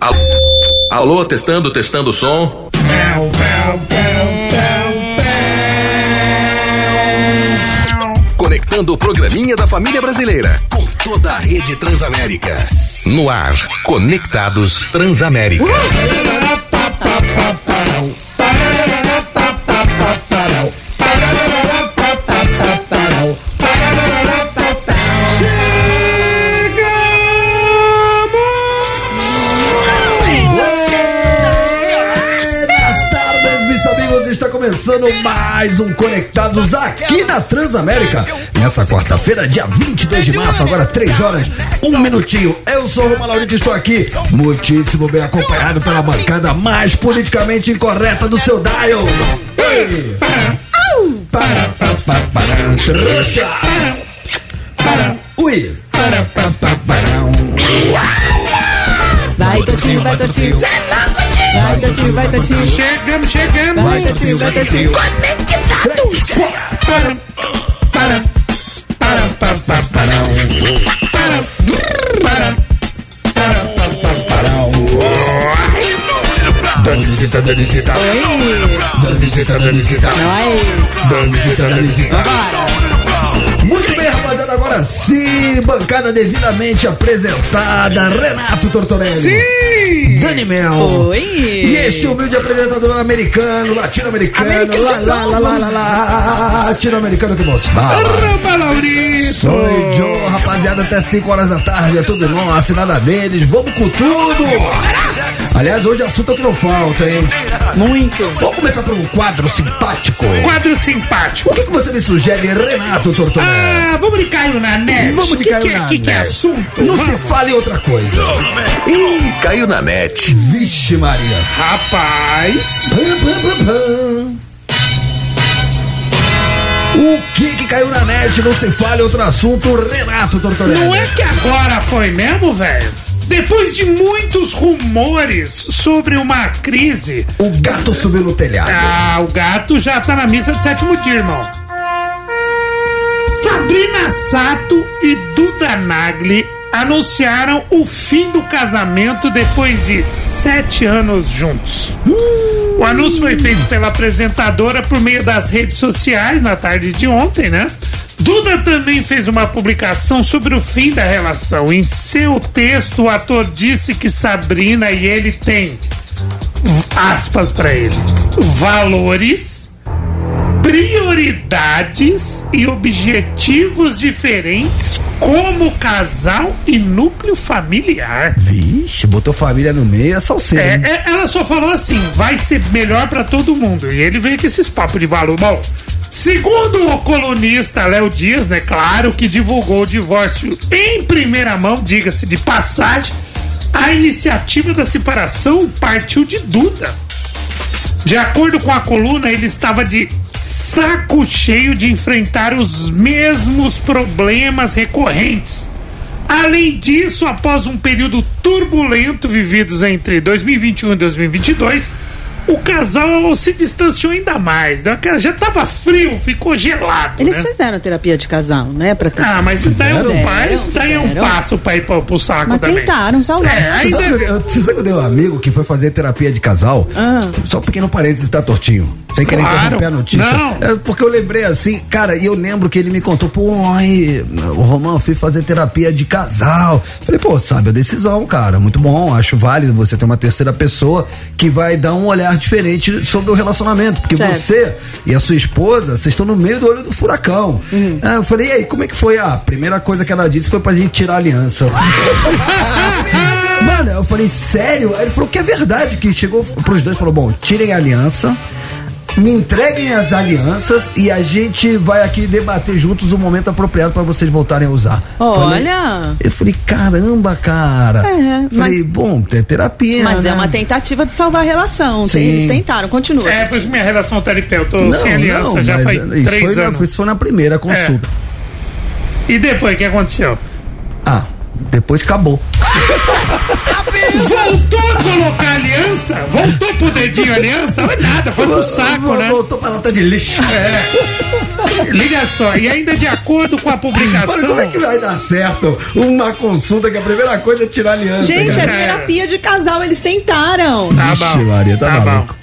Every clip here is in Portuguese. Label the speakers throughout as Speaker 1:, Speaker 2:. Speaker 1: Alô, alô, testando, testando o som. Conectando o programinha da família brasileira com toda a rede Transamérica. No ar, Conectados Transamérica.
Speaker 2: Buenas tardes, meus amigos. Está começando mais um Conectados aqui na Transamérica. Nessa quarta-feira, dia 22 de março, agora 3 horas, um minutinho. Eu sou o Roma Laurito e estou aqui, muitíssimo bem acompanhado pela bancada mais politicamente incorreta do seu dial. Ei! Para, para, para, para, trouxa! Para, ui! Para, para, para, um. para.
Speaker 3: Vai, Totinho, vai, Totinho. Vai, Totinho, vai, Totinho.
Speaker 4: Chegamos, chegamos.
Speaker 3: Vai, Totinho, vai, Totinho.
Speaker 2: Três, quatro, para, para, para, para, para, para.
Speaker 4: Danicita, Danicita. Danicita, Danicita.
Speaker 3: Nós.
Speaker 4: Danicita, Danicita.
Speaker 2: Muito bem, rapaziada, agora sim, bancada devidamente apresentada, Renato Tortorelli. Sim! Dani Mel.
Speaker 3: Oi.
Speaker 2: E este
Speaker 4: é
Speaker 2: humilde apresentador americano, latino-americano,
Speaker 3: Americano.
Speaker 2: lá, lá, lá, lá, lá, lá, latino-americano que nos fala.
Speaker 4: Ramba, Laurito.
Speaker 2: Sou Joe, rapaziada, até 5 horas da tarde, é tudo não, assinada deles, vamos com tudo! Aliás, hoje assunto é que não falta, hein?
Speaker 3: Muito.
Speaker 2: Vamos começar por um quadro simpático.
Speaker 4: Quadro simpático.
Speaker 2: O que, que você me sugere, Renato Tortorelli?
Speaker 4: Ah, vamos de Caio na net.
Speaker 2: Vamos de
Speaker 4: Que
Speaker 2: Caio
Speaker 4: que é-
Speaker 2: na
Speaker 4: que que é
Speaker 2: net.
Speaker 4: assunto?
Speaker 2: Não se
Speaker 4: Vamos.
Speaker 2: fale outra coisa.
Speaker 1: Ih, caiu na net.
Speaker 2: Vixe, Maria.
Speaker 4: Rapaz.
Speaker 2: Pam, pam, pam, pam. O que que caiu na net? Não se fale outro assunto, Renato Tortorelli.
Speaker 4: Não é que agora foi mesmo, velho? Depois de muitos rumores sobre uma crise,
Speaker 2: O gato subiu no telhado.
Speaker 4: Ah, o gato já tá na missa do sétimo dia, irmão. Sabrina Sato e Duda Nagli anunciaram o fim do casamento depois de sete anos juntos. O anúncio foi feito pela apresentadora por meio das redes sociais na tarde de ontem, né? Duda também fez uma publicação sobre o fim da relação. Em seu texto, o ator disse que Sabrina e ele têm aspas pra ele. Valores, prioridades e objetivos diferentes como casal e núcleo familiar.
Speaker 2: Vixe, botou família no meio, é salseira.
Speaker 4: É,
Speaker 2: hein?
Speaker 4: é, ela só falou assim, vai ser melhor pra todo mundo. E ele veio com esses papos de valor. Bom, segundo o colunista Léo Dias, né, claro, que divulgou o divórcio em primeira mão, diga-se de passagem, a iniciativa da separação partiu de Duda. De acordo com a coluna, ele estava de saco cheio de enfrentar os mesmos problemas recorrentes. Além disso, após um período turbulento vividos entre 2021 e 2022, o casal se distanciou ainda mais. né? Cara, Já tava frio, ficou gelado.
Speaker 3: Eles
Speaker 4: né?
Speaker 3: fizeram terapia de casal, né? Pra ter...
Speaker 4: Ah, mas isso daí é um,
Speaker 3: Fizeram,
Speaker 4: par, isso daí é um
Speaker 3: fizeram.
Speaker 4: passo pra ir pro, pro saco
Speaker 3: Mas
Speaker 4: também.
Speaker 3: tentaram salvar.
Speaker 4: É,
Speaker 2: Você
Speaker 4: ainda-
Speaker 2: sabe, que eu, eu- você sabe que eu dei um amigo que foi fazer terapia de casal?
Speaker 3: Ah.
Speaker 2: Só um pequeno parênteses, tá tortinho. Sem querer
Speaker 4: Claro.
Speaker 2: interromper a notícia.
Speaker 4: Não.
Speaker 2: É porque eu lembrei assim, cara, e eu lembro que ele me contou, pô, aí, o Romão, eu fui fazer terapia de casal. Falei, pô, sabe a decisão, cara, muito bom, acho válido você ter uma terceira pessoa que vai dar um olhar diferente sobre o relacionamento, porque
Speaker 3: Certo.
Speaker 2: você e a sua esposa, vocês estão no meio do olho do furacão.
Speaker 4: Uhum.
Speaker 2: Ah, eu falei, e aí, como é que foi? Ah, a primeira coisa que ela disse foi pra gente tirar a aliança. Mano, eu falei, sério? Aí ele falou que é verdade, que chegou pros dois e falou, bom, tirem a aliança, me entreguem as alianças e a gente vai aqui debater juntos o momento apropriado pra vocês voltarem a usar. Falei-
Speaker 3: Olha.
Speaker 2: eu falei, caramba, cara.
Speaker 3: É,
Speaker 2: falei,
Speaker 3: mas-
Speaker 2: bom, é terapia,
Speaker 3: Mas
Speaker 2: né?
Speaker 3: é uma tentativa de salvar a relação.
Speaker 2: Sim.
Speaker 3: Eles tentaram, continua.
Speaker 4: É, pois minha relação tá de pé. Eu tô sem aliança já
Speaker 2: mas
Speaker 4: faz
Speaker 2: isso
Speaker 4: três
Speaker 2: foi na-
Speaker 4: anos.
Speaker 2: isso foi na primeira consulta.
Speaker 4: E depois, o que aconteceu? É.
Speaker 2: Ah, depois acabou.
Speaker 4: Voltou a colocar aliança? Voltou pro dedinho a aliança? Não é nada, foi pro saco, né?
Speaker 2: Voltou pra lata de lixo.
Speaker 4: É. Liga só, e ainda de acordo com a
Speaker 2: Mano,
Speaker 4: publicação.
Speaker 2: como é que vai dar certo uma consulta que a primeira coisa é tirar a aliança,
Speaker 5: Gente, é
Speaker 2: cara?
Speaker 5: terapia de casal, eles tentaram.
Speaker 4: Tá
Speaker 2: Vixe,
Speaker 4: bom.
Speaker 2: Maria, tá
Speaker 4: bom.
Speaker 2: maluco.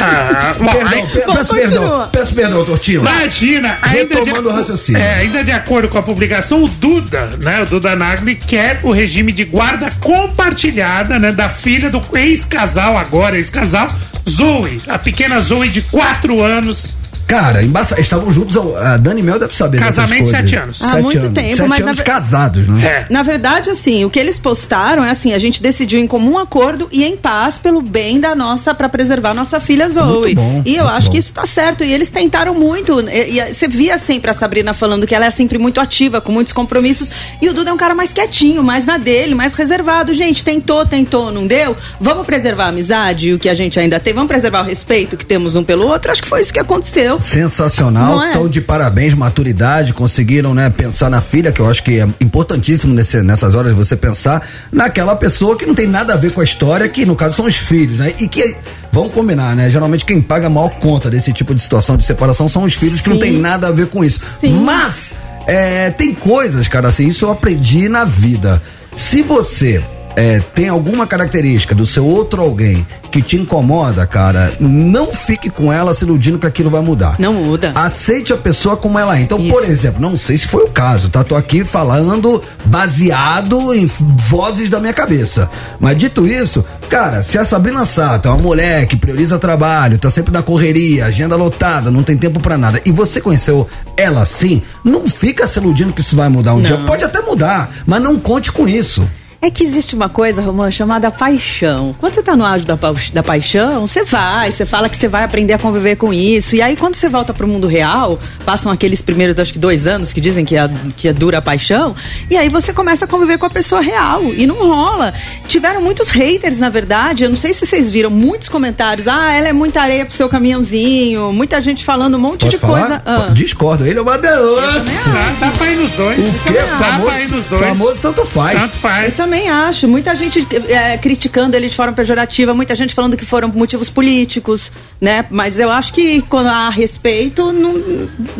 Speaker 4: Ah, bom,
Speaker 2: Perdão,
Speaker 4: aí-
Speaker 2: pe-
Speaker 5: Bom,
Speaker 2: peço
Speaker 5: continua.
Speaker 2: perdão, peço perdão, Tortinho.
Speaker 4: Imagina, ainda de,
Speaker 2: Retomando o raciocínio.
Speaker 4: É, ainda de acordo com a publicação, o Duda, né? O Duda Nagli quer o regime de guarda compartilhada, né? Da filha do ex-casal, agora ex-casal, Zoe. A pequena Zoe de 4 anos.
Speaker 2: Cara, embaça... estavam juntos, um, a Dani Mel deve saber. dessas
Speaker 4: Casamento,
Speaker 2: coisas.
Speaker 4: sete anos.
Speaker 5: Há muito tempo,
Speaker 2: sete
Speaker 5: mas na
Speaker 2: anos
Speaker 5: ve-
Speaker 2: casados, né?
Speaker 4: É.
Speaker 5: Na verdade, assim, o que eles postaram é assim, a gente decidiu em comum acordo e em paz pelo bem da nossa, pra preservar nossa filha Zoe.
Speaker 2: Muito bom,
Speaker 5: e eu
Speaker 2: muito
Speaker 5: acho
Speaker 2: bom.
Speaker 5: que isso tá certo. E eles tentaram muito. E, e você via sempre a Sabrina falando que ela é sempre muito ativa, com muitos compromissos. E o Duda é um cara mais quietinho, mais na dele, mais reservado. Gente, tentou, tentou, não deu. Vamos preservar a amizade e o que a gente ainda tem. Vamos preservar o respeito que temos um pelo outro. Acho que foi isso que aconteceu.
Speaker 2: Sensacional,
Speaker 5: Não é?
Speaker 2: tão de parabéns, maturidade, conseguiram, né, pensar na filha, que eu acho que é importantíssimo nesse- nessas horas você pensar naquela pessoa que não tem nada a ver com a história, que no caso são os filhos, né? E que vamos combinar, né? Geralmente quem paga a maior conta desse tipo de situação de separação são os filhos que não
Speaker 5: Sim.
Speaker 2: tem nada a ver com isso.
Speaker 5: Sim.
Speaker 2: Mas é, tem coisas, cara, assim, isso eu aprendi na vida. Se você é, tem alguma característica do seu outro alguém que te incomoda, cara, não fique com ela se iludindo que aquilo vai mudar.
Speaker 5: Não muda.
Speaker 2: Aceite a pessoa como ela é. Então, por
Speaker 5: Isso.
Speaker 2: exemplo, não sei se foi o caso, tá? Tô aqui falando baseado em vozes da minha cabeça. Mas dito isso, cara, se a Sabrina Sato é uma mulher que prioriza trabalho, tá sempre na correria, agenda lotada, não tem tempo pra nada, e você conheceu ela assim, não fica se iludindo que isso vai mudar um dia. Pode até mudar, mas não conte com isso.
Speaker 5: É que existe uma coisa, Romã, chamada paixão. Quando você tá no auge da, pa- da paixão, você vai, você fala que você vai aprender a conviver com isso. E aí, quando você volta pro mundo real, passam aqueles primeiros, acho que dois anos, que dizem que é, que é dura a paixão. E aí você começa a conviver com a pessoa real. E não rola. Tiveram muitos haters, na verdade. Eu não sei se vocês viram muitos comentários. Ah, ela é muita areia pro seu caminhãozinho. Muita gente falando um monte
Speaker 2: Pode
Speaker 5: de coisa.
Speaker 2: falar?
Speaker 5: Ah.
Speaker 2: Discordo. Ele é uma delante.
Speaker 4: Tá, dá pra ir nos dois.
Speaker 2: O quê?
Speaker 4: Dá pra ir nos
Speaker 2: Famoso,
Speaker 4: dois.
Speaker 2: famoso tanto faz.
Speaker 4: Tanto
Speaker 5: Eu
Speaker 4: faz.
Speaker 5: também acho. Muita gente eh, criticando ele de forma pejorativa, muita gente falando que foram motivos políticos, né? Mas eu acho que quando há respeito, não.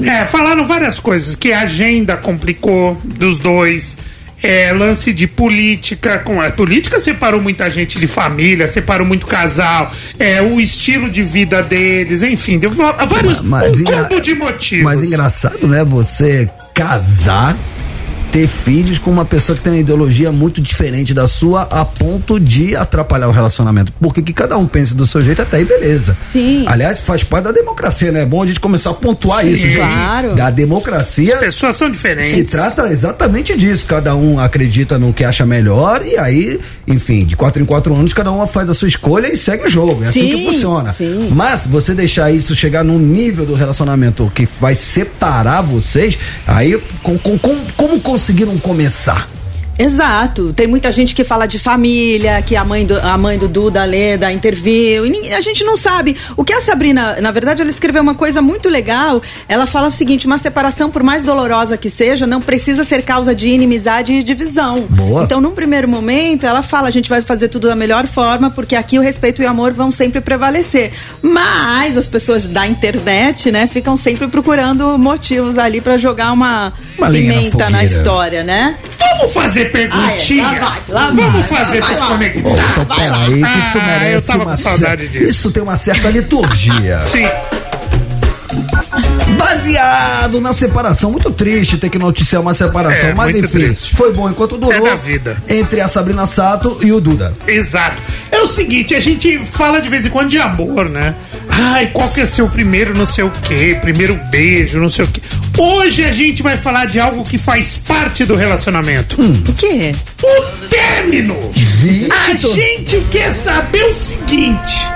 Speaker 4: É, falaram várias coisas, que a agenda complicou dos dois. é, lance de política, com a política separou muita gente de família, separou muito casal, é, o estilo de vida deles, enfim, deu uma- vários um
Speaker 2: engra-
Speaker 4: combo de motivos.
Speaker 2: Mas engraçado, né? Você casar, ter filhos com uma pessoa que tem uma ideologia muito diferente da sua, a ponto de atrapalhar o relacionamento. Porque que cada um pense do seu jeito, até aí beleza.
Speaker 5: Sim.
Speaker 2: Aliás, faz parte da democracia, né? É bom a gente começar a pontuar
Speaker 4: Sim.
Speaker 2: isso, gente.
Speaker 5: Claro.
Speaker 2: Da
Speaker 4: As
Speaker 2: democracia.
Speaker 4: pessoas são
Speaker 2: Se
Speaker 4: diferentes.
Speaker 2: trata exatamente disso. Cada um acredita no que acha melhor e aí, enfim, de quatro em quatro anos, cada um faz a sua escolha e segue o jogo. É assim
Speaker 5: Sim,
Speaker 2: que funciona.
Speaker 5: sim.
Speaker 2: Mas você deixar isso chegar num nível do relacionamento que vai separar vocês, aí com- com- com- como conseguiram começar?
Speaker 5: Exato. Tem muita gente que fala de família, que a mãe do, a mãe do Duda, a Leda, interviu. E ninguém- a gente não sabe. O que a Sabrina, na verdade, ela escreveu uma coisa muito legal. Ela fala o seguinte: uma separação, por mais dolorosa que seja, não precisa ser causa de inimizade e divisão.
Speaker 2: Boa.
Speaker 5: Então, num primeiro momento, ela fala: a gente vai fazer tudo da melhor forma, porque aqui o respeito e o amor vão sempre prevalecer. Mas as pessoas da internet, né, ficam sempre procurando motivos ali pra jogar uma,
Speaker 2: Uma lenha na
Speaker 5: pimenta na
Speaker 2: fogueira.
Speaker 5: história, né?
Speaker 4: Vamos fazer perguntinha.
Speaker 5: Ah, é, lá vai, lá vai,
Speaker 4: Vamos
Speaker 5: lá
Speaker 4: fazer
Speaker 5: vai,
Speaker 4: pros
Speaker 5: lá.
Speaker 4: conectados.
Speaker 2: Então, peraí, que isso
Speaker 4: Ah,
Speaker 2: merece
Speaker 4: eu tava
Speaker 2: uma
Speaker 4: com saudade
Speaker 2: cer-
Speaker 4: disso.
Speaker 2: Isso tem uma certa liturgia.
Speaker 4: Sim.
Speaker 2: Baseado na separação, muito triste ter que noticiar uma separação,
Speaker 4: É,
Speaker 2: mas
Speaker 4: muito
Speaker 2: enfim,
Speaker 4: triste. É
Speaker 2: foi bom enquanto durou.
Speaker 4: da vida.
Speaker 2: Entre a Sabrina Sato e o Duda.
Speaker 4: Exato. É o seguinte, a gente fala de vez em quando de amor, né? Ai, qual que é seu primeiro não sei o quê, primeiro beijo, não sei o quê. Hoje a gente vai falar de algo que faz parte do relacionamento.
Speaker 5: O quê?
Speaker 4: O término!
Speaker 2: Vixe,
Speaker 5: Ah,
Speaker 4: A
Speaker 2: tô-
Speaker 4: gente quer saber o seguinte.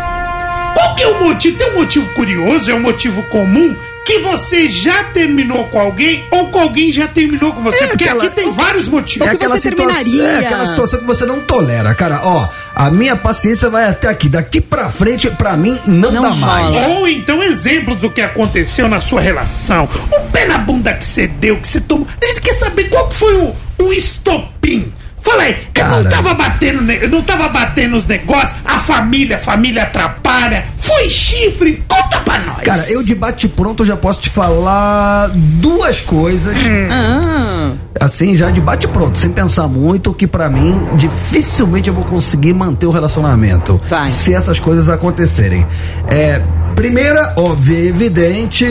Speaker 4: Qual que é o motivo? Tem um motivo curioso, é um motivo comum que você já terminou com alguém ou que alguém já terminou com você.
Speaker 2: É
Speaker 4: Porque
Speaker 2: aquela-
Speaker 4: aqui tem vários motivos.
Speaker 5: então que você
Speaker 2: situa-
Speaker 5: terminaria?
Speaker 2: é aquela situação que você não tolera, cara. Ó, a minha paciência vai até aqui. Daqui pra frente, pra mim, não,
Speaker 5: Não
Speaker 2: dá
Speaker 5: rola.
Speaker 2: mais.
Speaker 4: Ou então exemplos do que aconteceu na sua relação. Um pé na bunda que você deu, que você tomou. A gente quer saber qual que foi o, o estopim. Fala aí, eu não
Speaker 2: Cara.
Speaker 4: tava batendo, ne- eu não tava batendo os negócios, a família, a família atrapalha, foi chifre? Conta pra nós.
Speaker 2: Cara, eu de bate pronto eu já posso te falar duas coisas.
Speaker 3: Ah,
Speaker 2: Assim, já de bate pronto, sem pensar muito, que pra mim dificilmente eu vou conseguir manter o relacionamento.
Speaker 3: Vai.
Speaker 2: Se essas coisas acontecerem. É, primeira, óbvia e evidente.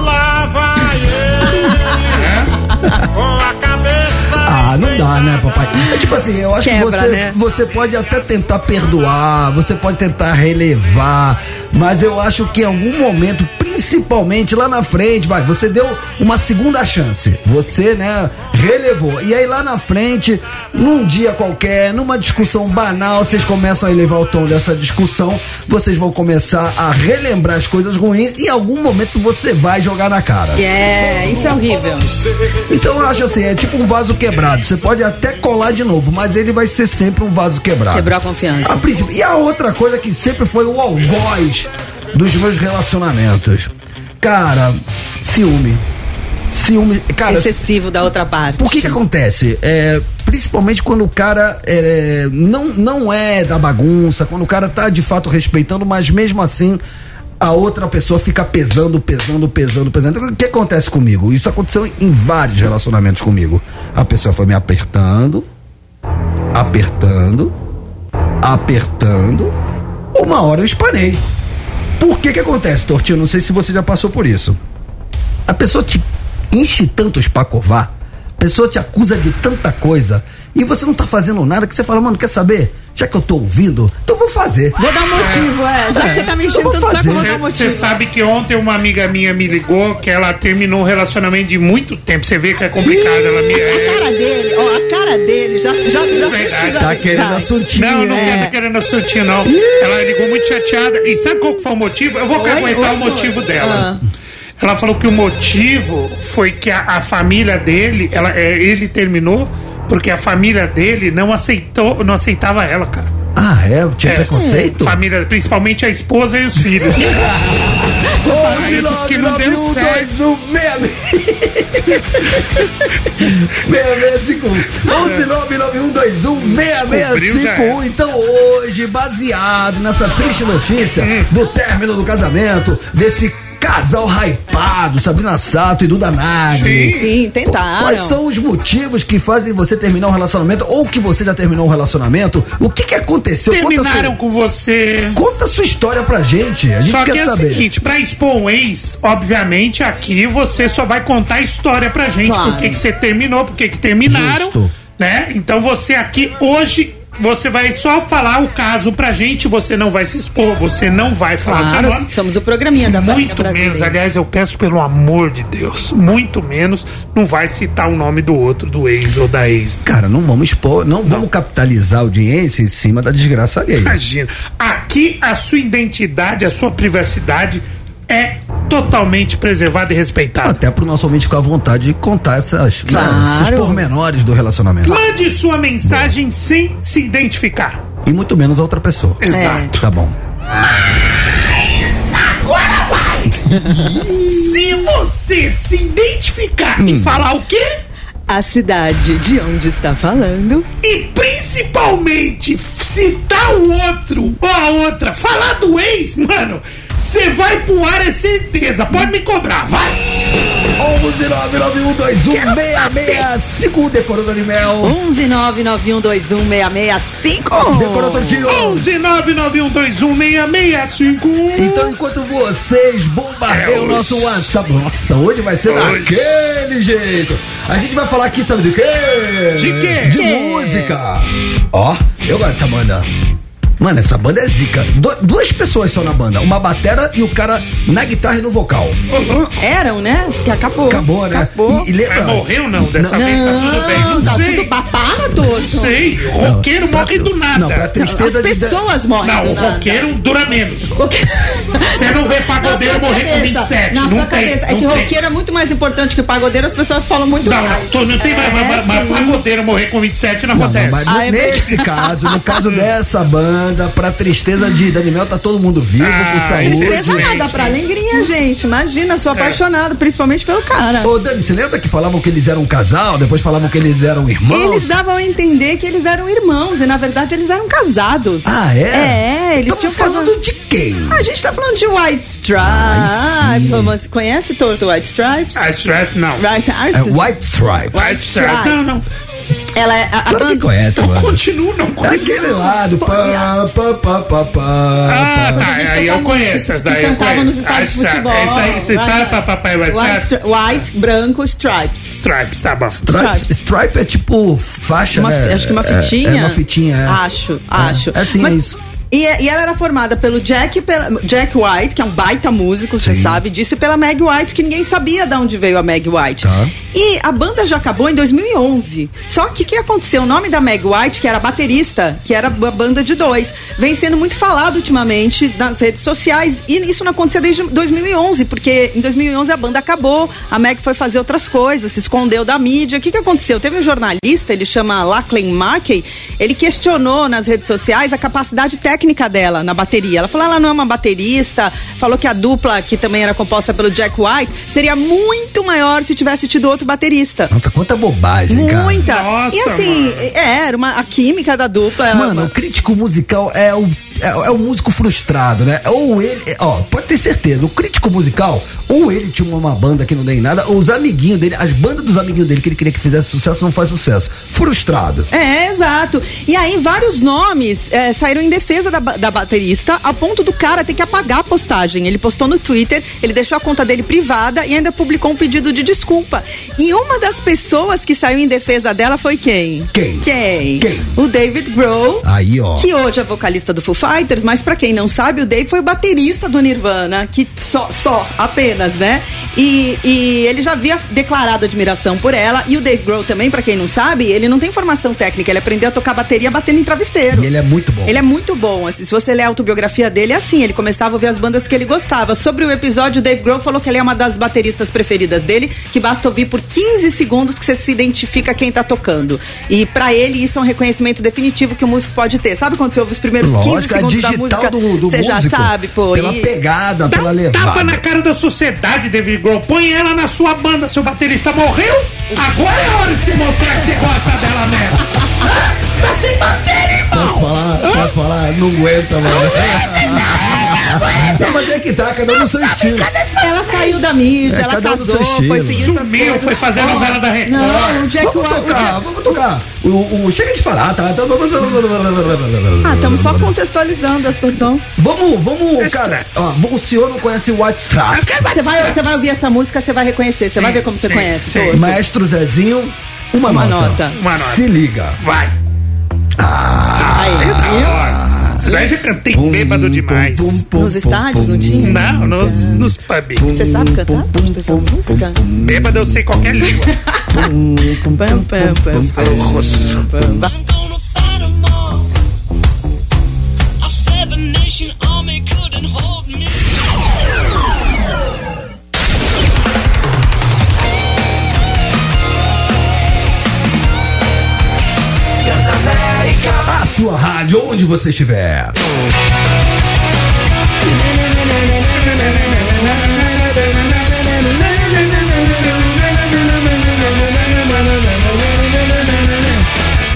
Speaker 6: Lá vai ele com a cabeça.
Speaker 2: Ah, não dá, né, papai? É tipo assim, eu acho
Speaker 3: Quebra,
Speaker 2: que você,
Speaker 3: né?
Speaker 2: você pode até tentar perdoar, você pode tentar relevar, mas eu acho que em algum momento, principalmente lá na frente, vai, você deu uma segunda chance. Você, né, relevou. E aí lá na frente, num dia qualquer, numa discussão banal, vocês começam a elevar o tom dessa discussão, vocês vão começar a relembrar as coisas ruins e em algum momento você vai jogar na cara.
Speaker 3: é, isso é horrível.
Speaker 2: Então eu acho assim, é tipo um vaso quebrado. Você pode até colar de novo, mas ele vai ser sempre um vaso quebrado.
Speaker 3: Quebrou a confiança.
Speaker 2: A princípio. E a outra coisa que sempre foi o algoz dos meus relacionamentos. Cara, ciúme. Ciúme. Cara,
Speaker 3: Excessivo da outra parte.
Speaker 2: por que que acontece? É, principalmente quando o cara é, não, não é da bagunça, quando o cara tá de fato respeitando, mas mesmo assim a outra pessoa fica pesando, pesando, pesando, pesando. Então, O que acontece comigo? Isso aconteceu em vários relacionamentos comigo. A pessoa foi me apertando, apertando, apertando. Uma hora eu espanei. Por que que acontece, Tortinho? Não sei se você já passou por isso. A pessoa te enche tanto os pacová, a pessoa te acusa de tanta coisa e você não tá fazendo nada que você fala, mano, quer saber? Já que eu tô ouvindo, então eu vou fazer.
Speaker 3: Vou dar um motivo, é. Já que você tá me enchendo
Speaker 2: Eu vou
Speaker 3: tanto saco, eu vou
Speaker 2: fazer.
Speaker 3: dar um
Speaker 4: Você
Speaker 3: motivo.
Speaker 4: sabe que ontem uma amiga minha me ligou que ela terminou um relacionamento de muito tempo. Você vê que é complicado. Ela me. É,
Speaker 3: A cara dele, ó, a cara dele, já, já, já,
Speaker 4: Verdade.
Speaker 3: já-
Speaker 2: Tá querendo
Speaker 3: vai.
Speaker 2: assuntinho. né?
Speaker 4: Não, não
Speaker 3: É.
Speaker 4: tá querendo assuntinho, não. Ela ligou muito chateada. E sabe qual que foi o motivo? Eu vou
Speaker 3: Oi,
Speaker 4: aguentar
Speaker 3: oi,
Speaker 4: o motivo
Speaker 3: oi. Ah.
Speaker 4: dela. Ela falou que o motivo foi que a, a família dele, ela, é, ele terminou porque a família dele não aceitou, não aceitava ela, cara.
Speaker 2: Ah, é? Tinha
Speaker 4: É.
Speaker 2: preconceito?
Speaker 4: Família, principalmente a esposa e os filhos. Aí diz que não deu
Speaker 2: um,
Speaker 4: certo.
Speaker 2: 11991216651. Então hoje, baseado nessa triste notícia
Speaker 4: Hum.
Speaker 2: do término do casamento, desse casal hypado, Sabrina Sato e Duda Nagli.
Speaker 3: Sim,
Speaker 2: Quais
Speaker 3: tentaram.
Speaker 2: são os motivos que fazem você terminar um relacionamento ou que você já terminou um relacionamento? O que que aconteceu? Conta
Speaker 4: Terminaram com você.
Speaker 2: sua, conta sua história pra gente. A gente
Speaker 4: Só
Speaker 2: quer
Speaker 4: que é o
Speaker 2: saber.
Speaker 4: seguinte, pra expor um ex, obviamente aqui você só vai contar a história pra gente,
Speaker 3: Claro.
Speaker 4: por que que você terminou, por que que terminaram,
Speaker 2: Justo.
Speaker 4: né? Então você aqui hoje você vai só falar o caso pra gente, você não vai se expor, você não vai falar seu nome.
Speaker 3: Claro, somos o programinha da Família
Speaker 4: Muito
Speaker 3: Brasileira.
Speaker 4: menos, né? aliás, eu peço pelo amor de Deus, muito menos, não vai citar o nome do outro, do ex ou da ex.
Speaker 2: Cara, não vamos expor, não, vamos capitalizar a audiência em cima da desgraça alheia.
Speaker 4: Imagina. Aqui a sua identidade, a sua privacidade é totalmente preservada e respeitada.
Speaker 2: Até pro nosso ouvinte ficar à vontade de contar essas, né,
Speaker 3: Claro.
Speaker 2: esses pormenores do relacionamento.
Speaker 4: Mande sua mensagem sem se identificar.
Speaker 2: E muito menos a outra pessoa.
Speaker 4: Exato.
Speaker 2: Tá bom.
Speaker 4: Se você se identificar e
Speaker 2: Hum.
Speaker 4: falar o quê?
Speaker 3: A cidade de onde está falando.
Speaker 4: E principalmente citar o outro ou a outra, falar do ex, mano, você vai pro ar é certeza. Pode me cobrar, vai!
Speaker 2: 11991216651 decorou do Animel.
Speaker 3: 11991216651.
Speaker 2: Decorou Tortinho.
Speaker 4: 11 991216651.
Speaker 2: Então, enquanto vocês bombardeiam
Speaker 4: É
Speaker 2: o nosso
Speaker 4: hoje.
Speaker 2: WhatsApp, nossa, hoje vai ser
Speaker 4: Hoje.
Speaker 2: daquele jeito. A gente vai falar aqui, sabe do quê?
Speaker 4: De quê?
Speaker 2: De
Speaker 3: Quê?
Speaker 2: música. Ó, eu gosto dessa banda. Mano, essa banda é zica. Du- duas pessoas só na banda, uma batera e o cara na guitarra e no vocal.
Speaker 4: Ô, louco,
Speaker 3: Eram, né? Porque acabou.
Speaker 2: Acabou, né?
Speaker 3: Acabou.
Speaker 2: E, e lembra?
Speaker 4: Mas morreu não? Dessa vez tá tudo bem?
Speaker 3: Não,
Speaker 4: Não
Speaker 3: tá
Speaker 4: sei.
Speaker 3: tudo babado.
Speaker 4: Não sei.
Speaker 2: Não,
Speaker 4: Roqueiro
Speaker 2: é pra-
Speaker 4: morre do nada.
Speaker 2: Não, pra
Speaker 3: As
Speaker 2: tristeza de-
Speaker 3: pessoas morrem
Speaker 4: Não,
Speaker 3: do
Speaker 4: o
Speaker 3: nada.
Speaker 4: roqueiro dura menos. Você não vê pagodeiro
Speaker 3: Na sua
Speaker 4: morrer com
Speaker 3: cabeça,
Speaker 4: 27.
Speaker 3: Na
Speaker 4: não
Speaker 3: sua
Speaker 4: tem,
Speaker 3: cabeça. É
Speaker 4: não
Speaker 3: que
Speaker 4: tem.
Speaker 3: roqueiro é muito mais importante que pagodeiro, as pessoas falam muito
Speaker 4: Não,
Speaker 3: mais. É,
Speaker 4: não, tô- não tem
Speaker 5: É,
Speaker 4: mais. mas- mas- Mas pagodeiro morrer com 27 não
Speaker 2: Não, não,
Speaker 4: acontece.
Speaker 2: mas no-
Speaker 3: Ah, é
Speaker 2: nesse caso, no caso dessa banda, mas dá pra tristeza de Daniel tá todo mundo vivo,
Speaker 4: Ah,
Speaker 2: com saúde.
Speaker 4: tristeza
Speaker 5: Tristeza
Speaker 4: Gente. É.
Speaker 5: nada, pra alegria, gente. Imagina, sou apaixonado, principalmente pelo cara.
Speaker 2: Ô, Dani, você lembra que falavam que eles eram um casal, depois falavam que eles eram irmãos?
Speaker 5: Eles davam a entender que eles eram irmãos e na verdade eles eram casados.
Speaker 2: Ah, é?
Speaker 5: É, eles
Speaker 4: Então
Speaker 2: Tamo
Speaker 4: tá
Speaker 5: tinham
Speaker 2: falando
Speaker 5: casado.
Speaker 2: de quem?
Speaker 5: A gente tá falando de White
Speaker 2: Ai, sim.
Speaker 5: Stripes. Ah, Você conhece Torto White Stripes?
Speaker 4: A Strap, Ah, não.
Speaker 5: Rice
Speaker 2: É
Speaker 5: Arces?
Speaker 2: White Stripe.
Speaker 4: A Strap, não, não.
Speaker 5: Ela é a, a
Speaker 2: Claro que
Speaker 5: banda.
Speaker 2: conhece,
Speaker 4: Não
Speaker 2: mano.
Speaker 4: continuo, não
Speaker 2: É
Speaker 4: conheço.
Speaker 2: aquele lado. Pá, pá, pá, pá, pá.
Speaker 4: Ah, tá. Aí eu conheço essa daí.
Speaker 5: Que
Speaker 4: Eu
Speaker 5: cantavam
Speaker 4: conheço.
Speaker 5: nos estádios
Speaker 4: Ah,
Speaker 5: de
Speaker 4: Strap.
Speaker 5: futebol.
Speaker 4: Essa daí, você tá
Speaker 5: Vai,
Speaker 4: pra papai, vai
Speaker 5: White,
Speaker 4: ser
Speaker 5: stri- white, branco, stripes.
Speaker 4: Stripes, tá bom.
Speaker 2: Stripe, stripe é tipo faixa,
Speaker 5: Uma,
Speaker 2: né?
Speaker 5: acho que uma
Speaker 2: É,
Speaker 5: fitinha.
Speaker 2: É, uma fitinha, é.
Speaker 5: Acho, acho.
Speaker 2: É sim, é isso.
Speaker 5: E, e ela era formada pelo Jack, pela- Jack White, que é um baita músico, você
Speaker 2: Sim.
Speaker 5: sabe disso, e pela Meg White, que ninguém sabia de onde veio a Meg White.
Speaker 2: Tá.
Speaker 5: E a banda já acabou em 2011. Só que o que aconteceu? O nome da Meg White, que era baterista, que era a banda de dois, vem sendo muito falado ultimamente nas redes sociais. E isso não acontecia desde 2011, porque em 2011 a banda acabou, a Meg foi fazer outras coisas, se escondeu da mídia. O que, que aconteceu? Teve um jornalista, ele chama Lachlan Mackey, ele questionou nas redes sociais a capacidade técnica dela na bateria. Ela falou, ela não é uma baterista, falou que a dupla, que também era composta pelo Jack White, seria muito maior se tivesse tido outro baterista.
Speaker 2: Nossa, quanta bobagem, cara.
Speaker 5: Muita.
Speaker 4: Nossa,
Speaker 5: e assim,
Speaker 4: mano.
Speaker 5: é, era uma, a química da dupla. era
Speaker 2: Mano,
Speaker 5: uma-
Speaker 2: o crítico musical é o, é, é o músico frustrado, né? Ou ele. Ó, pode ter certeza, o crítico musical, ou ele tinha uma, uma banda que não deu em nada, ou os amiguinhos dele, as bandas dos amiguinhos dele que ele queria que fizesse sucesso não faz sucesso. Frustrado.
Speaker 5: É, exato. E aí, vários nomes eh, saíram em defesa da, ba- da baterista, a ponto do cara ter que apagar a postagem. Ele postou no Twitter, ele deixou a conta dele privada e ainda publicou um pedido de desculpa. E uma das pessoas que saiu em defesa dela foi quem?
Speaker 2: Quem?
Speaker 5: Quem?
Speaker 2: Quem?
Speaker 5: O David Grohl.
Speaker 2: Aí, ó.
Speaker 5: Que hoje é vocalista do Foo Fighters, mas pra quem não sabe, o Dave foi o baterista do Nirvana, que só, só, apenas, né? E, e ele já havia declarado admiração por ela. E o Dave Grohl também, pra quem não sabe, ele não tem formação técnica, ele aprendeu a tocar bateria batendo em travesseiro.
Speaker 2: E ele é muito bom.
Speaker 5: Ele é muito bom. assim, se você ler a autobiografia dele, é assim. Ele começava a ouvir as bandas que ele gostava. Sobre o episódio, o Dave Grohl falou que ele é uma das bateristas preferidas dele, que basta ouvir por 15 segundos que você se identifica quem tá tocando. E pra ele, isso é um reconhecimento definitivo que o músico pode ter. Sabe quando você ouve os primeiros 15
Speaker 2: Lógico, a
Speaker 5: segundos da
Speaker 2: digital
Speaker 5: música?
Speaker 2: do, do
Speaker 5: você já
Speaker 2: músico,
Speaker 5: sabe, pô.
Speaker 2: Pela
Speaker 5: e-
Speaker 2: pegada,
Speaker 4: Dá
Speaker 2: pela
Speaker 4: um
Speaker 2: levada.
Speaker 4: tapa na cara da sociedade, David Grohl. Põe ela na sua banda, seu baterista morreu. Agora é hora de você mostrar que você gosta dela né? mesmo. Ah, tá sem bater,
Speaker 2: Posso
Speaker 4: irmão.
Speaker 2: falar? Posso falar? Não aguenta, mano. Não, mas é que tá, cada um no seu estilo.
Speaker 5: Ela saiu da mídia,
Speaker 2: É,
Speaker 5: ela
Speaker 2: cada um no seu
Speaker 5: casou, foi
Speaker 2: estilo.
Speaker 5: seguir suas
Speaker 4: Sumiu,
Speaker 5: coisas.
Speaker 4: foi fazer a novela da Record.
Speaker 5: Não, o Jack
Speaker 2: Vamos
Speaker 5: White- o é-
Speaker 2: tocar,
Speaker 5: Jack-
Speaker 2: vamos tocar. O, o- chega de falar, tá?
Speaker 5: Ah, estamos só contextualizando a situação.
Speaker 2: Vamos, vamos,
Speaker 4: Esse
Speaker 2: cara.
Speaker 4: track.
Speaker 2: ó, o senhor não conhece o White Strap.
Speaker 5: Você vai, você vai ouvir essa música, você vai reconhecer, você
Speaker 4: Sim,
Speaker 5: vai ver como você
Speaker 4: sim,
Speaker 5: conhece.
Speaker 4: sim.
Speaker 5: Torto.
Speaker 2: Maestro Zezinho, uma,
Speaker 5: Uma
Speaker 2: nota.
Speaker 5: nota.
Speaker 4: é Uma nota.
Speaker 2: Se liga.
Speaker 4: Vai.
Speaker 5: Aí, viu?
Speaker 4: Ah, Isso daí eu já cantei bêbado demais.
Speaker 5: Nos estádios, não tinha?
Speaker 4: Não, nos, nos pubs.
Speaker 5: Você sabe cantar? Essa música?
Speaker 4: Bêbado eu sei qualquer língua.
Speaker 5: Pam, pam, pam, pam, pam.
Speaker 7: I'm gonna fight 'em all. A seven nation army couldn't hold me.
Speaker 2: A sua rádio, onde você estiver.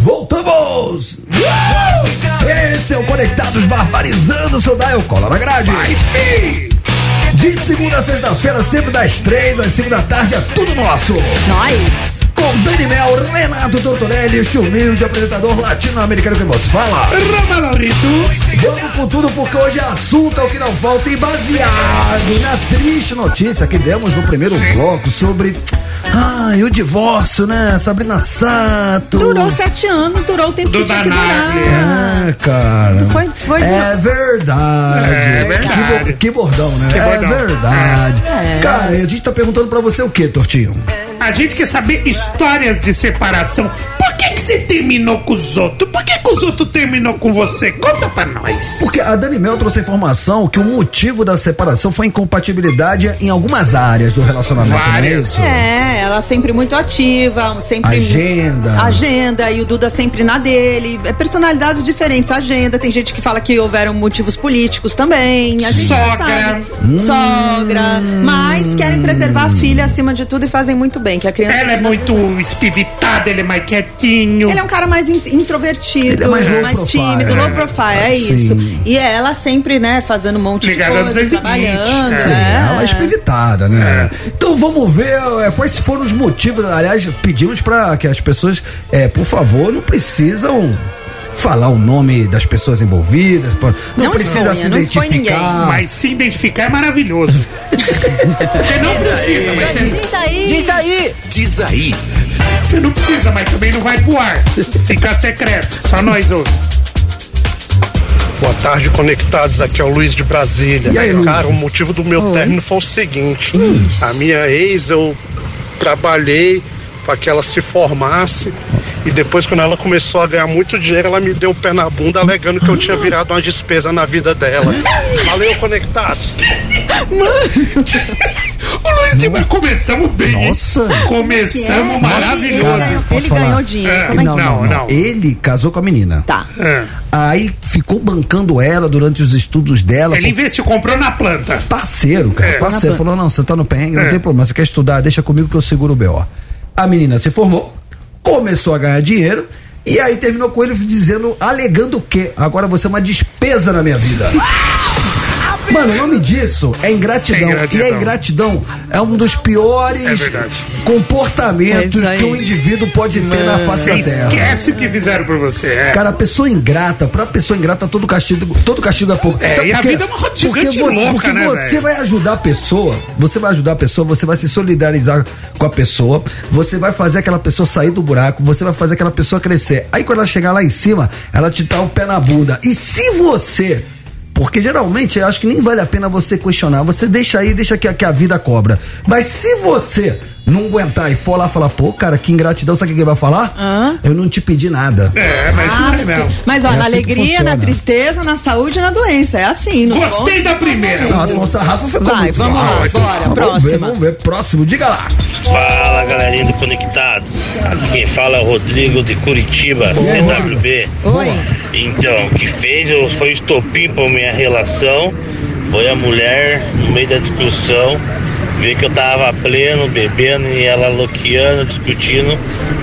Speaker 2: Voltamos! Esse é o Conectados Barbarizando, seu Dial Cola na grade. De segunda a sexta-feira, sempre das três às cinco da tarde, é tudo nosso.
Speaker 5: Nós.
Speaker 2: Com Dani Mel, Renato Tortorelli, este humilde apresentador latino-americano que você fala.
Speaker 4: Roma Laurito.
Speaker 2: Vamos com tudo porque hoje assunto é o que não falta e baseado na triste notícia que demos no primeiro bloco sobre ai, o divórcio, né? Sabrina Sato.
Speaker 5: Durou sete anos, durou o tempo
Speaker 4: Do né?
Speaker 5: que tinha que
Speaker 4: Danagli.
Speaker 5: durar.
Speaker 2: É, cara.
Speaker 5: Foi- foi-
Speaker 2: é verdade.
Speaker 4: É
Speaker 2: Que,
Speaker 4: verdade.
Speaker 2: bo- que bordão, né?
Speaker 4: Que
Speaker 2: é
Speaker 4: bordão.
Speaker 2: verdade. Cara, e a gente tá perguntando pra você o que, Tortinho?
Speaker 4: A gente quer saber histórias de separação. Por que, que você terminou com os outros? Por que, que os outros terminou com você? Conta pra nós.
Speaker 2: Porque a Dani Mel trouxe a informação que o motivo da separação foi incompatibilidade em algumas áreas do relacionamento.
Speaker 4: Várias.
Speaker 2: não é isso?
Speaker 3: É, ela sempre muito ativa, sempre.
Speaker 2: Agenda.
Speaker 3: Agenda, e o Duda sempre na dele. É personalidades diferentes, agenda. Tem gente que fala que houveram motivos políticos também. A gente já
Speaker 4: Sogra.
Speaker 3: sabe.
Speaker 2: Hum.
Speaker 3: Sogra. Mas querem preservar a filha acima de tudo e fazem muito bem, que a criança.
Speaker 4: Ela é muito espivitada, ele é mais quietinho.
Speaker 3: Ele é um cara mais in- introvertido,
Speaker 2: Ele é mais low profile.
Speaker 3: tímido, low profile, é
Speaker 2: Sim.
Speaker 3: isso. E ela sempre, né, fazendo um monte
Speaker 4: Ligada
Speaker 3: de
Speaker 4: a
Speaker 3: coisa,
Speaker 4: 220,
Speaker 3: trabalhando.
Speaker 4: é.
Speaker 2: Sim,
Speaker 3: é.
Speaker 2: ela é espivitada, né? Então vamos ver é, quais foram os motivos. Aliás, pedimos pra que as pessoas, é, por favor, não precisam falar o nome das pessoas envolvidas. pô, Não,
Speaker 3: Não
Speaker 2: precisa
Speaker 3: exponha,
Speaker 2: se
Speaker 3: não expõe
Speaker 5: um
Speaker 2: identificar.
Speaker 4: Mas se identificar é maravilhoso. Você não precisa, mas você,
Speaker 1: Diz aí.
Speaker 4: você não precisa, mas também não vai pro ar. Fica secreto, só nós outros.
Speaker 8: Boa tarde, conectados. Aqui é o Luiz de Brasília.
Speaker 2: E aí, Luiz?
Speaker 8: Cara, o motivo do meu término foi o seguinte: a minha ex, eu trabalhei para que ela se formasse e depois, quando ela começou a ganhar muito dinheiro, ela me deu o pé na bunda alegando que eu tinha virado uma despesa na vida dela. Valeu, conectados.
Speaker 4: Ô Luiz, mas começamos bem. hein?
Speaker 2: Nossa.
Speaker 4: Começamos
Speaker 3: Ele
Speaker 4: é? maravilhoso.
Speaker 3: ganhou, ele
Speaker 2: Posso falar?
Speaker 3: ganhou dinheiro.
Speaker 4: É.
Speaker 3: Como é que
Speaker 2: Não, não,
Speaker 4: Não,
Speaker 2: não,
Speaker 4: não.
Speaker 2: Ele casou com a menina.
Speaker 3: tá?
Speaker 4: É.
Speaker 2: Aí ficou bancando ela durante os estudos dela.
Speaker 4: Ele investiu, comprou na planta.
Speaker 2: parceiro, cara.
Speaker 4: É.
Speaker 2: Parceiro. Falou, não, você tá no perrengue,
Speaker 4: É.
Speaker 2: não tem problema. Você quer estudar, deixa comigo que eu seguro o B.O. A menina se formou, começou a ganhar dinheiro e aí terminou com ele dizendo, alegando o quê? Agora você é uma despesa na minha vida. Mano, o nome disso é ingratidão.
Speaker 4: É ingratidão.
Speaker 2: E a ingratidão é um dos
Speaker 4: É
Speaker 2: piores
Speaker 4: verdade.
Speaker 2: comportamentos
Speaker 3: É isso aí.
Speaker 2: que um indivíduo pode ter na face
Speaker 4: Você
Speaker 2: da terra.
Speaker 4: esquece o que fizeram pra você. É.
Speaker 2: Cara, a pessoa ingrata, pra pessoa ingrata, todo castigo, todo castigo é pouco.
Speaker 4: É,
Speaker 2: Sabe
Speaker 4: e
Speaker 2: por
Speaker 4: a
Speaker 2: quê?
Speaker 4: vida é uma roda
Speaker 2: porque
Speaker 4: gigante
Speaker 2: você,
Speaker 4: louca,
Speaker 2: porque
Speaker 4: né,
Speaker 2: você
Speaker 4: velho?
Speaker 2: vai ajudar a pessoa, você vai ajudar a pessoa, você vai se solidarizar com a pessoa, você vai fazer aquela pessoa sair do buraco, você vai fazer aquela pessoa crescer. Aí quando ela chegar lá em cima, ela te dá o pé na bunda. E se você porque geralmente eu acho que nem vale a pena você questionar. Você deixa aí, deixa que, que a vida cobra. Mas se você não aguentar e for lá falar, pô, cara, que ingratidão, sabe o que ele vai falar? Eu não te pedi nada.
Speaker 4: É, mas
Speaker 5: Ah,
Speaker 4: não é mesmo.
Speaker 3: Mas ó,
Speaker 2: É
Speaker 3: na
Speaker 2: assim que
Speaker 3: alegria,
Speaker 2: funciona.
Speaker 3: na tristeza, na saúde e na doença. É assim, não
Speaker 4: Gostei da primeira.
Speaker 2: Nossa, o sarrafo ficou
Speaker 3: Vai,
Speaker 2: muito
Speaker 3: vamos lá,
Speaker 2: alto.
Speaker 3: bora,
Speaker 2: Vamos
Speaker 3: próxima.
Speaker 2: Ver, vamos ver, próximo, diga lá.
Speaker 9: Fala galerinha do Conectados, aqui quem fala é o Rodrigo de Curitiba, CWB.
Speaker 3: Oi.
Speaker 9: Então, o que fez eu- foi o estopim para minha relação, foi a mulher no meio da discussão, ver que eu tava pleno, bebendo e ela loqueando, discutindo,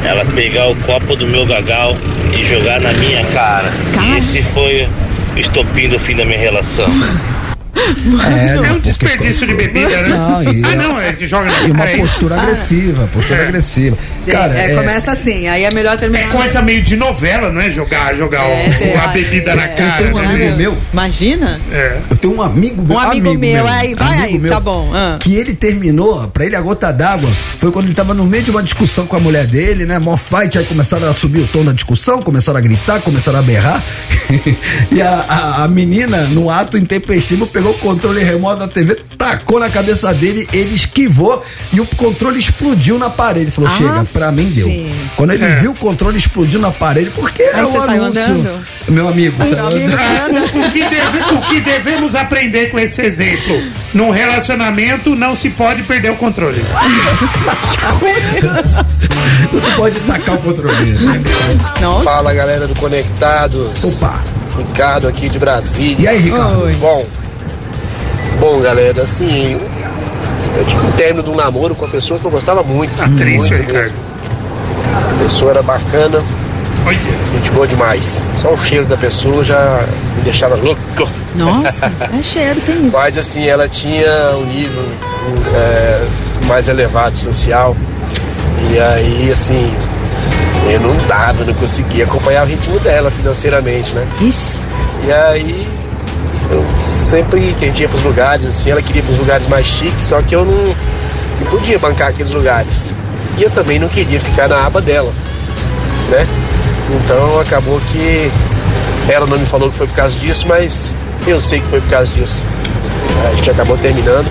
Speaker 9: ela pegar o copo do meu gagal e jogar na minha cara.
Speaker 3: Cara.
Speaker 9: Esse foi o estopim do fim da minha relação.
Speaker 2: É,
Speaker 4: É um
Speaker 2: porque-
Speaker 4: desperdício de bebida, né?
Speaker 2: Não, e-
Speaker 4: ah, não, é de joga
Speaker 2: E
Speaker 4: na
Speaker 2: uma
Speaker 4: cara.
Speaker 2: postura agressiva, postura agressiva. Cara,
Speaker 3: Ah. é,
Speaker 2: é,
Speaker 3: começa assim, aí é melhor
Speaker 4: É
Speaker 3: terminar.
Speaker 4: coisa meio de novela, não é? Jogar, jogar o-
Speaker 3: É,
Speaker 4: a bebida
Speaker 3: é,
Speaker 4: na
Speaker 3: eu
Speaker 4: cara.
Speaker 5: então,
Speaker 2: tenho um
Speaker 4: né?
Speaker 2: amigo meu.
Speaker 3: Imagina?
Speaker 4: É.
Speaker 2: eu tenho um amigo meu.
Speaker 3: Um amigo meu, aí, vai aí, tá bom, ah.
Speaker 2: Que ele terminou, pra ele a gota d'água, foi quando ele tava no meio de uma discussão com a mulher dele, né? Mó fight, aí começaram a subir o tom da discussão, começaram a gritar, começaram a berrar. e a, a, a menina, no ato intempestivo, pegou o controle remoto da TV, tacou na cabeça dele, ele esquivou e o controle explodiu na parede. Ele falou:
Speaker 3: Ah,
Speaker 2: chega, pra mim deu.
Speaker 3: sim.
Speaker 2: Quando ele viu o controle explodindo na parede, porque é
Speaker 3: você
Speaker 2: um
Speaker 3: saiu
Speaker 2: anúncio.
Speaker 3: andando?
Speaker 2: Meu amigo. saiu andando.
Speaker 4: Ah, o, o que deve- o que devemos aprender com esse exemplo? Num relacionamento não se pode perder o controle.
Speaker 2: Tu não pode tacar o controle.
Speaker 3: Nossa.
Speaker 10: Fala galera do Conectados.
Speaker 2: Opa.
Speaker 10: Ricardo aqui de Brasília.
Speaker 2: E aí, Ricardo?
Speaker 3: Oi.
Speaker 10: Bom, bom galera, assim, eu tive um término de um namoro com uma pessoa que eu gostava muito.
Speaker 4: Tá triste,
Speaker 10: muito
Speaker 4: Ricardo.
Speaker 10: mesmo. A pessoa era bacana,
Speaker 4: Olha.
Speaker 10: gente boa demais. Só o cheiro da pessoa já me deixava louco.
Speaker 3: Nossa, é cheiro, tem isso.
Speaker 10: Mas assim, ela tinha um nível um, é, mais elevado social. E aí, assim, eu não dava, eu não conseguia acompanhar o ritmo dela financeiramente, né?
Speaker 3: Ixi.
Speaker 10: E aí, eu sempre que a gente ia pros lugares, assim, ela queria ir pros lugares mais chiques, só que eu não, não podia bancar aqueles lugares. E eu também não queria ficar na aba dela, né? Então acabou que ela não me falou que foi por causa disso, mas eu sei que foi por causa disso. A gente acabou terminando,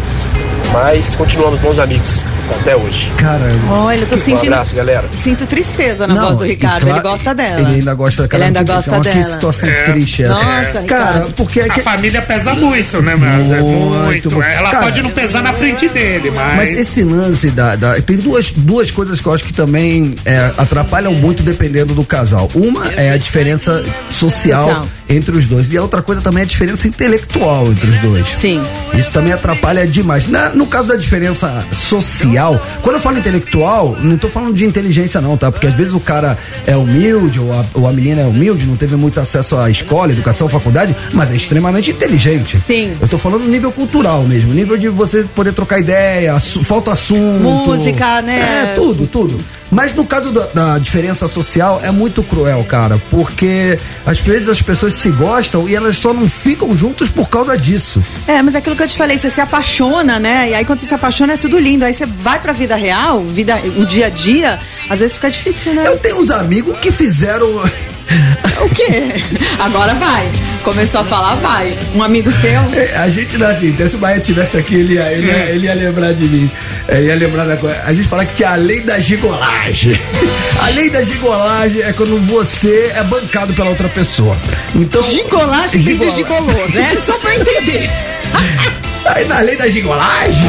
Speaker 10: mas continuamos bons amigos.
Speaker 11: até hoje.
Speaker 2: Caramba.
Speaker 5: Olha, eu tô
Speaker 11: Um
Speaker 5: sentindo.
Speaker 11: abraço, galera.
Speaker 5: Sinto tristeza na voz do
Speaker 2: e
Speaker 5: Ricardo.
Speaker 2: claro-
Speaker 5: ele gosta dela.
Speaker 2: Ele ainda gosta daquela.
Speaker 5: Ele ainda
Speaker 2: notícia.
Speaker 5: gosta
Speaker 2: Olha
Speaker 5: dela.
Speaker 2: Que situação triste essa.
Speaker 5: Nossa,
Speaker 2: Cara,
Speaker 5: Ricardo.
Speaker 2: porque é
Speaker 4: A
Speaker 2: que.
Speaker 4: família pesa muito, né, mano? É
Speaker 2: Muito,
Speaker 4: muito.
Speaker 2: muito.
Speaker 4: Ela
Speaker 2: Cara,
Speaker 4: pode não pesar na frente dele, mas.
Speaker 2: Mas esse lance da. da- tem duas, duas coisas que eu acho que também é, atrapalham muito dependendo do casal. Uma é a diferença social,
Speaker 5: Social.
Speaker 2: entre os dois. E a outra coisa também é a diferença intelectual entre os dois.
Speaker 5: Sim.
Speaker 2: Isso também atrapalha demais. Na- no caso da diferença social, quando eu falo intelectual, não tô falando de inteligência, não, tá? Porque às vezes o cara é humilde, ou a, ou a menina é humilde, não teve muito acesso à escola, educação, faculdade, mas é extremamente inteligente.
Speaker 5: Sim.
Speaker 2: Eu tô falando nível cultural mesmo, nível de você poder trocar ideia, assu- falta assunto.
Speaker 5: Música, né?
Speaker 2: É, tudo, tudo. Mas no caso da, da diferença social, é muito cruel, cara, porque às vezes as pessoas se gostam e elas só não ficam juntos por causa disso.
Speaker 5: É, mas é aquilo que eu te falei, você se apaixona, né? E aí quando você se apaixona é tudo lindo. Aí você vai pra vida real, vida, o dia a dia, às vezes fica difícil, né?
Speaker 2: Eu tenho uns amigos que fizeram.
Speaker 5: O quê? Agora vai. Começou a falar, vai. Um amigo seu.
Speaker 2: A gente não assim, então se o Maia tivesse aqui, ele ia, ele
Speaker 5: É.
Speaker 2: ia, ele ia lembrar de mim. É, Ele ia lembrar da coisa. A gente fala que tinha a lei da gigolagem. A lei da gigolagem é quando você é bancado pela outra pessoa. Então.
Speaker 5: Gigolagem vem de
Speaker 2: Gigola-
Speaker 5: gigolô, né? Só pra entender.
Speaker 2: Aí na lei da gigolagem.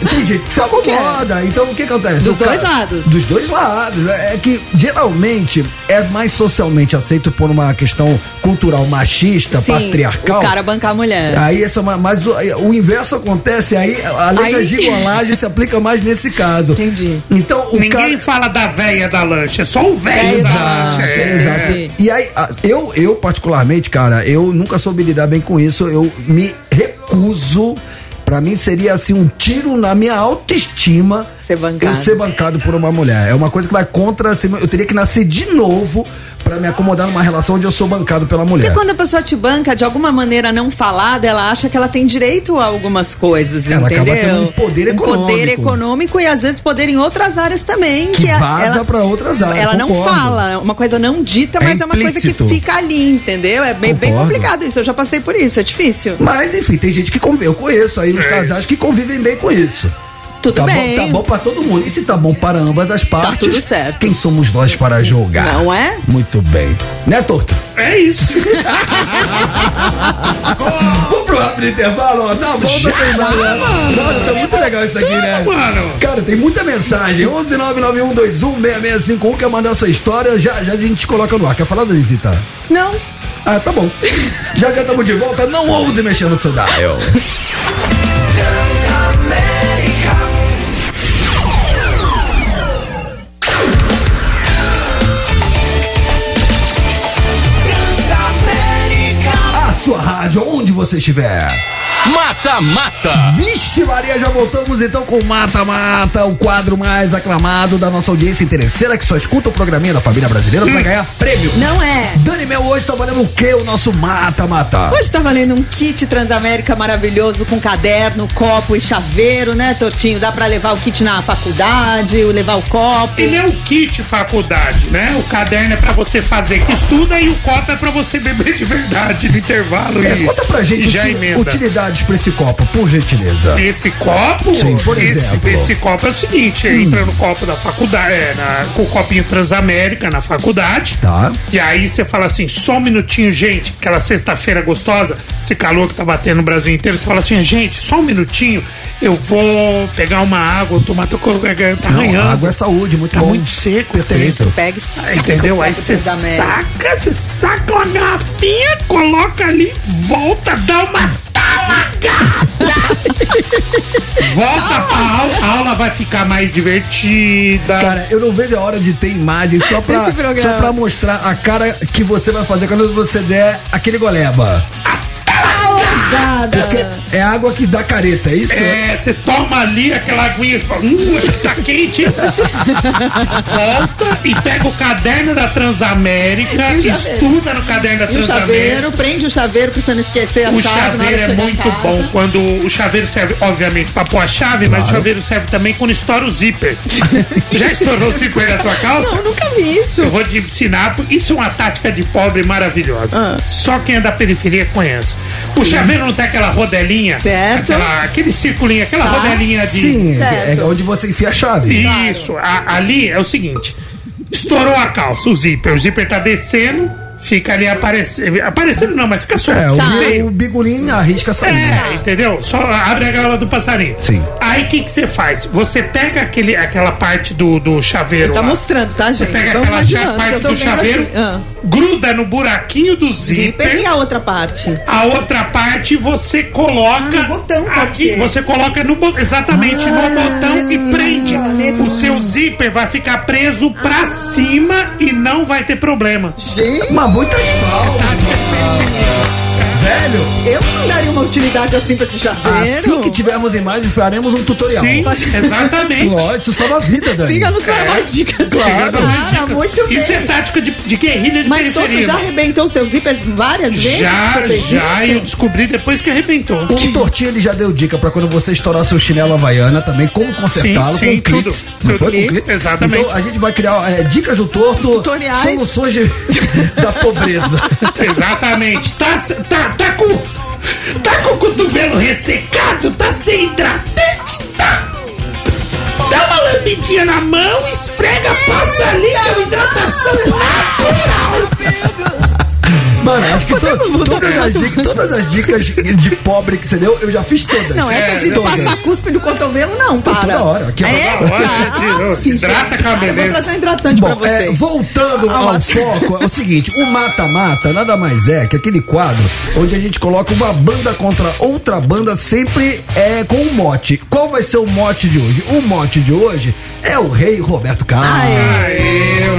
Speaker 2: Tem, tem gente que se acomoda, então o que acontece?
Speaker 5: Dos
Speaker 2: O cara-
Speaker 5: dois lados.
Speaker 2: Dos dois lados. É que geralmente é mais socialmente aceito por uma questão cultural machista,
Speaker 5: Sim,
Speaker 2: Tá patriarcal. Ah, é.
Speaker 5: O cara bancar a mulher.
Speaker 2: Aí essa, mas o, o inverso acontece, aí a lei
Speaker 5: Aí-
Speaker 2: da gigolagem se aplica mais nesse caso.
Speaker 5: Entendi.
Speaker 2: Então o
Speaker 4: Ninguém
Speaker 2: cara.
Speaker 4: fala da véia da lancha, é só o
Speaker 5: É,
Speaker 4: velho da
Speaker 5: exato,
Speaker 4: lancha.
Speaker 2: É,
Speaker 4: É.
Speaker 2: exato.
Speaker 5: Sim.
Speaker 2: E aí, a- eu, eu particularmente, cara, eu nunca soube lidar bem com isso. Eu me recuso. Pra mim seria assim um tiro na minha autoestima.
Speaker 5: Ser bancado.
Speaker 2: Eu ser bancado por uma mulher. É uma coisa que vai contra. assim, eu teria que nascer de novo pra me acomodar numa relação onde eu sou bancado pela mulher.
Speaker 5: Porque quando a pessoa te banca de alguma maneira não falada, ela acha que ela tem direito a algumas coisas,
Speaker 2: Ela acaba
Speaker 5: entendeu?
Speaker 2: tendo um poder econômico.
Speaker 5: poder econômico e às vezes poder em outras áreas também.
Speaker 2: Que
Speaker 5: a-
Speaker 2: vaza pra outras áreas,
Speaker 5: Ela não
Speaker 2: concordo.
Speaker 5: fala, é uma coisa não dita,
Speaker 2: É
Speaker 5: mas é uma coisa que
Speaker 2: implícito.
Speaker 5: fica ali, entendeu? É bem, bem
Speaker 2: Concordo.
Speaker 5: complicado isso, eu já passei por isso, é difícil.
Speaker 2: Mas enfim, tem gente que convive. Eu conheço aí uns casais que convivem bem com isso.
Speaker 5: Tudo
Speaker 2: tá
Speaker 5: bem.
Speaker 2: Bom, tá bom pra todo mundo. E se tá bom para ambas as partes.
Speaker 5: tudo certo.
Speaker 2: Quem somos nós para julgar?
Speaker 5: Não é?
Speaker 2: Muito bem. Né, torto?
Speaker 4: É isso.
Speaker 2: Vamos pro rápido intervalo, ó. Dá a volta, tem nada. Nossa, tá muito legal isso aqui, né?
Speaker 4: mano.
Speaker 2: Cara, tem muita mensagem. 11991216651 quer mandar sua história. Já, já a gente coloca no ar. Quer falar, Danisita?
Speaker 5: Não.
Speaker 2: Ah, tá bom. já já estamos de volta. Não ouse mexer no seu dial. A sua rádio, onde você estiver.
Speaker 12: Mata, mata.
Speaker 2: Vixe Maria, já voltamos então com o Mata Mata, o quadro mais aclamado da nossa audiência interesseira que só escuta o programinha da família brasileira
Speaker 12: Hum.
Speaker 2: pra ganhar prêmio.
Speaker 5: Não é.
Speaker 2: Dani Mel hoje tá valendo o que o nosso Mata Mata?
Speaker 5: Hoje tá valendo um kit Transamérica maravilhoso com caderno, copo e chaveiro, né, Tortinho? Dá pra levar o kit na faculdade, levar o copo.
Speaker 4: Ele é o kit faculdade, né? O caderno é pra você fazer que estuda e o copo é pra você beber de verdade no intervalo.
Speaker 2: É,
Speaker 4: e,
Speaker 2: conta pra gente
Speaker 4: e já
Speaker 2: uti-
Speaker 4: emenda.
Speaker 2: utilidades pra esse copo, por gentileza.
Speaker 4: Esse copo,
Speaker 2: Sim, por
Speaker 4: esse,
Speaker 2: exemplo. Hum.
Speaker 4: esse copo é o seguinte, entra no copo da faculdade, é, na- com o copinho Transamérica na faculdade.
Speaker 2: Tá.
Speaker 4: E aí você fala assim, só um minutinho, gente, aquela sexta-feira gostosa, esse calor que tá batendo no Brasil inteiro, você fala assim, gente, só um minutinho, eu vou pegar uma água, tomar tô com a garganta
Speaker 2: Não,
Speaker 4: arranhando.
Speaker 2: água é saúde, muito
Speaker 4: Tá
Speaker 2: bom.
Speaker 4: muito seco,
Speaker 2: Perfeito.
Speaker 5: Pega e saca o
Speaker 4: Ah, Entendeu?
Speaker 5: copo
Speaker 4: Aí você
Speaker 5: Transamérica.
Speaker 4: saca, você saca uma garrafinha, coloca ali, volta, dá uma talagada. volta pra aula, a aula vai ficar mais divertida.
Speaker 2: Cara, eu não vejo a hora de ter imagem só pra,
Speaker 5: Desse programa.
Speaker 2: só pra mostrar a cara que você vai fazer quando você der aquele goleba.
Speaker 5: Ah,
Speaker 2: Porque é água que dá careta, é isso?
Speaker 4: É, você toma ali aquela aguinha e fala, hum, acho que tá quente. hein?" Volta e pega o caderno da Transamérica,
Speaker 5: E o chaveiro.
Speaker 4: estuda no caderno da
Speaker 5: E o
Speaker 4: Transamérica.
Speaker 5: chaveiro, prende o chaveiro pra você não esquecer a
Speaker 4: O
Speaker 5: chave Tá na hora
Speaker 4: chaveiro
Speaker 5: de
Speaker 4: é
Speaker 5: chegar em
Speaker 4: muito
Speaker 5: casa.
Speaker 4: bom quando o chaveiro serve, obviamente, pra pôr a chave, mas o chaveiro serve também quando estoura o zíper. Já estourou o zíper da tua calça?
Speaker 5: Não, nunca vi isso.
Speaker 4: Eu vou te ensinar, porque isso é uma tática
Speaker 5: Ah.
Speaker 4: de pobre maravilhosa. Só quem é da periferia conhece. O chaveiro não tem aquela rodelinha rodelinha.
Speaker 2: Certo.
Speaker 4: Aquela- aquele circulinho, aquela
Speaker 2: Tá.
Speaker 4: rodelinha de.
Speaker 2: Sim, é é onde você enfia a chave.
Speaker 4: Isso, a- ali é o seguinte: estourou a calça, o zíper. O zíper tá descendo, fica ali aparecendo. Aparecendo não, mas fica solto.
Speaker 2: É, o,
Speaker 4: Tá.
Speaker 2: bi- o bigulinho arrisca sair.
Speaker 4: É, entendeu? Só abre a gaiola do passarinho.
Speaker 2: Sim.
Speaker 4: Aí o que que você faz? Você pega aquele, aquela parte do, do chaveiro.
Speaker 5: Ele tá
Speaker 4: lá.
Speaker 5: mostrando, tá,
Speaker 4: Você
Speaker 5: gente?
Speaker 4: pega
Speaker 5: Vamos
Speaker 4: aquela
Speaker 5: adiante,
Speaker 4: cha- parte
Speaker 5: eu tô
Speaker 4: do
Speaker 5: vendo
Speaker 4: chaveiro,
Speaker 5: aqui. Ah.
Speaker 4: gruda no buraquinho do zíper.
Speaker 5: E a outra parte?
Speaker 4: A outra parte você coloca
Speaker 5: Ah,
Speaker 4: botão, aqui, você coloca no bo- exatamente no botão e prende. O seu zíper vai ficar preso
Speaker 5: Ah.
Speaker 4: pra cima e não vai ter problema. É.
Speaker 5: Gente,
Speaker 2: mas muitas palmas. Velho,
Speaker 5: eu não daria uma utilidade assim pra esse
Speaker 4: Ah,
Speaker 5: chaveiro.
Speaker 2: Assim que tivermos imagem, faremos um tutorial.
Speaker 5: Sim,
Speaker 4: exatamente.
Speaker 2: Lógic, isso salva a vida, Dani.
Speaker 5: Siga-nos
Speaker 4: É.
Speaker 5: para mais dicas.
Speaker 2: Claro.
Speaker 5: Cara, muito bem.
Speaker 4: Isso é tática de, de guerrilha de
Speaker 5: Mas
Speaker 4: periferia.
Speaker 5: tu já arrebentou seu zíper várias vezes?
Speaker 4: Já,
Speaker 5: Você fez
Speaker 4: já,
Speaker 5: isso?
Speaker 4: eu descobri depois que arrebentou.
Speaker 2: O Tortinha ele Um já deu dica pra quando você estourar seu chinelo havaiana também, como consertá-lo
Speaker 4: Sim, sim,
Speaker 2: com clique.
Speaker 4: tudo,
Speaker 2: Não
Speaker 4: tudo.
Speaker 2: foi com clique?
Speaker 4: Exatamente.
Speaker 2: Então a gente vai criar é, dicas do torto,
Speaker 4: Tutoriais.
Speaker 2: soluções de- da pobreza.
Speaker 4: Tipo, Exatamente. Tá, tá, tá com. Tá com o cotovelo ressecado, tá sem hidratante, tá. Dá uma lambidinha na mão, esfrega, passa ali, que é uma hidratação natural.
Speaker 2: Mano, acho que to- todas, as dicas, todas as dicas de pobre que você deu, eu já fiz todas.
Speaker 5: Não, essa de tu passar cuspe no cotovelo, não, para.
Speaker 2: Toda hora. Aqui
Speaker 5: é,
Speaker 4: Hidrata a
Speaker 5: eu vou trazer um hidratante pra
Speaker 2: Bom,
Speaker 5: vocês.
Speaker 2: é, voltando
Speaker 5: Ah,
Speaker 2: ao
Speaker 5: mas-
Speaker 2: foco, é o seguinte: o mata-mata nada mais é que aquele quadro onde a gente coloca uma banda contra outra banda, sempre é com um mote. Qual vai ser o mote de hoje? O mote de hoje é o rei Roberto Carlos.
Speaker 5: Ah, é.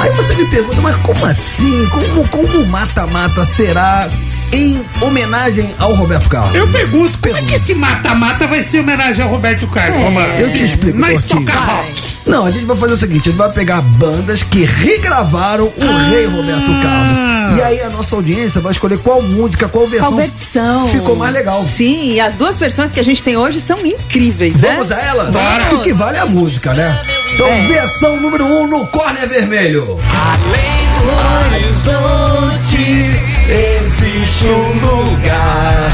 Speaker 2: Aí você me pergunta, mas como assim? Como como o mata-mata será em homenagem ao Roberto Carlos?
Speaker 4: Eu pergunto, como é que esse mata-mata vai ser homenagem ao Roberto Carlos, Romano?
Speaker 2: É, Eu te explico,
Speaker 4: Mas
Speaker 2: Tortinho.
Speaker 4: toca rock.
Speaker 2: Não, a gente vai fazer o seguinte: a gente vai pegar bandas que regravaram o rei Roberto Carlos. E aí a nossa audiência vai escolher qual música, qual versão,
Speaker 5: Qual versão?
Speaker 2: ficou mais legal.
Speaker 5: Sim, e as duas versões que a gente tem hoje são incríveis, né?
Speaker 2: Vamos a elas? O que vale é a música, né? Então, versão número 1 um no Córnea Vermelho.
Speaker 11: Além do horizonte existe um lugar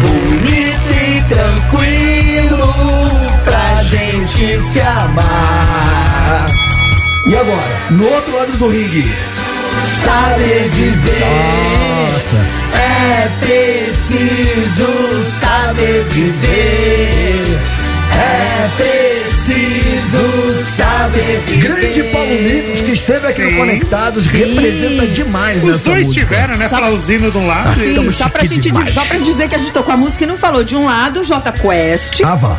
Speaker 11: bonito e tranquilo pra gente se amar.
Speaker 2: E agora, no outro lado do ringue.
Speaker 11: Saber viver
Speaker 2: Nossa.
Speaker 11: é preciso saber viver. É preciso saber viver.
Speaker 2: Grande Paulo Micos, que esteve aqui no Conectados, representa demais
Speaker 4: Os
Speaker 2: nessa
Speaker 4: dois
Speaker 2: música. Tá.
Speaker 4: tiveram, né? Flauzino de um lado. e-
Speaker 5: Sim, só pra, gente, só pra dizer que a gente tocou a música e não falou. De um lado, J Quest.
Speaker 2: Ah, vá.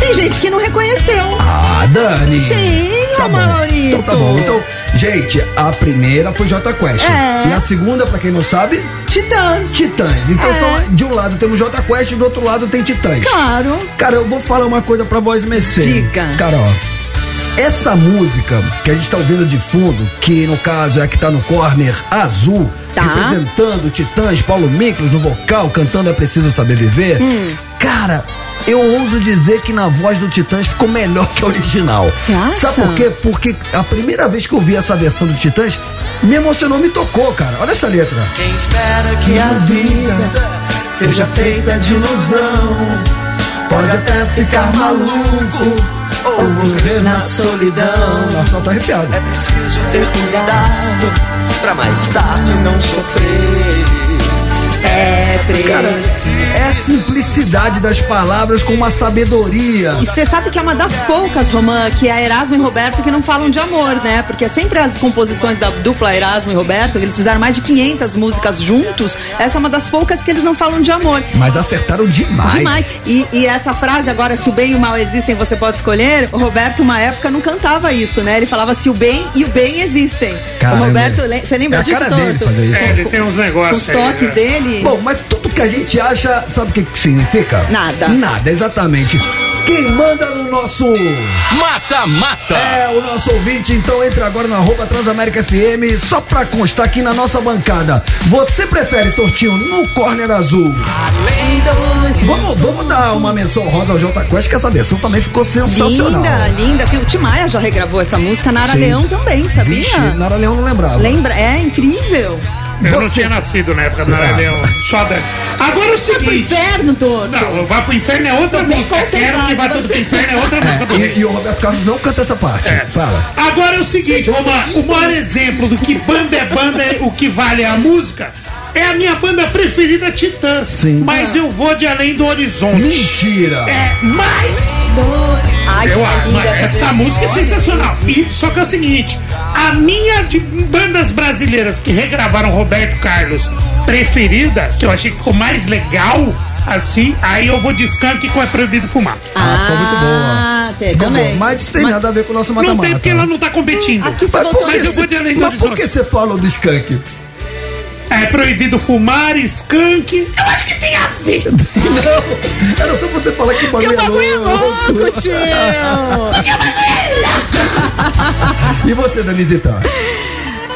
Speaker 5: Tem gente que não reconheceu.
Speaker 2: Ah, Dani.
Speaker 5: Sim,
Speaker 2: Tá
Speaker 5: ô
Speaker 2: bom.
Speaker 5: Maurício.
Speaker 2: Então tá bom. Então, gente, a primeira foi Jota Quest.
Speaker 5: É.
Speaker 2: E a segunda, pra quem não sabe,
Speaker 5: Titãs.
Speaker 2: Titãs. Então,
Speaker 5: É.
Speaker 2: só de um lado temos Jota Quest e do outro lado tem Titãs.
Speaker 5: Claro.
Speaker 2: Cara, eu vou falar uma coisa pra voz mercê.
Speaker 5: Diga.
Speaker 2: Cara, ó. Essa música que a gente tá ouvindo de fundo, que no caso é a que tá no corner azul,
Speaker 5: Tá.
Speaker 2: representando Titãs, Paulo Miklos no vocal, cantando É Preciso Saber Viver.
Speaker 5: Hum.
Speaker 2: Cara, eu ouso dizer que na voz do Titãs ficou melhor que a original.
Speaker 11: Você acha?
Speaker 2: Sabe por quê? Porque a primeira vez que eu vi essa versão do Titãs, me emocionou, me tocou, cara. Olha essa letra.
Speaker 11: Quem espera que a vida seja feita de ilusão pode até ficar maluco ou morrer na solidão.
Speaker 2: Nossa, eu tô arrepiado.
Speaker 11: É preciso ter cuidado pra mais tarde não sofrer. É
Speaker 2: Cara, é a simplicidade das palavras com uma sabedoria.
Speaker 5: E você sabe que é uma das poucas, Romã, que é Erasmo e Roberto que não falam de amor, né? Porque sempre as composições da dupla Erasmo e Roberto, eles fizeram mais de 500 músicas juntos, essa é uma das poucas que eles não falam de amor.
Speaker 2: Mas acertaram demais.
Speaker 5: Demais. E, e essa frase agora, se o bem e o mal existem, você pode escolher. O Roberto, uma época, não cantava isso, né? Ele falava se o bem e o bem existem.
Speaker 2: Caramba.
Speaker 5: o Roberto, le- você lembra
Speaker 2: É a
Speaker 5: disso,
Speaker 2: cara dele
Speaker 5: Torto?
Speaker 2: fazer isso.
Speaker 4: É, ele tem uns
Speaker 5: Com
Speaker 4: negócios.
Speaker 5: os
Speaker 4: aí,
Speaker 5: toques
Speaker 4: né?
Speaker 5: dele.
Speaker 2: Bom, mas tudo que a gente acha, sabe o que, que significa?
Speaker 5: Nada.
Speaker 2: Nada, exatamente. Quem manda no nosso.
Speaker 13: Mata, mata.
Speaker 2: É o nosso ouvinte, então entra agora no arroba Transamérica FM, só pra constar aqui na nossa bancada. Você prefere tortinho no corner azul? Vamos, vamos dar uma menção rosa ao Jota Quest, que essa versão também ficou sensacional.
Speaker 5: Linda, linda. Sim, O Tim Maia já regravou essa música. Nara
Speaker 2: Sim.
Speaker 5: Leão também, sabia?
Speaker 2: Vixe, Nara Leão não lembrava.
Speaker 5: Lembra? É incrível.
Speaker 4: Eu não tinha nascido na época do Naranel. Só da. Agora é o seguinte. Vai pro
Speaker 5: inferno, Dor.
Speaker 4: Não, vai pro inferno é outra música. Quero que vai tudo pro inferno é outra música do
Speaker 2: E, e o Roberto Carlos não canta essa parte. Fala.
Speaker 4: Agora é o seguinte, Romã, o maior exemplo do que banda é banda, é o que vale é a música, é a minha banda preferida, Titãs. Mas eu vou de Além do Horizonte.
Speaker 2: Mentira!
Speaker 4: É, mas...
Speaker 5: Ai,
Speaker 4: Eu-
Speaker 5: que linda
Speaker 4: essa
Speaker 5: essa
Speaker 4: música é sensacional. E, só que é o seguinte, a minha de bandas brasileiras que regravaram Roberto Carlos preferida, que eu achei que ficou mais legal, assim, aí eu vou de Skank com É Proibido Fumar.
Speaker 2: Ah, ficou muito boa.
Speaker 5: tem
Speaker 2: ficou
Speaker 5: também.
Speaker 2: boa, mas tem nada a ver com o nosso mata-mata.
Speaker 4: Não tem porque ela não tá competindo.
Speaker 2: Mas por que
Speaker 4: Mas eu
Speaker 2: cê-
Speaker 4: vou de Além do
Speaker 2: Mas por
Speaker 4: Horizonte.
Speaker 2: que você fala do skunk?
Speaker 4: É proibido fumar, skunk. Eu acho que tem a ver.
Speaker 2: não, era só você falar que o bagulho é louco. e você, Danisita?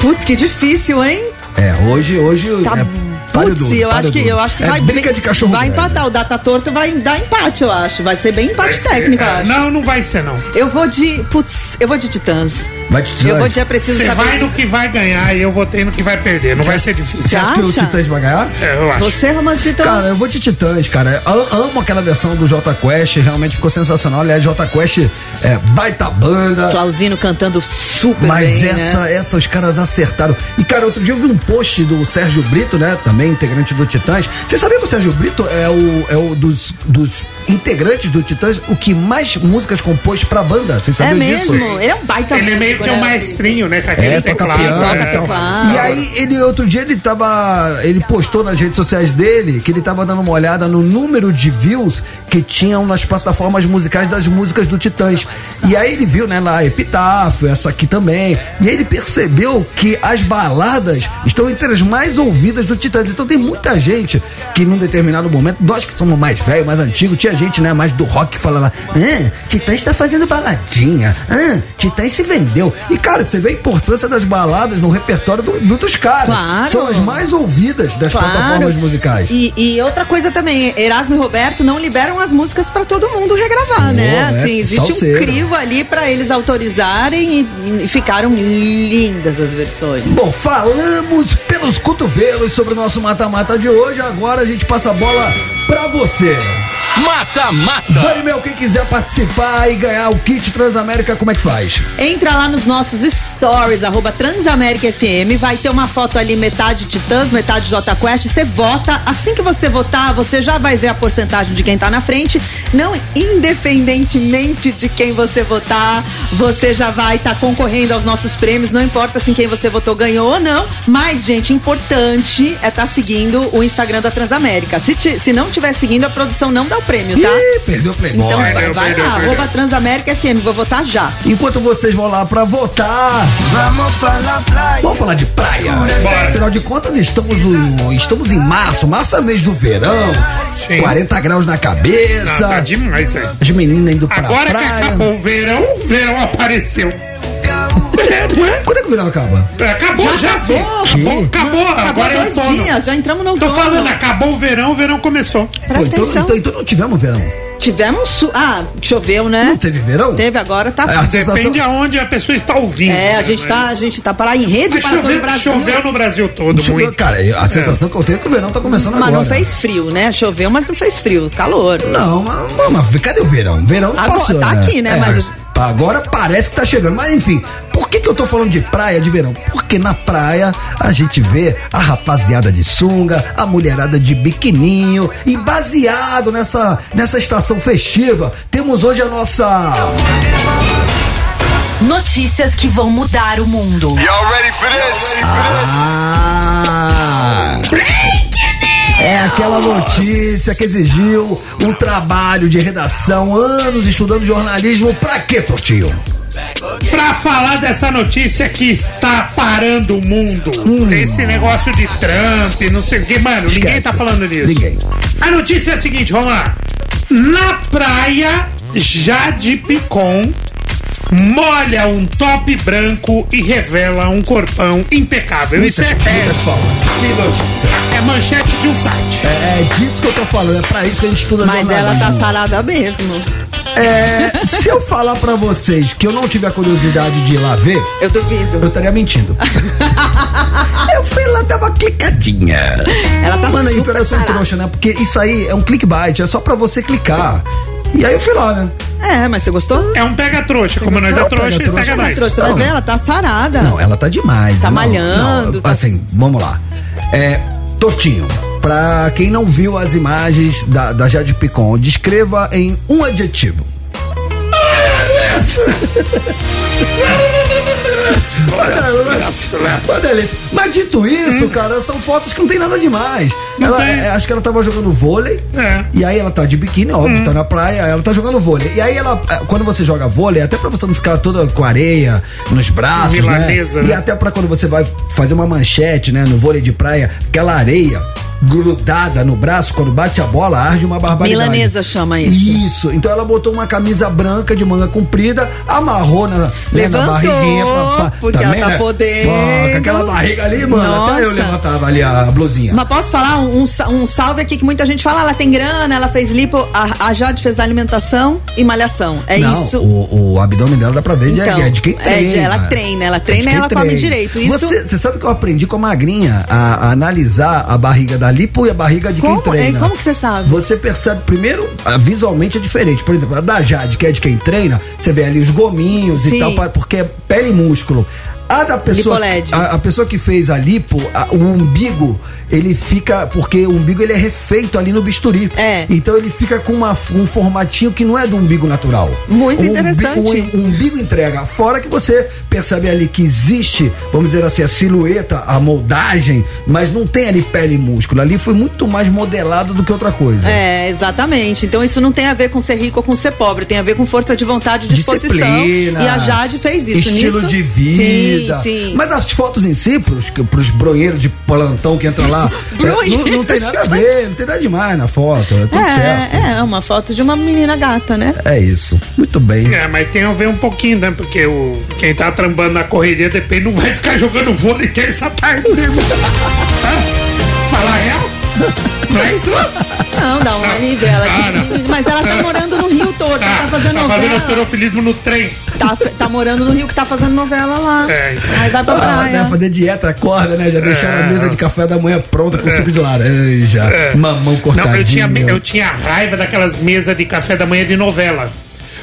Speaker 5: Putz, que difícil, hein?
Speaker 2: É, hoje, hoje
Speaker 5: Tá-
Speaker 2: é páreo
Speaker 5: Putz,
Speaker 2: duro,
Speaker 5: eu
Speaker 2: páreo
Speaker 5: acho, que,
Speaker 2: duro.
Speaker 5: eu acho que
Speaker 2: é
Speaker 5: vai.
Speaker 2: briga de cachorro
Speaker 5: Vai
Speaker 2: velho.
Speaker 5: empatar. O Data Torto vai dar empate, eu acho. Vai ser bem empate técnico, eu acho.
Speaker 4: Não, não vai ser, não.
Speaker 5: Eu vou de. Putz, eu vou de Titãs.
Speaker 2: Vai te dizer,
Speaker 5: Eu vou de É Preciso
Speaker 4: Você
Speaker 5: Saber.
Speaker 4: vai no que vai ganhar e eu votei no que vai perder. Não vai ser difícil.
Speaker 2: Você acha que o
Speaker 5: acha?
Speaker 2: Titãs vai ganhar?
Speaker 4: É, eu acho.
Speaker 5: Você, Romancito.
Speaker 2: Cara, eu vou de Titãs, cara. A- amo aquela versão do Jota Quest, realmente ficou sensacional. Aliás, Jota Quest é baita banda.
Speaker 5: Flauzino cantando super
Speaker 2: Mas
Speaker 5: bem,
Speaker 2: essa,
Speaker 5: né?
Speaker 2: essa os caras acertaram. E, cara, outro dia eu vi um post do Sérgio Brito, né? Também integrante do Titãs. Você sabia que o Sérgio Brito é o, é o dos, dos integrantes do Titãs, o que mais músicas compôs pra banda? Vocês
Speaker 5: É
Speaker 2: sabiam disso?
Speaker 5: mesmo. Ele é um baita
Speaker 4: Ele é meio
Speaker 5: músico,
Speaker 4: que é um
Speaker 5: né?
Speaker 4: maestrinho, né? Com aquele
Speaker 2: tá É, toca
Speaker 4: teclado.
Speaker 2: piano
Speaker 5: toca
Speaker 2: e tal.
Speaker 5: teclado.
Speaker 2: E aí, ele, outro dia, ele tava. Ele postou nas redes sociais dele que ele tava dando uma olhada no número de views que tinham nas plataformas musicais das músicas do Titãs. E aí ele viu, né, lá, Epitáfio, essa aqui também. E aí ele percebeu que as baladas estão entre as mais ouvidas do Titãs. Então tem muita gente que num determinado momento, nós que somos mais velhos, mais antigos, tinha gente, né, mais do rock que falava, ah, Titãs tá fazendo baladinha, ah, Titãs se vendeu. E, cara, você vê a importância das baladas no repertório do- do- dos caras.
Speaker 5: Claro.
Speaker 2: São as mais ouvidas das
Speaker 5: Claro.
Speaker 2: plataformas musicais.
Speaker 5: E, e outra coisa também, Erasmo e Roberto não liberam as músicas pra todo mundo regravar,
Speaker 2: Boa,
Speaker 5: né?
Speaker 2: né?
Speaker 5: Assim, existe
Speaker 2: Salseiro.
Speaker 5: um crivo ali pra eles autorizarem e, e ficaram lindas as versões.
Speaker 2: Bom, falamos pelos cotovelos sobre o nosso mata-mata de hoje. Agora a gente passa a bola pra você.
Speaker 13: Mata, mata.
Speaker 2: Dani Mel, quem quiser participar e ganhar o kit Transamérica, como é que faz?
Speaker 5: Entra lá nos nossos stories, arroba Transamérica FM, vai ter uma foto ali, metade Titãs, metade Jota Quest, você vota, assim que você votar, você já vai ver a porcentagem de quem tá na frente, não independentemente de quem você votar, você já vai estar concorrendo aos nossos prêmios, não importa assim quem você votou ganhou ou não, mas gente, importante é estar seguindo o Instagram da Transamérica, se, ti- se não tiver seguindo, a produção não dá o prêmio, tá?
Speaker 2: Ih, perdeu o Playboy.
Speaker 5: Então vai,
Speaker 4: perdeu,
Speaker 5: vai
Speaker 4: perdeu,
Speaker 5: lá,
Speaker 4: perdeu.
Speaker 5: arroba Transamérica FM, vou votar já.
Speaker 2: Enquanto vocês vão lá pra votar,
Speaker 11: Vamos falar praia.
Speaker 2: vamos falar de praia.
Speaker 4: Bora.
Speaker 2: Afinal de contas, estamos, no- estamos em março. Março é mês do verão.
Speaker 4: Sim.
Speaker 2: 40 graus na
Speaker 4: Ah,
Speaker 2: cabeça.
Speaker 4: tá demais, velho.
Speaker 2: As meninas indo pra
Speaker 4: Agora que
Speaker 2: praia.
Speaker 4: acabou o verão, o verão apareceu. É, não é?
Speaker 2: Quando é que o verão acaba?
Speaker 4: Acabou, já, foi. Acabou, acabou. Agora é
Speaker 5: Acabou dois
Speaker 4: outono.
Speaker 5: dias, já entramos no
Speaker 4: Tô
Speaker 5: outono.
Speaker 4: falando, acabou o verão, o verão começou.
Speaker 5: Presta
Speaker 2: Pô, então,
Speaker 5: atenção.
Speaker 2: então, então não tivemos verão.
Speaker 5: Tivemos. Su... Ah, choveu, né?
Speaker 2: Não teve verão?
Speaker 5: Teve, agora tá.
Speaker 2: Ah, sim. Sensação-
Speaker 4: Depende aonde a pessoa está ouvindo.
Speaker 5: É, a gente tá, a gente tá para em rede
Speaker 4: Mas
Speaker 5: para todo o
Speaker 4: choveu,
Speaker 5: Brasil.
Speaker 4: choveu no Brasil todo,
Speaker 2: Choveu,
Speaker 4: muito.
Speaker 2: Cara, eu- a sensação que eu tenho é que o verão tá começando
Speaker 5: Mas
Speaker 2: agora.
Speaker 5: não fez frio, né? Choveu, mas não fez frio. Calor.
Speaker 2: Não, mas, não, mas cadê o verão? Verão
Speaker 5: Agora-
Speaker 2: passou,
Speaker 5: tá aqui, né,
Speaker 2: É,
Speaker 5: mas-
Speaker 2: Agora parece que tá chegando, mas enfim. Por que que eu tô falando de praia de verão? Porque na praia a gente vê a rapaziada de sunga, a mulherada de biquininho e baseado nessa, nessa estação festiva, temos hoje a nossa...
Speaker 7: Notícias que vão mudar o mundo.
Speaker 2: Ah! É aquela notícia que exigiu um trabalho de redação, anos estudando jornalismo. Pra quê, Tortinho?
Speaker 4: Pra falar dessa notícia que está parando o mundo. Esse negócio de Trump, não sei o que, mano, ninguém
Speaker 2: Esquece.
Speaker 4: tá falando nisso.
Speaker 2: Ninguém.
Speaker 4: A notícia é a seguinte, vamos lá. Na praia, Jade Picon molha um top branco e revela um corpão impecável. Isso é, é,
Speaker 2: Pessoal, que notícia.
Speaker 4: é manchete de um site.
Speaker 2: É disso que eu tô falando, é pra isso que a gente estuda
Speaker 5: Mas ela tá
Speaker 2: jornalismo.
Speaker 5: sarada mesmo.
Speaker 2: É, se eu falar pra vocês que eu não tive a curiosidade de ir lá ver,
Speaker 5: Eu duvido.
Speaker 2: eu estaria mentindo. eu fui lá, tava clicando trouxinha.
Speaker 5: Ela tá
Speaker 2: Mano, a
Speaker 5: super
Speaker 2: Operação
Speaker 5: tarada.
Speaker 2: Trouxa, né? Porque isso aí é um clickbait, é só pra você clicar. E aí eu fui lá, né?
Speaker 5: É, mas você gostou?
Speaker 4: É um pega-trouxa. Como nós é trouxa, ele pega nós.
Speaker 5: Trouxa, vai ver, ela tá sarada.
Speaker 2: Não, ela tá demais.
Speaker 5: Tá
Speaker 2: Não,
Speaker 5: malhando,
Speaker 2: não,
Speaker 5: tá-
Speaker 2: Assim, vamos lá. É, Tortinho, pra quem não viu as imagens da, da Jade Picon, descreva em um adjetivo. Uma delícia. Mas dito isso, cara, são fotos que não tem nada demais. Ela, é, acho que ela tava jogando vôlei. E aí ela tá de biquíni, óbvio, tá na praia, ela tá jogando vôlei. E aí ela, é, quando você joga vôlei, até pra você não ficar toda com areia nos braços,
Speaker 4: Milanesa,
Speaker 2: né? E
Speaker 4: né?
Speaker 2: até pra quando você vai fazer uma manchete, né, no vôlei de praia, aquela areia grudada no braço, quando bate a bola, arde uma barbaridade.
Speaker 5: Milanesa chama
Speaker 2: isso. Isso. Então ela botou uma camisa branca de manga comprida, amarrou na, né, na
Speaker 5: Levantou,
Speaker 2: barriguinha. pra- pra-
Speaker 5: porque ela tá
Speaker 2: né?
Speaker 5: podendo.
Speaker 2: Pô, com aquela barriga ali, mano,
Speaker 5: Nossa.
Speaker 2: até eu levantava ali a blusinha.
Speaker 5: Mas posso falar um, um sa- um salve aqui que muita gente fala, ah, ela tem grana, ela fez lipo, a, a Jade fez alimentação e malhação. É
Speaker 2: Não,
Speaker 5: isso.
Speaker 2: O, o abdômen dela dá pra ver de-
Speaker 5: Então,
Speaker 2: é de quem
Speaker 5: é de-
Speaker 2: treina.
Speaker 5: ela treina, ela
Speaker 2: É de
Speaker 5: treina e
Speaker 2: quem
Speaker 5: ela come direito, isso-
Speaker 2: Você, você sabe que eu aprendi com a magrinha a, a analisar a barriga da lipo e a barriga de
Speaker 5: Como?
Speaker 2: quem treina.
Speaker 5: É, como que você sabe?
Speaker 2: Você percebe, primeiro, ah, visualmente é diferente. Por exemplo, a da Jade, que é de quem treina, você vê ali os gominhos e
Speaker 5: Sim.
Speaker 2: tal, pra- porque é pele e músculo. A da pessoa.
Speaker 5: Lipoled.
Speaker 2: A, a pessoa que fez a lipo, a- o umbigo, ele fica. Porque o umbigo ele é refeito ali no bisturi.
Speaker 5: É.
Speaker 2: Então ele fica com uma- um formatinho que não é do umbigo natural. O
Speaker 5: Muito
Speaker 2: umbi-
Speaker 5: interessante.
Speaker 2: O um- umbigo entrega. Fora que você percebe ali que existe, vamos dizer assim, a silhueta, a moldagem, mas não tem ali pele e músculo. Ali foi muito mais modelado do que outra coisa.
Speaker 5: É, exatamente. Então isso não tem a ver com ser rico ou com ser pobre, tem a ver com força de vontade e disposição.
Speaker 2: Disciplina.
Speaker 5: E a Jade fez isso.
Speaker 2: Estilo
Speaker 5: Nisso-
Speaker 2: de vida.
Speaker 5: Sim, sim.
Speaker 2: Mas as fotos em si, pros, pros bronheiros de plantão que entram lá, é, não, não tem nada a ver, não tem nada demais na foto. É tudo certo.
Speaker 5: é, é uma foto de uma menina gata, né?
Speaker 2: É isso. Muito bem.
Speaker 4: É, mas tem a ver um pouquinho, né? Porque o, quem tá trambando na correria, depende, não vai ficar jogando vôlei terça à tarde, né, irmão? Hã? Fala a real? Não é isso, não?
Speaker 5: Não, dá um uma nivela. Mas ela tá morando no Rio todo, tá, fazendo
Speaker 4: Tá fazendo
Speaker 5: novela.
Speaker 4: alterofilismo no trem.
Speaker 5: Tá, tá morando no Rio que tá fazendo novela lá.
Speaker 4: É, então.
Speaker 5: Aí vai pra
Speaker 2: Ah,
Speaker 5: praia.
Speaker 2: né, fazer dieta, acorda,
Speaker 4: É.
Speaker 2: né? Já deixaram a mesa de café da manhã pronta com suco de laranja,
Speaker 4: É.
Speaker 2: mamão cortadinho.
Speaker 4: Não, eu tinha, eu tinha raiva daquelas mesas de café da manhã de novela.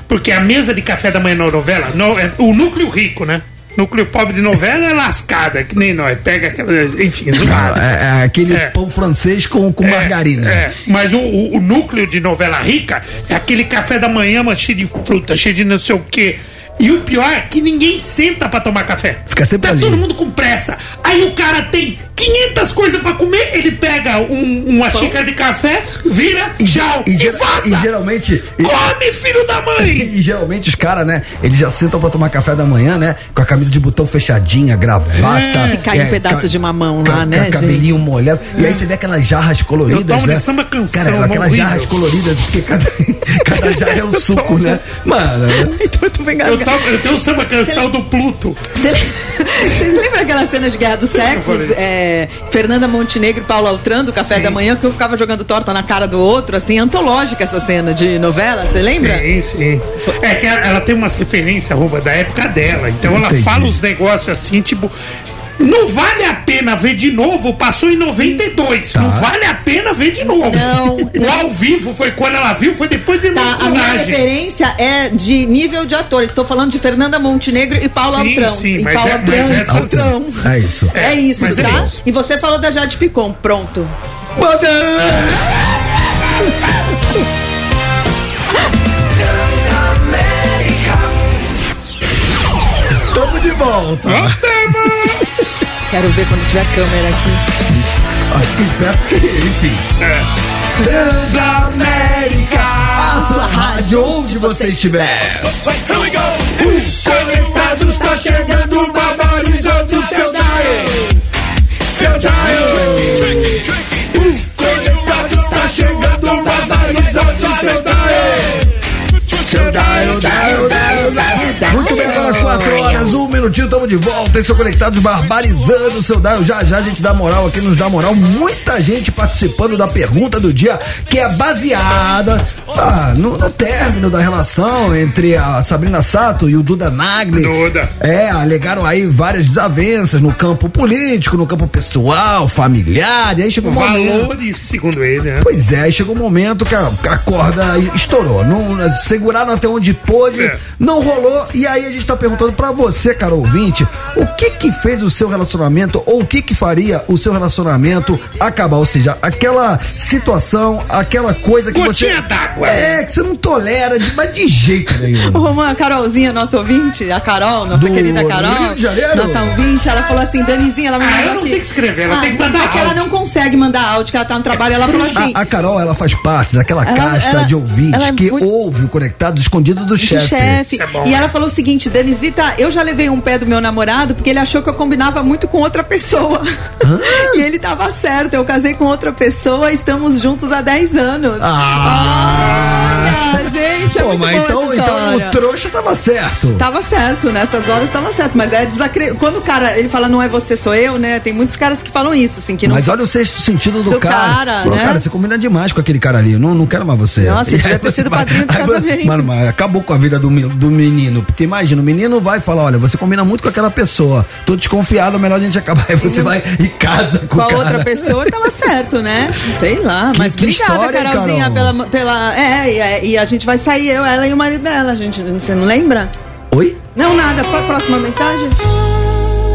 Speaker 4: Porque a mesa de café da manhã na novela, no- é o núcleo rico, né? Núcleo pobre de novela é lascada, que nem nós. Pega aquelas. Enfim,
Speaker 2: Não,
Speaker 4: zoada.
Speaker 2: é, é aquele
Speaker 4: É.
Speaker 2: pão francês com, com margarina.
Speaker 4: É, mas o, o- o núcleo de novela rica é aquele café da manhã, mano, cheio de fruta, cheio de não sei o quê. E o pior é que ninguém senta pra tomar café.
Speaker 2: Fica sempre
Speaker 4: tá
Speaker 2: ali.
Speaker 4: todo mundo com pressa. Aí o cara tem 500 coisas pra comer, ele pega um- uma xícara de café, vira, tchau, e,
Speaker 2: E, ge-
Speaker 4: faça.
Speaker 2: e geralmente. e-
Speaker 4: Come, filho da mãe!
Speaker 2: E geralmente os caras, né? Eles já sentam pra tomar café da manhã, né? Com a camisa de botão fechadinha, gravata. é,
Speaker 5: Se
Speaker 4: É,
Speaker 5: cai um pedaço de mamão lá, né, É.
Speaker 2: Cabelinho molhado. E aí você vê aquelas jarras
Speaker 4: Eu tomo
Speaker 2: coloridas,
Speaker 4: de
Speaker 2: né?
Speaker 4: samba canção,
Speaker 2: Cara, aquelas
Speaker 4: horrível.
Speaker 2: jarras coloridas, porque cada, cada jarra é um suco, né? Mano,
Speaker 5: Então tu vem
Speaker 4: Eu, tomo- eu tenho o samba canção do Pluto.
Speaker 5: Você- Vocês lembram aquela cena de Guerra dos Sexos? É, Fernanda Montenegro e Paulo Altran, do Café da Manhã, que um ficava jogando torta na cara do outro, assim, antológica essa cena de novela, você lembra?
Speaker 4: Sim, sim. É que ela, ela tem umas referências, Ruba, da época dela. Então ela
Speaker 2: Entendi.
Speaker 4: fala os negócios assim, tipo. Não vale a pena ver de novo, passou em 92. Não vale a pena ver de novo.
Speaker 5: Tá. Não,
Speaker 4: O ao vivo foi quando ela viu, foi depois de
Speaker 5: Tá, a minha
Speaker 4: montagem.
Speaker 5: referência é de nível de ator. Estou falando de Fernanda Montenegro e Paulo
Speaker 4: Sim,
Speaker 5: Altrão.
Speaker 4: sim,
Speaker 5: e
Speaker 4: mas
Speaker 5: Paulo
Speaker 4: é- mas essa-
Speaker 5: Altrão.
Speaker 2: é isso.
Speaker 5: É, isso,
Speaker 4: mas é
Speaker 5: tá?
Speaker 4: isso.
Speaker 5: E você falou da Jade Picon, pronto.
Speaker 2: Tamo de volta.
Speaker 5: Quero ver quando tiver câmera aqui.
Speaker 2: Acho que espero que, enfim. Transamérica,
Speaker 5: Ah,
Speaker 2: a sua rádio onde você estiver. Os conectados tá chegando, barbarizando seu dial. Seu dial. Os conectados tá chegando, barbarizando seu dial. Seu dial, dial, dial, dial. Muito bem, agora 4 horas, 1 minutinho. minutinho, tamo de volta. Estão conectados, barbarizando o seu dial. Já já a gente dá moral aqui, nos dá moral. Muita gente participando da pergunta do dia, que é baseada ah, no, no término da relação entre a Sabrina Sato e o Duda Nagli.
Speaker 4: Duda.
Speaker 2: É, alegaram aí várias desavenças no campo político, no campo pessoal, familiar. E aí
Speaker 5: ah,
Speaker 2: chegou um momento.
Speaker 4: Valores, segundo ele, né?
Speaker 2: Pois é, aí chegou um momento que a, que a corda estourou. Não, seguraram até onde pôde,
Speaker 4: É.
Speaker 2: não rolou. E aí a gente tá perguntando pra você, cara ouvinte, o que que fez o seu relacionamento ou o que que faria o seu relacionamento acabar? Ou seja, aquela situação, aquela coisa que
Speaker 4: Gotinha
Speaker 2: você.
Speaker 4: d'água.
Speaker 2: É, que você não tolera, de- mas de jeito nenhum.
Speaker 5: Ô, Romã, a Carolzinha, nossa ouvinte, a Carol, nossa
Speaker 2: Do-
Speaker 5: querida
Speaker 2: do
Speaker 5: Carol,
Speaker 2: Rio de Janeiro?
Speaker 5: nossa ouvinte, ela falou assim, Danizinha, ela me
Speaker 4: Ah,
Speaker 5: mandou
Speaker 4: ela não
Speaker 5: aqui.
Speaker 4: tem que escrever, ela tem que mandar
Speaker 5: é que ela
Speaker 4: áudio.
Speaker 5: não consegue mandar áudio, que ela tá no trabalho, ela falou assim,
Speaker 2: Ah, A, a Carol, ela faz parte daquela
Speaker 5: Ela-
Speaker 2: casta
Speaker 5: ela-
Speaker 2: de ouvintes
Speaker 5: ela é
Speaker 2: que
Speaker 5: muito-
Speaker 2: ouve o conectado escondido do
Speaker 5: de
Speaker 2: chefe.
Speaker 5: chefe.
Speaker 4: Isso é bom,
Speaker 5: e
Speaker 4: né?
Speaker 5: ela falou o seguinte, Danizita, eu já levei um pé do meu namorado porque ele achou que eu combinava muito com outra pessoa. e ele tava certo, eu casei com outra pessoa, estamos juntos há 10 anos.
Speaker 2: Ah!
Speaker 5: Olha, gente, é
Speaker 2: Pô,
Speaker 5: muito
Speaker 2: mas
Speaker 5: boa
Speaker 2: então,
Speaker 5: essa
Speaker 2: então
Speaker 5: história.
Speaker 2: o trouxa tava certo.
Speaker 5: Tava certo, nessas horas tava certo, mas é desacre... Quando o cara, ele fala, não é você, sou eu, né? Tem muitos caras que falam isso, assim, que não...
Speaker 2: Mas olha o sexto sentido do,
Speaker 5: Do
Speaker 2: cara.
Speaker 5: cara,
Speaker 2: Falou,
Speaker 5: né?
Speaker 2: cara, você combina demais com aquele cara ali. Eu Não, não quero mais você.
Speaker 5: Nossa,
Speaker 2: E aí
Speaker 5: devia ter
Speaker 2: você
Speaker 5: sido
Speaker 2: vai-
Speaker 5: padrinho de
Speaker 2: aí você-
Speaker 5: casamento.
Speaker 2: Mano, mas acabou com a vida do, me- do menino. Porque imagina, o menino vai falar: olha, você combina muito com aquela pessoa. Tô desconfiado, é melhor a gente acabar. Aí você vai e casa com,
Speaker 5: Com a
Speaker 2: o cara.
Speaker 5: outra pessoa tava certo, né? Sei lá,
Speaker 2: Que-
Speaker 5: mas
Speaker 2: que
Speaker 5: obrigada,
Speaker 2: história, hein,
Speaker 5: Carolzinha,
Speaker 2: Carol?
Speaker 5: pela. pela é, e a- e, a gente vai sair, eu, ela e o marido dela. A gente, você não lembra?
Speaker 2: Oi?
Speaker 5: Não, nada. Pô, Próxima mensagem?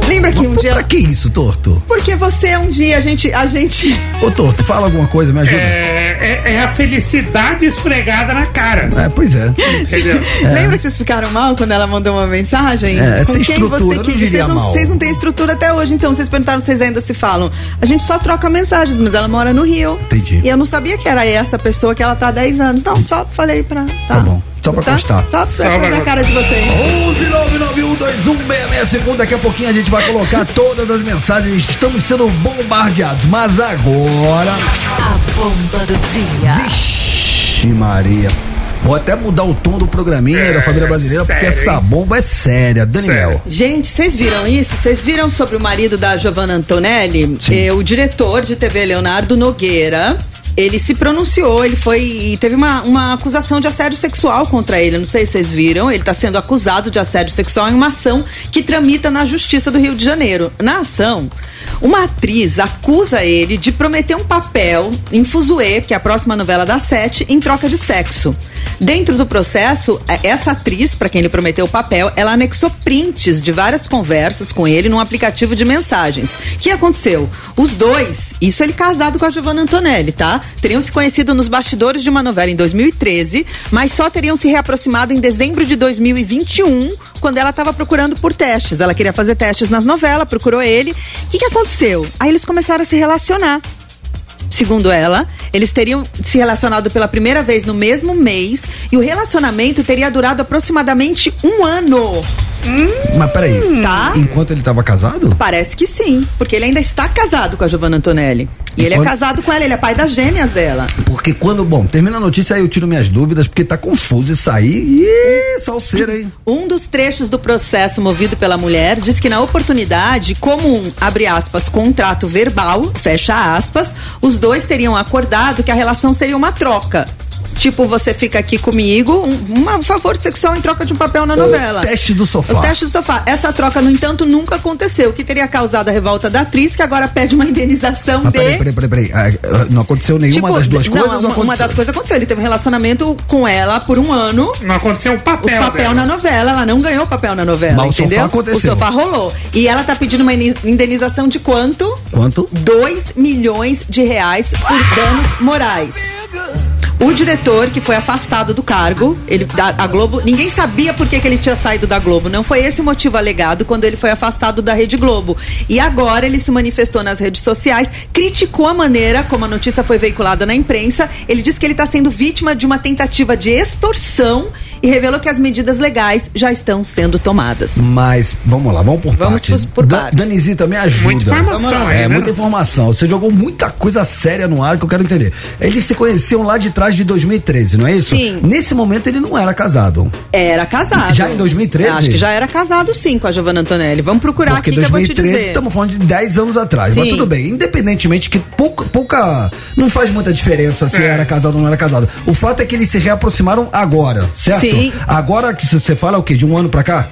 Speaker 5: Lembra que um
Speaker 2: Pô, Pra
Speaker 5: dia.
Speaker 2: que isso, Torto?
Speaker 5: Porque você um dia, a gente. A gente.
Speaker 2: Ô, Torto, fala alguma coisa, me ajuda.
Speaker 4: É, é- é a felicidade esfregada na cara.
Speaker 2: É, pois é.
Speaker 4: Entendeu?
Speaker 5: Lembra que vocês ficaram mal quando ela mandou uma mensagem?
Speaker 2: É,
Speaker 5: Com
Speaker 2: sem
Speaker 5: quem
Speaker 2: estrutura, eu
Speaker 5: você
Speaker 2: não
Speaker 5: quis?
Speaker 2: diria
Speaker 5: Vocês não,
Speaker 2: mal.
Speaker 5: vocês não têm estrutura até hoje, então. Vocês perguntaram, vocês ainda se falam. A gente só troca mensagens, mas ela mora no Rio.
Speaker 2: Entendi.
Speaker 5: E eu não sabia que era essa pessoa que ela tá há 10 anos. Não, só falei pra. Tá,
Speaker 2: Tá bom, só pra constar.
Speaker 5: Só, só pra
Speaker 4: pra
Speaker 5: ver a cara de vocês.
Speaker 2: 11991216661. segundo. Daqui a pouquinho a gente vai colocar todas as mensagens. Estamos sendo bombardeados. Mas agora.
Speaker 7: A bomba do
Speaker 5: Ah.
Speaker 7: dia.
Speaker 2: Vixe, Maria. Vou até mudar o tom do programinha da família brasileira, porque
Speaker 4: É sério,
Speaker 2: essa
Speaker 4: hein?
Speaker 2: bomba é séria. Daniel.
Speaker 4: Sério.
Speaker 5: Gente, vocês viram isso? Vocês viram sobre o marido da Giovanna Antonelli? Eh, o diretor de TV, Leonardo Nogueira. Ele se pronunciou, ele foi e teve uma, uma acusação de assédio sexual contra ele. Eu Não sei se vocês viram. Ele está sendo acusado de assédio sexual em uma ação que tramita na Justiça do Rio de Janeiro. Na ação, uma atriz acusa ele de prometer um papel em Fuzue, que é a próxima novela da Sete, em troca de sexo. Dentro do processo, eh, essa atriz, para quem ele prometeu o papel, ela anexou prints de várias conversas com ele num aplicativo de mensagens. O que aconteceu? Os dois, isso ele casado com a Giovanna Antonelli, tá? Teriam se conhecido nos bastidores de uma novela em 2013, mas só teriam se reaproximado em dezembro de 2021, quando ela estava procurando por testes. Ela queria fazer testes nas novelas, procurou ele. O que, que aconteceu? Aí eles começaram a se relacionar. Segundo ela, eles teriam se relacionado pela primeira vez no mesmo mês e o relacionamento teria durado aproximadamente um ano,
Speaker 2: Mas peraí.
Speaker 5: tá?
Speaker 2: Enquanto ele tava casado?
Speaker 5: Parece que sim, porque ele ainda está casado com a Giovanna Antonelli. E ele é
Speaker 2: Olha-
Speaker 5: casado com ela, ele é pai das gêmeas dela.
Speaker 2: Porque quando. Bom, termina a notícia, aí eu tiro minhas dúvidas, porque tá confuso isso aí. Ih, salseira, hein?
Speaker 5: Um dos trechos do processo movido pela mulher diz que na oportunidade, como um, abre aspas, contrato verbal, fecha aspas, os dois teriam acordado que a relação seria uma troca. Tipo, você fica aqui comigo, um, uma- um favor sexual em troca de um papel na novela.
Speaker 2: teste do sofá.
Speaker 5: O teste do sofá. Essa troca, no entanto, nunca aconteceu, o que teria causado a revolta da atriz, que agora pede uma indenização
Speaker 2: Mas
Speaker 5: de...
Speaker 2: peraí, peraí, peraí. peraí. Ah, ah, Não aconteceu nenhuma das duas
Speaker 5: Tipo, não,
Speaker 2: coisas? ou
Speaker 5: uma, uma das coisas aconteceu. Ele teve um relacionamento com ela por um ano
Speaker 4: Não aconteceu o
Speaker 5: o
Speaker 4: papel.
Speaker 5: papel
Speaker 4: dela.
Speaker 5: na novela, ela não ganhou o papel na novela,
Speaker 2: É, Mas o sofá
Speaker 5: entendeu?
Speaker 2: aconteceu.
Speaker 5: O sofá rolou. E ela tá pedindo uma ini- indenização de quanto?
Speaker 2: Quanto?
Speaker 5: 2 milhões de reais por danos morais. O diretor, que foi afastado do cargo, ele da a Globo, ninguém sabia por que, que ele tinha saído da Globo. Não foi esse o motivo alegado quando ele foi afastado da Rede Globo. E agora ele se manifestou nas redes sociais, criticou a maneira como a tá notícia foi veiculada na imprensa. Ele disse que ele está sendo vítima de uma tentativa de extorsão e revelou que as medidas legais já estão sendo tomadas.
Speaker 2: Mas, vamos lá, vamos por
Speaker 5: Vamos
Speaker 2: partes.
Speaker 5: por- por
Speaker 2: Da-
Speaker 5: partes.
Speaker 2: Danizita, me ajuda.
Speaker 4: Muita informação
Speaker 2: Vamos lá.
Speaker 4: aí,
Speaker 2: É,
Speaker 4: né?
Speaker 2: muita informação. Você jogou muita coisa séria no ar que eu quero entender. Eles se conheciam lá de trás de 2013, não é isso?
Speaker 5: Sim.
Speaker 2: Nesse momento ele não era casado.
Speaker 5: Era casado.
Speaker 2: Já em 2013?
Speaker 5: Acho que já era casado sim com a Giovanna Antonelli. Vamos procurar
Speaker 2: Porque
Speaker 5: aqui que eu vou te
Speaker 2: 2013,
Speaker 5: dizer.
Speaker 2: estamos falando de 10 anos atrás. Mas
Speaker 5: Sim.
Speaker 2: tudo bem, independentemente que pouca, pouca- Não faz muita diferença
Speaker 4: É.
Speaker 2: se era casado ou não era casado. O fato é que eles se reaproximaram agora, certo?
Speaker 5: Sim.
Speaker 2: Agora que você fala é o quê? De um ano pra cá?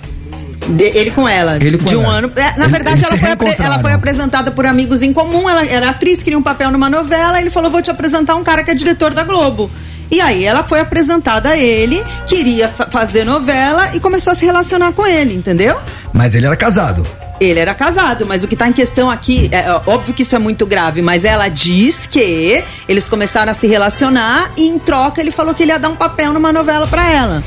Speaker 5: De- ele com ela.
Speaker 2: Ele com
Speaker 5: de um
Speaker 2: ela.
Speaker 5: ano. é, na
Speaker 2: Ele-
Speaker 5: verdade,
Speaker 2: eles
Speaker 5: ela
Speaker 2: se
Speaker 5: foi, apre-
Speaker 2: reencontraram.
Speaker 5: ela foi apresentada por amigos em comum. Ela era atriz, queria um papel numa novela. Ele falou: Vou te apresentar um cara que é diretor da Globo. E aí ela foi apresentada a ele, queria fa- fazer novela e começou a se relacionar com ele, entendeu?
Speaker 2: Mas ele era casado.
Speaker 5: Ele era casado, mas o que tá em questão aqui, é ó, óbvio que isso é muito grave, mas ela diz que eles começaram a se relacionar e em troca ele falou que ele ia dar um papel numa novela pra ela.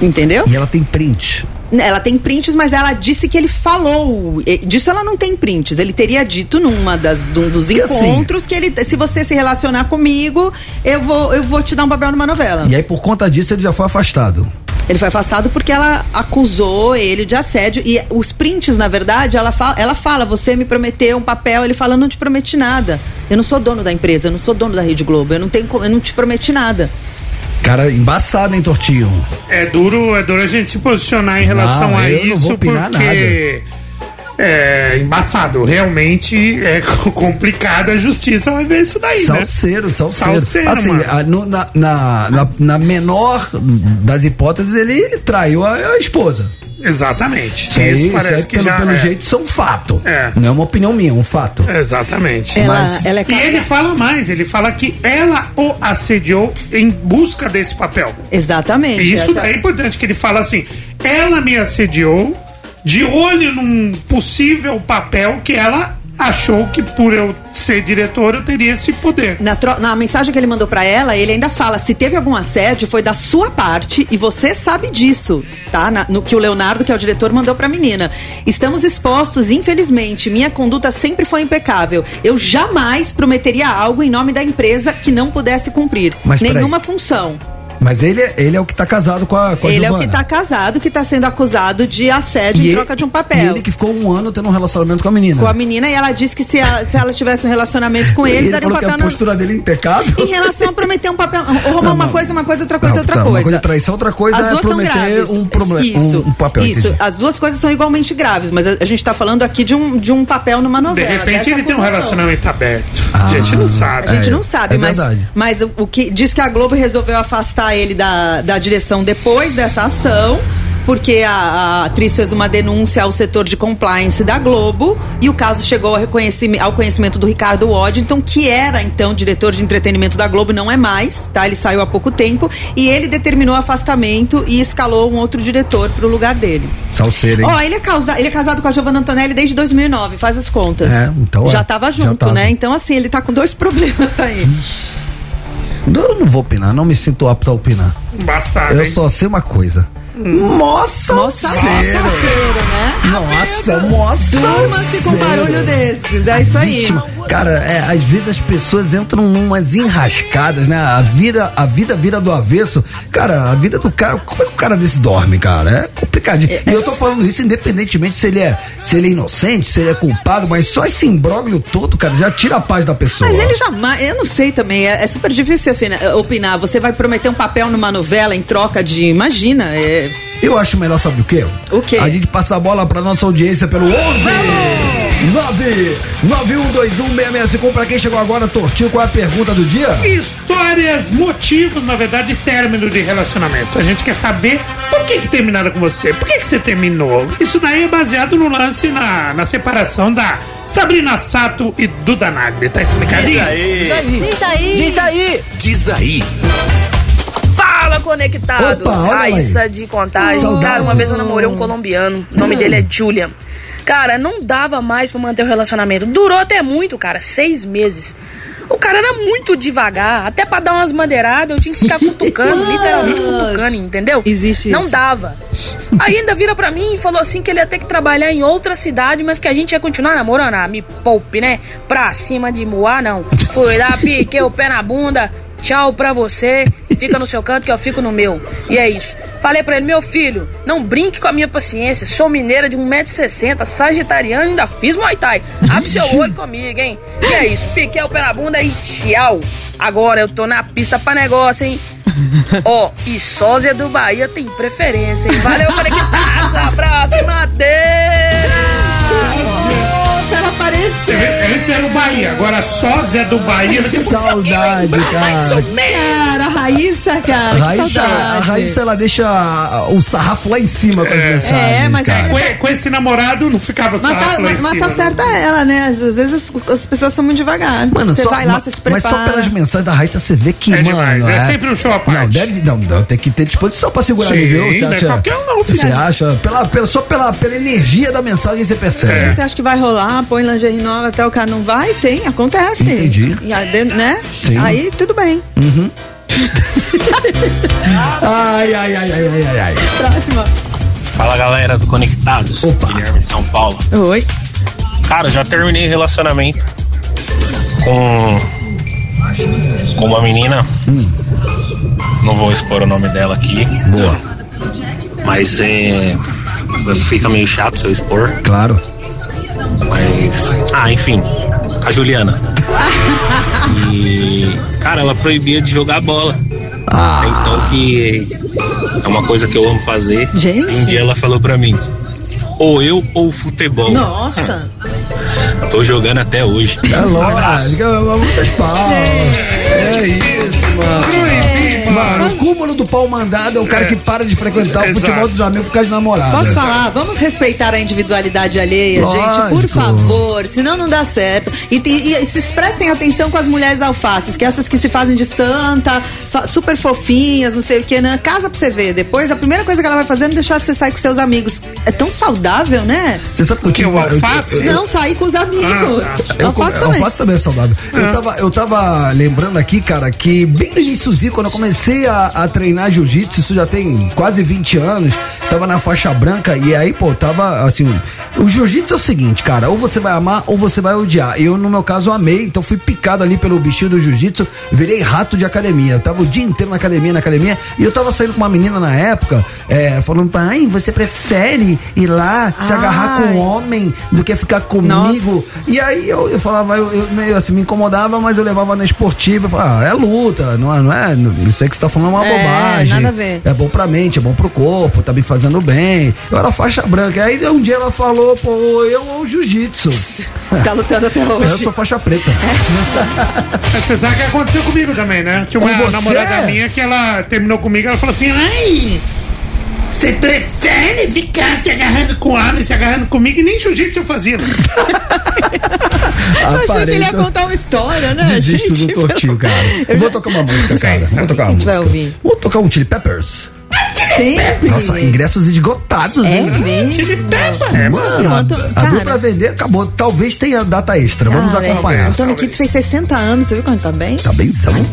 Speaker 5: Entendeu?
Speaker 2: E ela tem print.
Speaker 5: Ela tem prints, mas ela disse que ele falou. E- Disso ela não tem prints. Ele teria dito numa das de um dos
Speaker 2: Que assim-
Speaker 5: encontros que ele, se você se relacionar comigo, eu vou, eu vou te dar um papel numa novela.
Speaker 2: E aí, por conta disso, ele já foi afastado.
Speaker 5: Ele foi afastado porque ela acusou ele de assédio. E os prints, na verdade, ela fala, ela fala: você me prometeu um papel. Ele fala: eu não te prometi nada. Eu não sou dono da empresa, eu não sou dono da Rede Globo, eu não, tenho, co- eu não te prometi nada.
Speaker 2: Cara, embaçado, hein, Tortinho?
Speaker 4: É duro, é duro a gente se posicionar em relação
Speaker 2: Não,
Speaker 4: a
Speaker 2: eu não vou
Speaker 4: isso,
Speaker 2: opinar
Speaker 4: porque é embaçado. Realmente é complicado. A justiça vai ver isso daí, né?
Speaker 2: Salseiro, salseiro.
Speaker 4: Salseiro,
Speaker 2: assim,
Speaker 4: mano.
Speaker 2: a- no- na, na, na- na menor das hipóteses, ele traiu a, a esposa.
Speaker 4: Exatamente.
Speaker 2: Isso, aí,
Speaker 4: isso
Speaker 2: isso
Speaker 4: parece
Speaker 2: aí,
Speaker 4: que
Speaker 2: pelo,
Speaker 4: já
Speaker 2: pelo
Speaker 4: é.
Speaker 2: jeito, isso é um fato.
Speaker 4: É.
Speaker 2: Não é uma opinião minha, é um fato.
Speaker 4: Exatamente.
Speaker 5: Ela- ela é
Speaker 4: E ele fala mais, ele fala que ela o assediou em busca desse papel.
Speaker 5: Exatamente.
Speaker 4: Isso
Speaker 5: Essa-
Speaker 4: é importante que ele fala assim: ela me assediou de olho num possível papel que ela achou que por eu ser diretor eu teria esse poder.
Speaker 5: Na, tro- na mensagem que ele mandou pra ela, ele ainda fala: se teve algum assédio, foi da sua parte e você sabe disso, tá? Na- no que o Leonardo, que é o diretor, mandou pra menina. Estamos expostos, infelizmente. Minha conduta sempre foi impecável. Eu jamais prometeria algo em nome da empresa que não pudesse cumprir.
Speaker 2: Mas peraí.
Speaker 5: Nenhuma função.
Speaker 2: Mas ele, é- ele é o que tá casado com a, com a
Speaker 5: Ele é o
Speaker 2: Giovana.
Speaker 5: que tá casado, que tá sendo acusado de assédio
Speaker 2: E
Speaker 5: em
Speaker 2: ele-
Speaker 5: troca de um
Speaker 2: E
Speaker 5: papel.
Speaker 2: ele que ficou um ano tendo um relacionamento com a menina.
Speaker 5: Com a menina, e ela disse que se, a- se ela tivesse um relacionamento com ele,
Speaker 2: ele
Speaker 5: daria um
Speaker 2: falou que
Speaker 5: papel
Speaker 2: a
Speaker 5: na-
Speaker 2: postura dele é impecável.
Speaker 5: Em relação a prometer um papel. Ô, Romão,
Speaker 2: Não,
Speaker 5: uma
Speaker 2: não.
Speaker 5: coisa, uma coisa, outra coisa,
Speaker 2: Não,
Speaker 5: outra
Speaker 2: tá,
Speaker 5: coisa.
Speaker 2: Uma coisa é traição, outra coisa
Speaker 5: As
Speaker 2: é
Speaker 5: duas são
Speaker 2: prometer
Speaker 5: graves.
Speaker 2: um, problema,
Speaker 5: Isso,
Speaker 2: um, um papel.
Speaker 5: Isso,
Speaker 2: entendi.
Speaker 5: as duas coisas são igualmente graves, mas a, a gente tá falando aqui de um, de um papel numa
Speaker 4: De
Speaker 5: novela. é
Speaker 4: repente
Speaker 5: dessa
Speaker 4: ele tem um
Speaker 5: acusação.
Speaker 4: relacionamento aberto.
Speaker 2: Ah,
Speaker 4: a gente não sabe.
Speaker 5: A gente
Speaker 2: É,
Speaker 5: não sabe,
Speaker 2: é
Speaker 5: mas,
Speaker 2: verdade.
Speaker 5: mas o, o que diz que a Globo resolveu afastar ele da, da direção depois dessa ação. Porque a, a atriz fez uma denúncia ao setor de compliance da Globo e o caso chegou ao, reconhecime- ao conhecimento do Ricardo Waddington, que era então diretor de entretenimento da Globo, não é mais, tá? Ele saiu há pouco tempo e ele determinou afastamento e escalou um outro diretor pro lugar dele.
Speaker 2: Salseiro, hein?
Speaker 5: Ó, ele, é causa- ele é casado com a Giovanna Antonelli desde 2009, faz as contas.
Speaker 2: É, então é.
Speaker 5: Já tava
Speaker 2: Já
Speaker 5: junto,
Speaker 2: tava.
Speaker 5: né? Então, assim, ele tá com dois problemas aí.
Speaker 2: Eu não vou opinar, não me sinto apto a opinar.
Speaker 4: Embaçado,
Speaker 2: Eu
Speaker 4: hein?
Speaker 2: só sei uma coisa.
Speaker 5: Hum.
Speaker 2: Nossa,
Speaker 5: Nossa,
Speaker 2: nossa,
Speaker 5: nossa, cheiro, né?
Speaker 2: nossa, nossa.
Speaker 5: Durma-se com um barulho desses, é isso aí.
Speaker 2: Vixe, cara, é, às vezes as pessoas entram numas enrascadas, né? A vida, a vida vira do avesso. Cara, a vida do cara, como é que o cara desse dorme, cara? É complicadinho. E eu tô falando isso independentemente se ele é, se ele é inocente, se ele é culpado, mas só esse imbróglio todo, cara, já tira a paz da pessoa.
Speaker 5: Mas ele jamais. Eu não sei também. É, é super difícil ofina- opinar. Você vai prometer um papel numa novela em troca de. Imagina. É,
Speaker 2: Eu acho melhor, sabe o quê?
Speaker 5: O quê?
Speaker 2: A gente passa a bola pra nossa audiência pelo 11 991216651 pra quem chegou agora, Tortinho, qual é a pergunta do dia?
Speaker 4: Histórias, motivos, na verdade, término de relacionamento. A gente quer saber por que, que terminaram com você, por que, que você terminou. Isso daí é baseado no lance na, na separação da Sabrina Sato e Duda Nagli. Tá
Speaker 5: É
Speaker 4: explicadinho?
Speaker 7: Diz aí. Diz aí.
Speaker 13: Diz aí.
Speaker 14: Fala, conectados!
Speaker 2: Opa, olha aí.
Speaker 14: Raíssa de contagem.
Speaker 2: Saudade.
Speaker 14: Tá, Cara, uma vez eu namorei um colombiano. O nome dele é Julian. Cara, não dava mais pra manter o relacionamento. Durou até muito, cara. Seis meses. O cara era muito devagar. Até pra dar umas madeiradas, eu tinha que ficar cutucando. literalmente cutucando, entendeu?
Speaker 5: Existe
Speaker 14: Não
Speaker 5: isso.
Speaker 14: dava. Aí ainda vira pra mim e falou assim que ele ia ter que trabalhar em outra cidade, mas que a gente ia continuar namorando. Ah, me poupe, né? Pra cima de moar, não. Fui lá, piquei o pé na bunda.
Speaker 11: Tchau pra você. Fica no seu canto que eu fico no meu. E é isso. Falei pra ele, meu filho, não brinque com a minha paciência. Sou mineira de 1,60m, sagitariana e ainda fiz Muay Thai. Abre seu olho comigo, hein? E é isso. Piquei o pé na bunda e tchau. Agora eu tô na pista pra negócio, hein? Ó, e sósia do Bahia tem preferência, hein? Valeu, conectados. Abraço, e
Speaker 5: Ela
Speaker 11: Madeira!
Speaker 5: apareceu.
Speaker 4: Você vê, É, Antes era o Bahia, agora só Zé do Bahia.
Speaker 2: Que
Speaker 4: depois você
Speaker 2: saudade, cara.
Speaker 5: Cara, a Raíssa, cara. que
Speaker 2: Raíssa,
Speaker 5: saudade.
Speaker 2: a Raíssa, ela deixa o sarrafo lá em cima com as mensagens,
Speaker 5: É, mas
Speaker 2: cara.
Speaker 5: aí-
Speaker 4: Com, com esse namorado não ficava só
Speaker 5: Mas tá,
Speaker 4: lá em
Speaker 5: mas- mas
Speaker 4: cima,
Speaker 5: tá
Speaker 4: né?
Speaker 5: certa ela, né? Às vezes as, as pessoas são muito devagar.
Speaker 2: Mano,
Speaker 5: você
Speaker 2: só-
Speaker 5: vai lá,
Speaker 2: ma-
Speaker 5: você se
Speaker 2: Mas
Speaker 5: prepara.
Speaker 2: só pelas mensagens da Raíssa você vê que,
Speaker 4: É
Speaker 2: mano.
Speaker 4: demais, é sempre um show à parte.
Speaker 2: Não, deve, não, não, tem que ter disposição pra segurar,
Speaker 4: Sim,
Speaker 2: ele, viu? Você
Speaker 4: não é
Speaker 2: acha,
Speaker 4: qualquer um, não,
Speaker 2: Você
Speaker 4: filho.
Speaker 2: acha? Pela, pela- só pela, pela energia da mensagem você percebe.
Speaker 5: Às vezes Você acha que vai rolar, põe lingerie nova até o cara não vai? Tem, acontece.
Speaker 2: Entendi.
Speaker 5: E aí, de- né?
Speaker 2: Sim.
Speaker 5: Aí tudo bem.
Speaker 2: Uhum. ai, ai, ai, ai, ai, ai, ai.
Speaker 5: Próxima.
Speaker 9: Fala galera do Conectados, Guilherme de São Paulo.
Speaker 5: Oi.
Speaker 9: Cara, já terminei relacionamento com, com uma menina. Não vou expor o nome dela aqui. Boa. Mas é. Fica meio chato se eu expor.
Speaker 2: Claro.
Speaker 9: Mas. Ah, enfim. A Juliana. E. Cara, ela proibia de jogar bola. Então que é uma coisa que eu amo fazer. E um dia ela falou pra mim. Ou eu ou futebol.
Speaker 5: Nossa.
Speaker 9: Tô jogando até hoje.
Speaker 2: É lógico, é muitas palmas. É isso,
Speaker 5: É.
Speaker 2: mano. Mano, o cúmulo do pau mandado é o cara que para de frequentar o futebol dos amigos por causa de namorada.
Speaker 5: Posso falar? Vamos respeitar a individualidade alheia, gente,
Speaker 2: Lógico.
Speaker 5: por favor. Senão não dá certo. E, te- e se prestem atenção com as mulheres alfaces, que essas que se fazem de santa, fa- super fofinhas, não sei o que, né? Casa pra você ver. Depois, a primeira coisa que ela vai fazer é não deixar você sair com seus amigos. É tão saudável, né?
Speaker 2: Você sabe que eu tive um uma- eu- eu- eu-
Speaker 5: Não, sair com os amigos.
Speaker 2: Eu, com-
Speaker 5: alface
Speaker 2: eu
Speaker 5: também.
Speaker 2: faço também é saudável. Eu, tava, eu tava lembrando aqui, cara, que bem no iníciozinho, quando eu comecei a, a treinar jiu-jitsu, isso já tem quase 20 anos, tava na faixa branca e aí, pô, tava assim. O jiu-jitsu é o seguinte, cara, ou você vai amar ou você vai odiar. Eu, no meu caso, amei, então fui picado ali pelo bichinho do jiu-jitsu, virei rato de academia. Eu tava o dia inteiro na academia, na academia, e eu tava saindo com uma menina na época, é, falando pra mim, você prefere ir lá se agarrar com
Speaker 5: Ai.
Speaker 2: um homem do que ficar comigo? comigo. E aí eu, eu falava, eu, eu meio assim, me incomodava, mas eu levava na esportiva. Eu falava, ah, é luta, não é, não é. Isso aí que você tá falando é uma
Speaker 5: É,
Speaker 2: bobagem.
Speaker 5: nada a ver.
Speaker 2: É bom pra mente, é bom pro corpo, tá me fazendo bem. Eu era faixa branca. Aí um dia ela falou, pô, eu ou jiu-jitsu. Você
Speaker 5: tá lutando até hoje.
Speaker 2: Eu sou faixa preta.
Speaker 4: Mas Você sabe o que aconteceu comigo também, né? Tinha
Speaker 2: Com você?
Speaker 4: uma namorada minha que ela terminou comigo, ela falou assim, ai, você prefere ficar se agarrando com homem, se agarrando comigo, e nem jiu-jitsu eu fazia. né?
Speaker 5: Eu achei que ele ia
Speaker 2: Aparenta-
Speaker 5: contar uma história, né?
Speaker 2: Desisto do
Speaker 5: gente?
Speaker 2: tortinho, cara. Eu vou tocar uma música, cara. Vou tocar uma
Speaker 5: A gente vai
Speaker 2: música.
Speaker 5: ouvir.
Speaker 2: Vou tocar um Chili Peppers.
Speaker 5: Sempre.
Speaker 2: Nossa, é ingressos esgotados,
Speaker 5: É
Speaker 2: hein?
Speaker 5: mesmo?
Speaker 2: Chili Peppers.
Speaker 5: É,
Speaker 2: Mano,
Speaker 5: mano.
Speaker 2: ab-
Speaker 5: Eu tô-
Speaker 2: abriu
Speaker 5: cara.
Speaker 2: pra vender, acabou. Talvez tenha data extra. Vamos
Speaker 5: Cara,
Speaker 2: acompanhar.
Speaker 5: Ah, Antônio Kids fez 60 anos, você viu quanto tá bem?
Speaker 2: Tá bem, tá bom.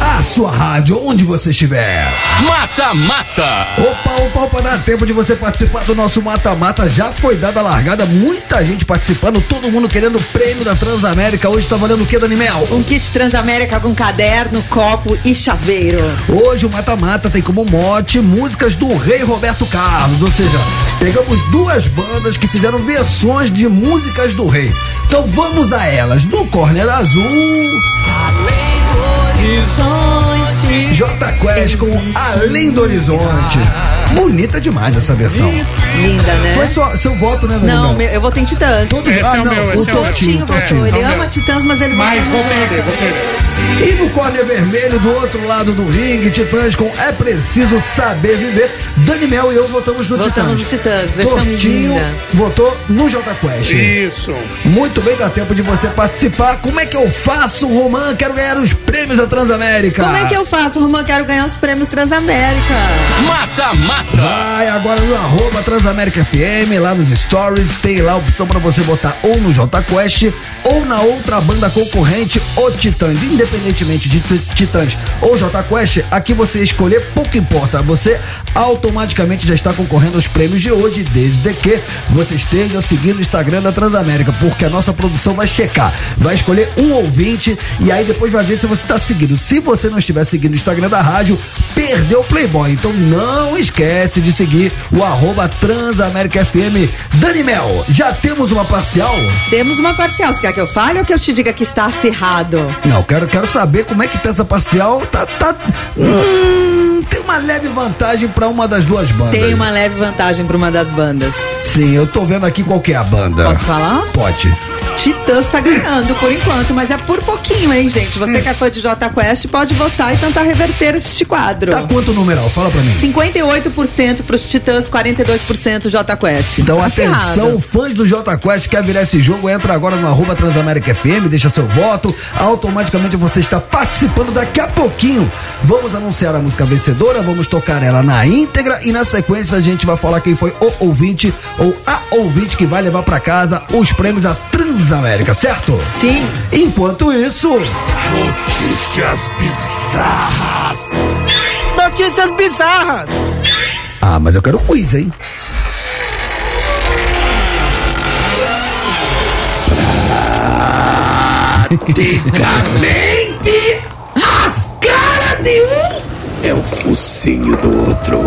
Speaker 2: A sua rádio, onde você estiver.
Speaker 1: Mata, mata.
Speaker 2: Opa, opa, opa, dá tempo de você participar do nosso mata-mata. Já foi dada a largada, muita gente participando, todo mundo querendo o prêmio da Transamérica. Hoje tá valendo o que, Daniel?
Speaker 5: Um kit Transamérica com caderno, copo e chaveiro.
Speaker 2: Hoje o mata-mata tem como mote músicas do rei Roberto Carlos, ou seja, pegamos duas bandas que fizeram versões de músicas do rei. Então vamos a elas. No Corner Azul, J Quest com Além do Horizonte. Bonita demais essa versão.
Speaker 5: Linda, né?
Speaker 2: Foi sua- seu voto, né, Daniel?
Speaker 5: Não, meu- eu vou ter em Titãs.
Speaker 2: Todo Esse ah, é o não, meu, o esse é o meu. Tortinho,
Speaker 5: Tortinho votou.
Speaker 2: Tortinho.
Speaker 5: Ele
Speaker 2: É o
Speaker 5: ama
Speaker 2: meu.
Speaker 5: Titãs, mas ele
Speaker 4: Mas
Speaker 5: votou
Speaker 4: vou
Speaker 5: no
Speaker 4: perder, vou perder.
Speaker 2: E no corner vermelho do outro lado do ringue, Titãs com É Preciso Saber Viver. Dani Mel e eu votamos no Titãs.
Speaker 5: Votamos no Titãs, versão
Speaker 2: Tortinho
Speaker 5: linda.
Speaker 2: votou no Jota Quest.
Speaker 4: Isso.
Speaker 2: Muito bem, dá tempo de você participar. Como é que eu faço, Romã? Quero ganhar os prêmios da Transamérica.
Speaker 5: Como é que eu faço, Romã? Quero ganhar os prêmios Transamérica.
Speaker 1: Mata, mata.
Speaker 2: Vai agora no arroba Transamérica FM, lá nos stories, tem lá a opção pra você botar ou no J Quest ou na outra banda concorrente, o Titãs. independentemente de Ti- Titãs ou J Quest, a que você escolher, pouco importa. Você automaticamente já está concorrendo aos prêmios de hoje, desde que você esteja seguindo o Instagram da Transamérica, porque a nossa produção vai checar, vai escolher um ouvinte e aí depois vai ver se você está seguindo. Se você não estiver seguindo o Instagram da rádio, perdeu o Playboy. Então não esquece de seguir o arroba Transamérica FM. Dani Mel, já temos uma parcial?
Speaker 5: Temos uma parcial. Você quer que eu fale ou que eu te diga que está acirrado?
Speaker 2: Não, quero, quero saber como é que tá essa parcial. Tá, tá. Hum, tem uma leve vantagem pra uma das duas bandas.
Speaker 5: Tem uma leve vantagem para uma das bandas.
Speaker 2: Sim, eu tô vendo aqui qual que é a banda.
Speaker 5: Posso falar?
Speaker 2: Pode.
Speaker 5: Titãs tá ganhando por enquanto, mas é por pouquinho, hein, gente?
Speaker 2: Hum.
Speaker 5: Você que é fã de J Quest pode votar e tentar reverter este quadro.
Speaker 2: Tá quanto o numeral? Fala pra mim.
Speaker 5: 58% pros Titãs, 42% J Quest.
Speaker 2: Então
Speaker 5: Tá
Speaker 2: atenção,
Speaker 5: acirrado.
Speaker 2: fãs do J Quest, quer virar esse jogo, entra agora no arroba Transamérica FM, deixa seu voto, automaticamente você está participando daqui a pouquinho. Vamos anunciar a música vencedora, vamos tocar ela na íntegra e na sequência a gente vai falar quem foi o ouvinte ou a ouvinte que vai levar pra casa os prêmios da Transamérica, certo?
Speaker 5: Sim.
Speaker 2: Enquanto isso...
Speaker 6: Notícias bizarras.
Speaker 7: Notícias bizarras.
Speaker 2: Ah, mas eu quero quiz, hein?
Speaker 6: Praticamente as caras de um é o focinho do outro.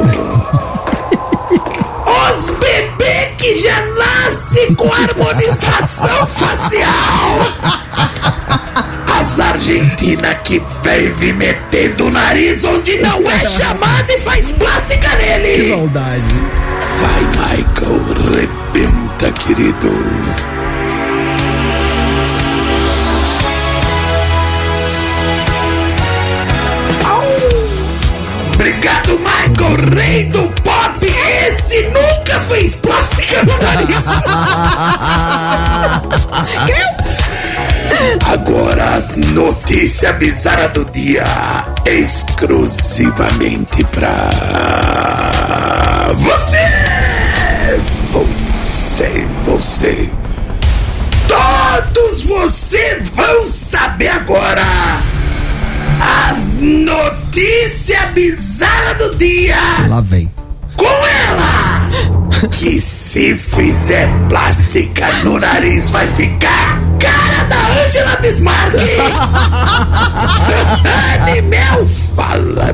Speaker 6: Os bebês que já nascem com harmonização facial. As Argentina que vive metendo o nariz onde não é chamada e faz plástica nele.
Speaker 2: Que maldade.
Speaker 6: Vai, Michael, arrebenta, querido. Au! Obrigado, Michael, rei do pop. Esse nunca fez plástica tá no nariz. Agora as notícias bizarras do dia, exclusivamente pra você, você, você. Todos vocês vão saber agora as notícias bizarras do dia
Speaker 2: Lá vem.
Speaker 6: com ela! Que se fizer plástica no nariz vai ficar a cara da Angela Bismarck! Dani Mel fala!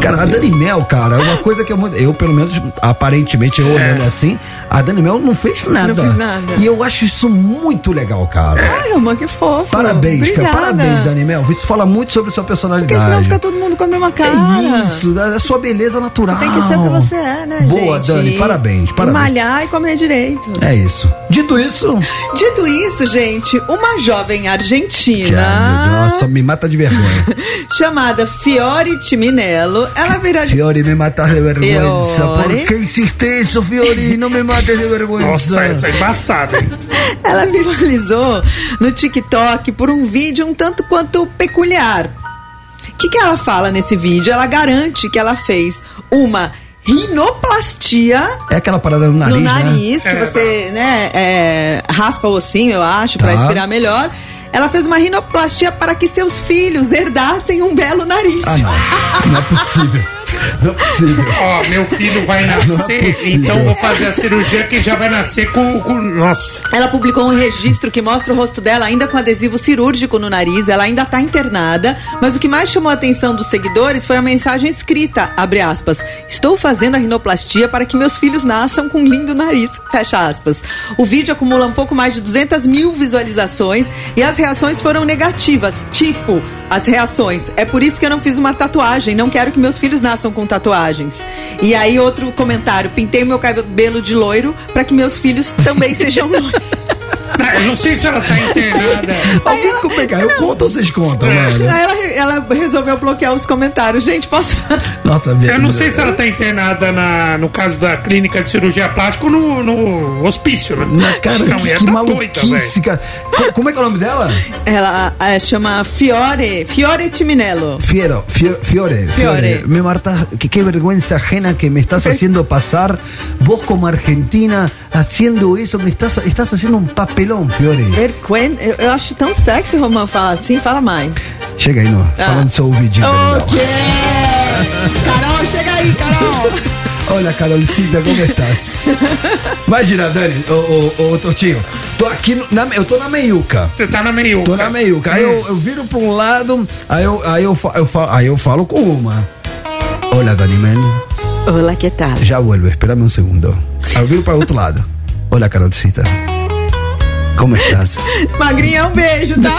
Speaker 2: Cara, a Dani Mel, cara, é uma coisa que eu, muito- eu pelo menos, aparentemente,
Speaker 6: É.
Speaker 2: eu olhando assim, a Dani Mel não fez nada.
Speaker 5: Não fez nada.
Speaker 2: E eu acho isso muito legal,
Speaker 6: É.
Speaker 2: cara.
Speaker 5: Ai, irmã, que fofo.
Speaker 2: Parabéns,
Speaker 5: Obrigada.
Speaker 2: cara. Parabéns, Dani Mel. Isso fala muito sobre sua
Speaker 5: Porque senão
Speaker 2: personalidade.
Speaker 5: fica todo mundo com a mesma cara.
Speaker 2: É isso, é a sua beleza natural.
Speaker 5: Tem que ser o que você é, né,
Speaker 2: Boa,
Speaker 5: gente?
Speaker 2: Dani, parabéns, parabéns.
Speaker 5: Malhar e comer direito.
Speaker 2: É isso. Dito isso.
Speaker 5: Dito isso, gente, uma jovem
Speaker 2: Tiago,
Speaker 5: argentina
Speaker 2: Nossa, me mata de vergonha.
Speaker 5: chamada Fiore Timinello, ela virou
Speaker 2: Fiore, me matas de vergüenza.
Speaker 5: Fiore?
Speaker 2: Por que hiciste isso, Fiore? Não me mates de vergüenza.
Speaker 4: Nossa, essa é embaçada, hein?
Speaker 5: Ela viralizou no TikTok por um vídeo um tanto quanto peculiar. O que, que ela fala nesse vídeo? Ela garante que ela fez uma rinoplastia
Speaker 2: É aquela parada no nariz,
Speaker 5: no nariz,
Speaker 2: né?
Speaker 5: que você né, é, raspa o ossinho, eu acho, pra
Speaker 2: Tá.
Speaker 5: respirar melhor. Ela fez uma rinoplastia para que seus filhos herdassem um belo nariz.
Speaker 2: Ah, não. Não é possível. Não é possível.
Speaker 4: Ó, meu filho vai
Speaker 2: Não é
Speaker 4: nascer,
Speaker 2: possível.
Speaker 4: então vou fazer a cirurgia que já vai nascer com. com- nossa.
Speaker 5: Ela publicou um registro que mostra o rosto dela ainda com adesivo cirúrgico no nariz. Ela ainda está internada, mas o que mais chamou a atenção dos seguidores foi a mensagem escrita, abre aspas, estou fazendo a rinoplastia para que meus filhos nasçam com um lindo nariz, fecha aspas. O vídeo acumula um pouco mais de 200 mil visualizações e as reações foram negativas, tipo, as reações. É por isso que eu não fiz uma tatuagem. Não quero que meus filhos nasçam com tatuagens. E aí, outro comentário. Pintei meu cabelo de loiro para que meus filhos também sejam loiros.
Speaker 4: Ah, Eu não sei se ela tá internada.
Speaker 2: Alguém ela... pegar? Eu conto ou vocês contam, mano?
Speaker 5: Aí ela, ela resolveu bloquear os comentários. Gente, posso falar?
Speaker 2: Nossa, minha
Speaker 4: Eu não sei se ela tá internada na, no caso da clínica de cirurgia plástica ou no, no hospício, né?
Speaker 2: Na cara,
Speaker 4: Não,
Speaker 2: que,
Speaker 4: é
Speaker 2: que
Speaker 4: tá
Speaker 2: maluquice,
Speaker 4: doida, velho.
Speaker 2: cara. Co- Como é que é o nome dela?
Speaker 5: Ela eh, chama Fiore, Fiore Timinello.
Speaker 2: Fiero, Fio- Fiore, Fiore.
Speaker 5: Fiore.
Speaker 2: Me Marta, que, que vergüenza ajena que me estás haciendo pasar. Vos como argentina haciendo eso, me estás, estás haciendo un papelón, Fiore.
Speaker 5: Verquen- Eu, eu acho tão sexy o Romão falar assim. Fala mais.
Speaker 2: Chega aí, no,
Speaker 4: Ah.
Speaker 2: falando seu ouvidinho.
Speaker 4: Oh,
Speaker 5: Ok! Carol, chega aí, Carol!
Speaker 2: Olha, Carolicita, como é estás? Imagina, Dani, ô, ô, ô, Tortinho, tô aqui, no- na- eu tô na meiuca.
Speaker 4: Você tá na meiuca.
Speaker 2: Tô na meiuca. Aí
Speaker 4: Hum.
Speaker 2: eu, eu viro pra um lado, aí eu, aí eu, fa- eu fa- aí eu falo com uma. Olha, Dani Melo.
Speaker 3: Olá, que tal?
Speaker 2: Já vuelvo, espérame um segundo. Aí eu viro pra outro lado. Olha, Carolicita, como estás?
Speaker 5: Magrinha, um beijo, tá?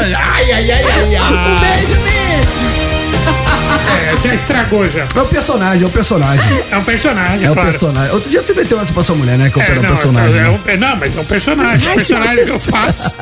Speaker 2: Ai, ai, ai, ai, ai.
Speaker 5: Um beijo mesmo!
Speaker 4: É, já estragou já.
Speaker 2: É um personagem, é um personagem.
Speaker 4: É um personagem,
Speaker 2: É um
Speaker 4: claro.
Speaker 2: personagem. Outro dia você meteu essa pra sua mulher, né? Que eu
Speaker 4: É,
Speaker 2: era um
Speaker 4: não,
Speaker 2: personagem.
Speaker 4: é um- é- não, mas é um personagem. É um personagem que eu faço.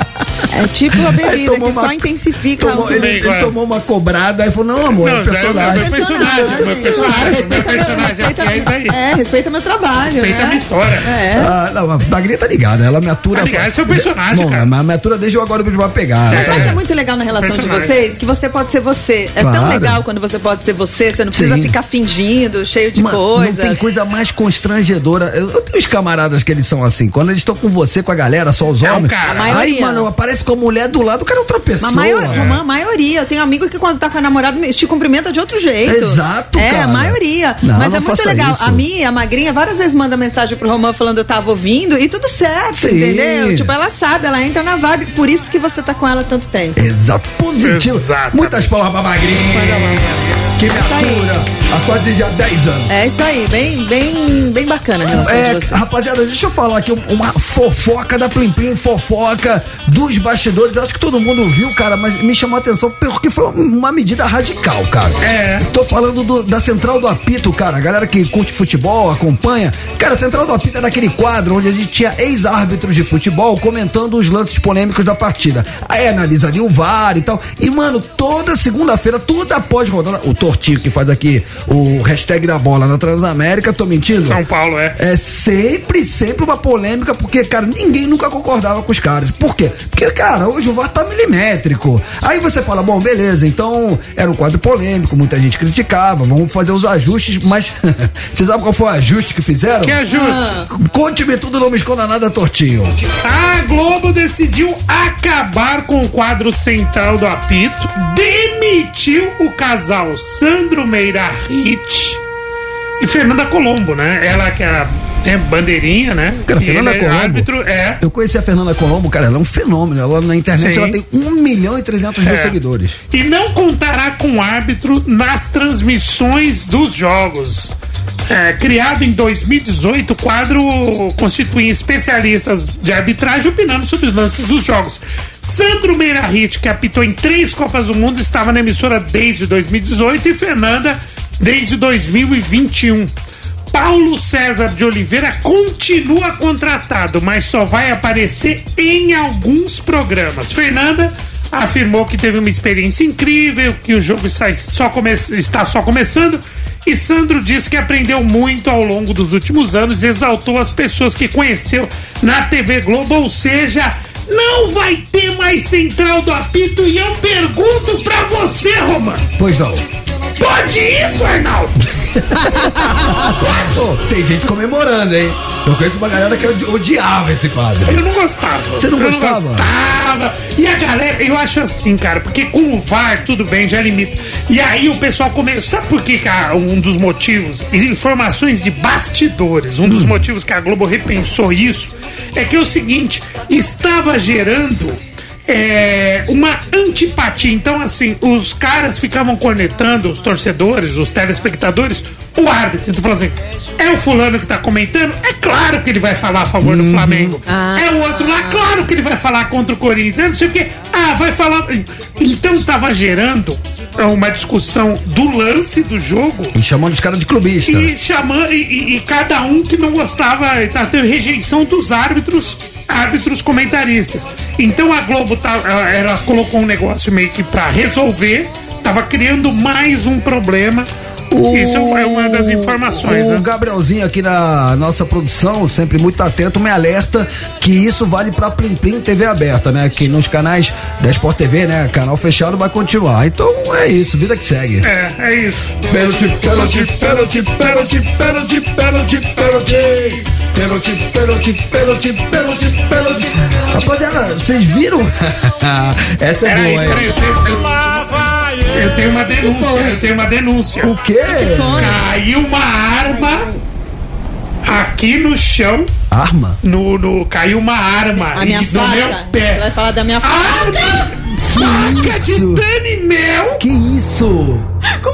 Speaker 5: É tipo a
Speaker 2: Ele
Speaker 5: bebida que
Speaker 2: tomou
Speaker 5: só
Speaker 2: uma-
Speaker 5: intensifica
Speaker 2: Tomou-
Speaker 5: o
Speaker 2: ele, ele
Speaker 4: Claro.
Speaker 2: tomou uma cobrada e falou: Não, amor, é um
Speaker 4: Não, já é
Speaker 2: personagem.
Speaker 4: meu personagem, meu personagem, meu personagem.
Speaker 5: Respeita,
Speaker 4: aqui, é isso aí.
Speaker 5: é, respeita meu trabalho,
Speaker 4: Respeita
Speaker 5: né?
Speaker 4: a minha história.
Speaker 5: É.
Speaker 2: Ah, não, a Magrinha tá ligada, ela me atura.
Speaker 4: Tá ligada, esse é o personagem,
Speaker 2: Bom,
Speaker 4: cara.
Speaker 2: Mas me atura desde o agora que vai pegar.
Speaker 5: Mas sabe o
Speaker 2: Ela-
Speaker 5: que é muito legal na relação
Speaker 4: Personagem.
Speaker 5: de vocês? Que você pode ser você. É
Speaker 2: Claro.
Speaker 5: tão legal quando você pode ser você, você não precisa
Speaker 2: Sim.
Speaker 5: ficar fingindo, cheio de
Speaker 2: Mano,
Speaker 5: coisas.
Speaker 2: Não tem coisa mais constrangedora. Eu, eu tenho uns camaradas que eles são assim. Quando eles estão com você, com a galera, só os
Speaker 4: É um
Speaker 2: homens.
Speaker 4: cara. A
Speaker 2: Aí,
Speaker 5: maioria.
Speaker 2: mano, aparece com a mulher do lado, o cara é outra pessoa.
Speaker 5: Mas maior, Romã, a maioria. Eu tenho amigo que quando tá com a namorada me- te cumprimenta de outro jeito.
Speaker 2: Exato,
Speaker 5: É,
Speaker 2: cara.
Speaker 5: a maioria.
Speaker 2: Não,
Speaker 5: Mas
Speaker 2: não
Speaker 5: é muito
Speaker 2: faça
Speaker 5: legal.
Speaker 2: isso.
Speaker 5: A minha, a magrinha, várias vezes manda mensagem pro Romã falando eu tava ouvindo e tudo certo,
Speaker 2: Sim.
Speaker 5: entendeu? Tipo, ela sabe, ela entra na vibe. Por isso que você tá com ela tanto tempo.
Speaker 2: Exato. Positivo.
Speaker 4: Exatamente.
Speaker 2: Muitas palmas pra Magrinha. Que me
Speaker 5: Isso aí.
Speaker 2: atura há quase já 10 anos.
Speaker 5: É isso aí, bem, bem, bem bacana a relação
Speaker 2: É,
Speaker 5: de vocês.
Speaker 2: rapaziada, deixa eu falar aqui um- uma fofoca da Plim Plim, fofoca dos bastidores. Eu Acho que todo mundo viu, cara, mas me chamou a atenção porque foi uma medida radical, cara.
Speaker 4: É.
Speaker 2: Tô falando do- da Central do Apito, cara. A galera que curte futebol, acompanha. Cara, a Central do Apito era aquele quadro onde a gente tinha ex-árbitros de futebol comentando os lances polêmicos da partida. Aí analisa ali o VAR e tal. E, mano, toda segunda-feira, toda pós-rodada, o Tortinho que faz aqui o hashtag da bola na Transamérica, tô mentindo?
Speaker 4: São Paulo, é.
Speaker 2: É sempre, sempre uma polêmica, porque, cara, ninguém nunca concordava com os caras. Por quê? Porque, cara, hoje o VAR tá milimétrico. Aí você fala, bom, beleza, então era um quadro polêmico, muita gente criticava, vamos fazer os ajustes, mas você sabe qual foi o ajuste que fizeram?
Speaker 4: Que é justo.
Speaker 2: Conte-me tudo, não me esconda nada, tortinho.
Speaker 4: A Globo decidiu acabar com o quadro central do apito, demitiu o casal Sandro Meira Hit e Fernanda Colombo, né? Ela que era né, bandeirinha, né?
Speaker 2: Cara,
Speaker 4: E
Speaker 2: Fernanda
Speaker 4: ele é
Speaker 2: Colombo.
Speaker 4: árbitro, é.
Speaker 2: Eu conheci a Fernanda Colombo, cara, ela é um fenômeno. Ela na internet
Speaker 4: Sim.
Speaker 2: ela tem 1 milhão e 300 mil
Speaker 4: É.
Speaker 2: seguidores.
Speaker 4: E não contará com o árbitro nas transmissões dos jogos. É, criado em 2018, o quadro constitui especialistas de arbitragem opinando sobre os lances dos jogos. Sandro Meirahit, que apitou em três Copas do Mundo, estava na emissora desde 2018 e Fernanda desde 2021. Paulo César de Oliveira continua contratado, mas só vai aparecer em alguns programas. Fernanda afirmou que teve uma experiência incrível, que o jogo está só, come- está só começando. E Sandro disse que aprendeu muito ao longo dos últimos anos e exaltou as pessoas que conheceu na TV Globo, ou seja, não vai ter mais central do apito. E eu pergunto pra você, Romano.
Speaker 2: Pois não.
Speaker 4: Pode isso, Arnaldo?
Speaker 2: Ô, tem gente comemorando, hein? Eu conheço uma galera que odi- odiava esse quadro.
Speaker 4: Eu não gostava.
Speaker 2: Você não
Speaker 4: Eu
Speaker 2: gostava?
Speaker 4: gostava. E a galera, eu acho assim, cara, porque com o VAR, tudo bem, já limita. E aí o pessoal começa. Sabe por que, cara, um dos motivos? Informações de bastidores. Um dos
Speaker 2: Hum.
Speaker 4: motivos que a Globo repensou isso é que é o seguinte: estava gerando é, uma antipatia. Então, assim, os caras ficavam cornetando, os torcedores, os telespectadores, o árbitro. Então, falando assim: é o fulano que tá comentando? É claro que ele vai falar a favor do Flamengo. É o outro lá? Claro que ele vai falar contra o Corinthians. É não sei o quê. Ah, vai falar. Então, tava gerando uma discussão do lance do jogo.
Speaker 2: E chamando os caras de clubista.
Speaker 4: E chamando, e, e- e cada um que não gostava, e tá tendo rejeição dos árbitros, árbitros comentaristas. Então a Globo tá, ela- ela colocou um negócio meio que pra resolver, tava criando mais um problema. Isso é um- é uma das informações,
Speaker 2: O
Speaker 4: né?
Speaker 2: Gabrielzinho aqui na nossa produção, sempre muito atento, me alerta que isso vale pra Plim Plim TV aberta, né? Que nos canais da Sport TV, né? Canal fechado vai continuar. Então é isso, vida que segue.
Speaker 4: É, é isso.
Speaker 5: Tá
Speaker 2: Pênalti, pênalti, pênalti, pênalti, pênalti, pênalti, pênalti. Pênalti, pênalti, pênalti, pênalti, pênalti. Rapaziada, vocês viram? Essa é
Speaker 4: Peraí,
Speaker 2: boa, hein?
Speaker 5: é.
Speaker 4: peraí, peraí.
Speaker 7: Lá vai
Speaker 4: Eu tenho uma denúncia, eu tenho uma denúncia.
Speaker 2: O quê?
Speaker 4: Caiu uma arma aqui no chão.
Speaker 2: Arma?
Speaker 4: No, no, caiu uma arma
Speaker 5: A minha
Speaker 4: e no meu
Speaker 5: faca. Você
Speaker 4: pé.
Speaker 5: vai falar da minha faca.
Speaker 4: Faca de Dani Mel!
Speaker 2: Que isso?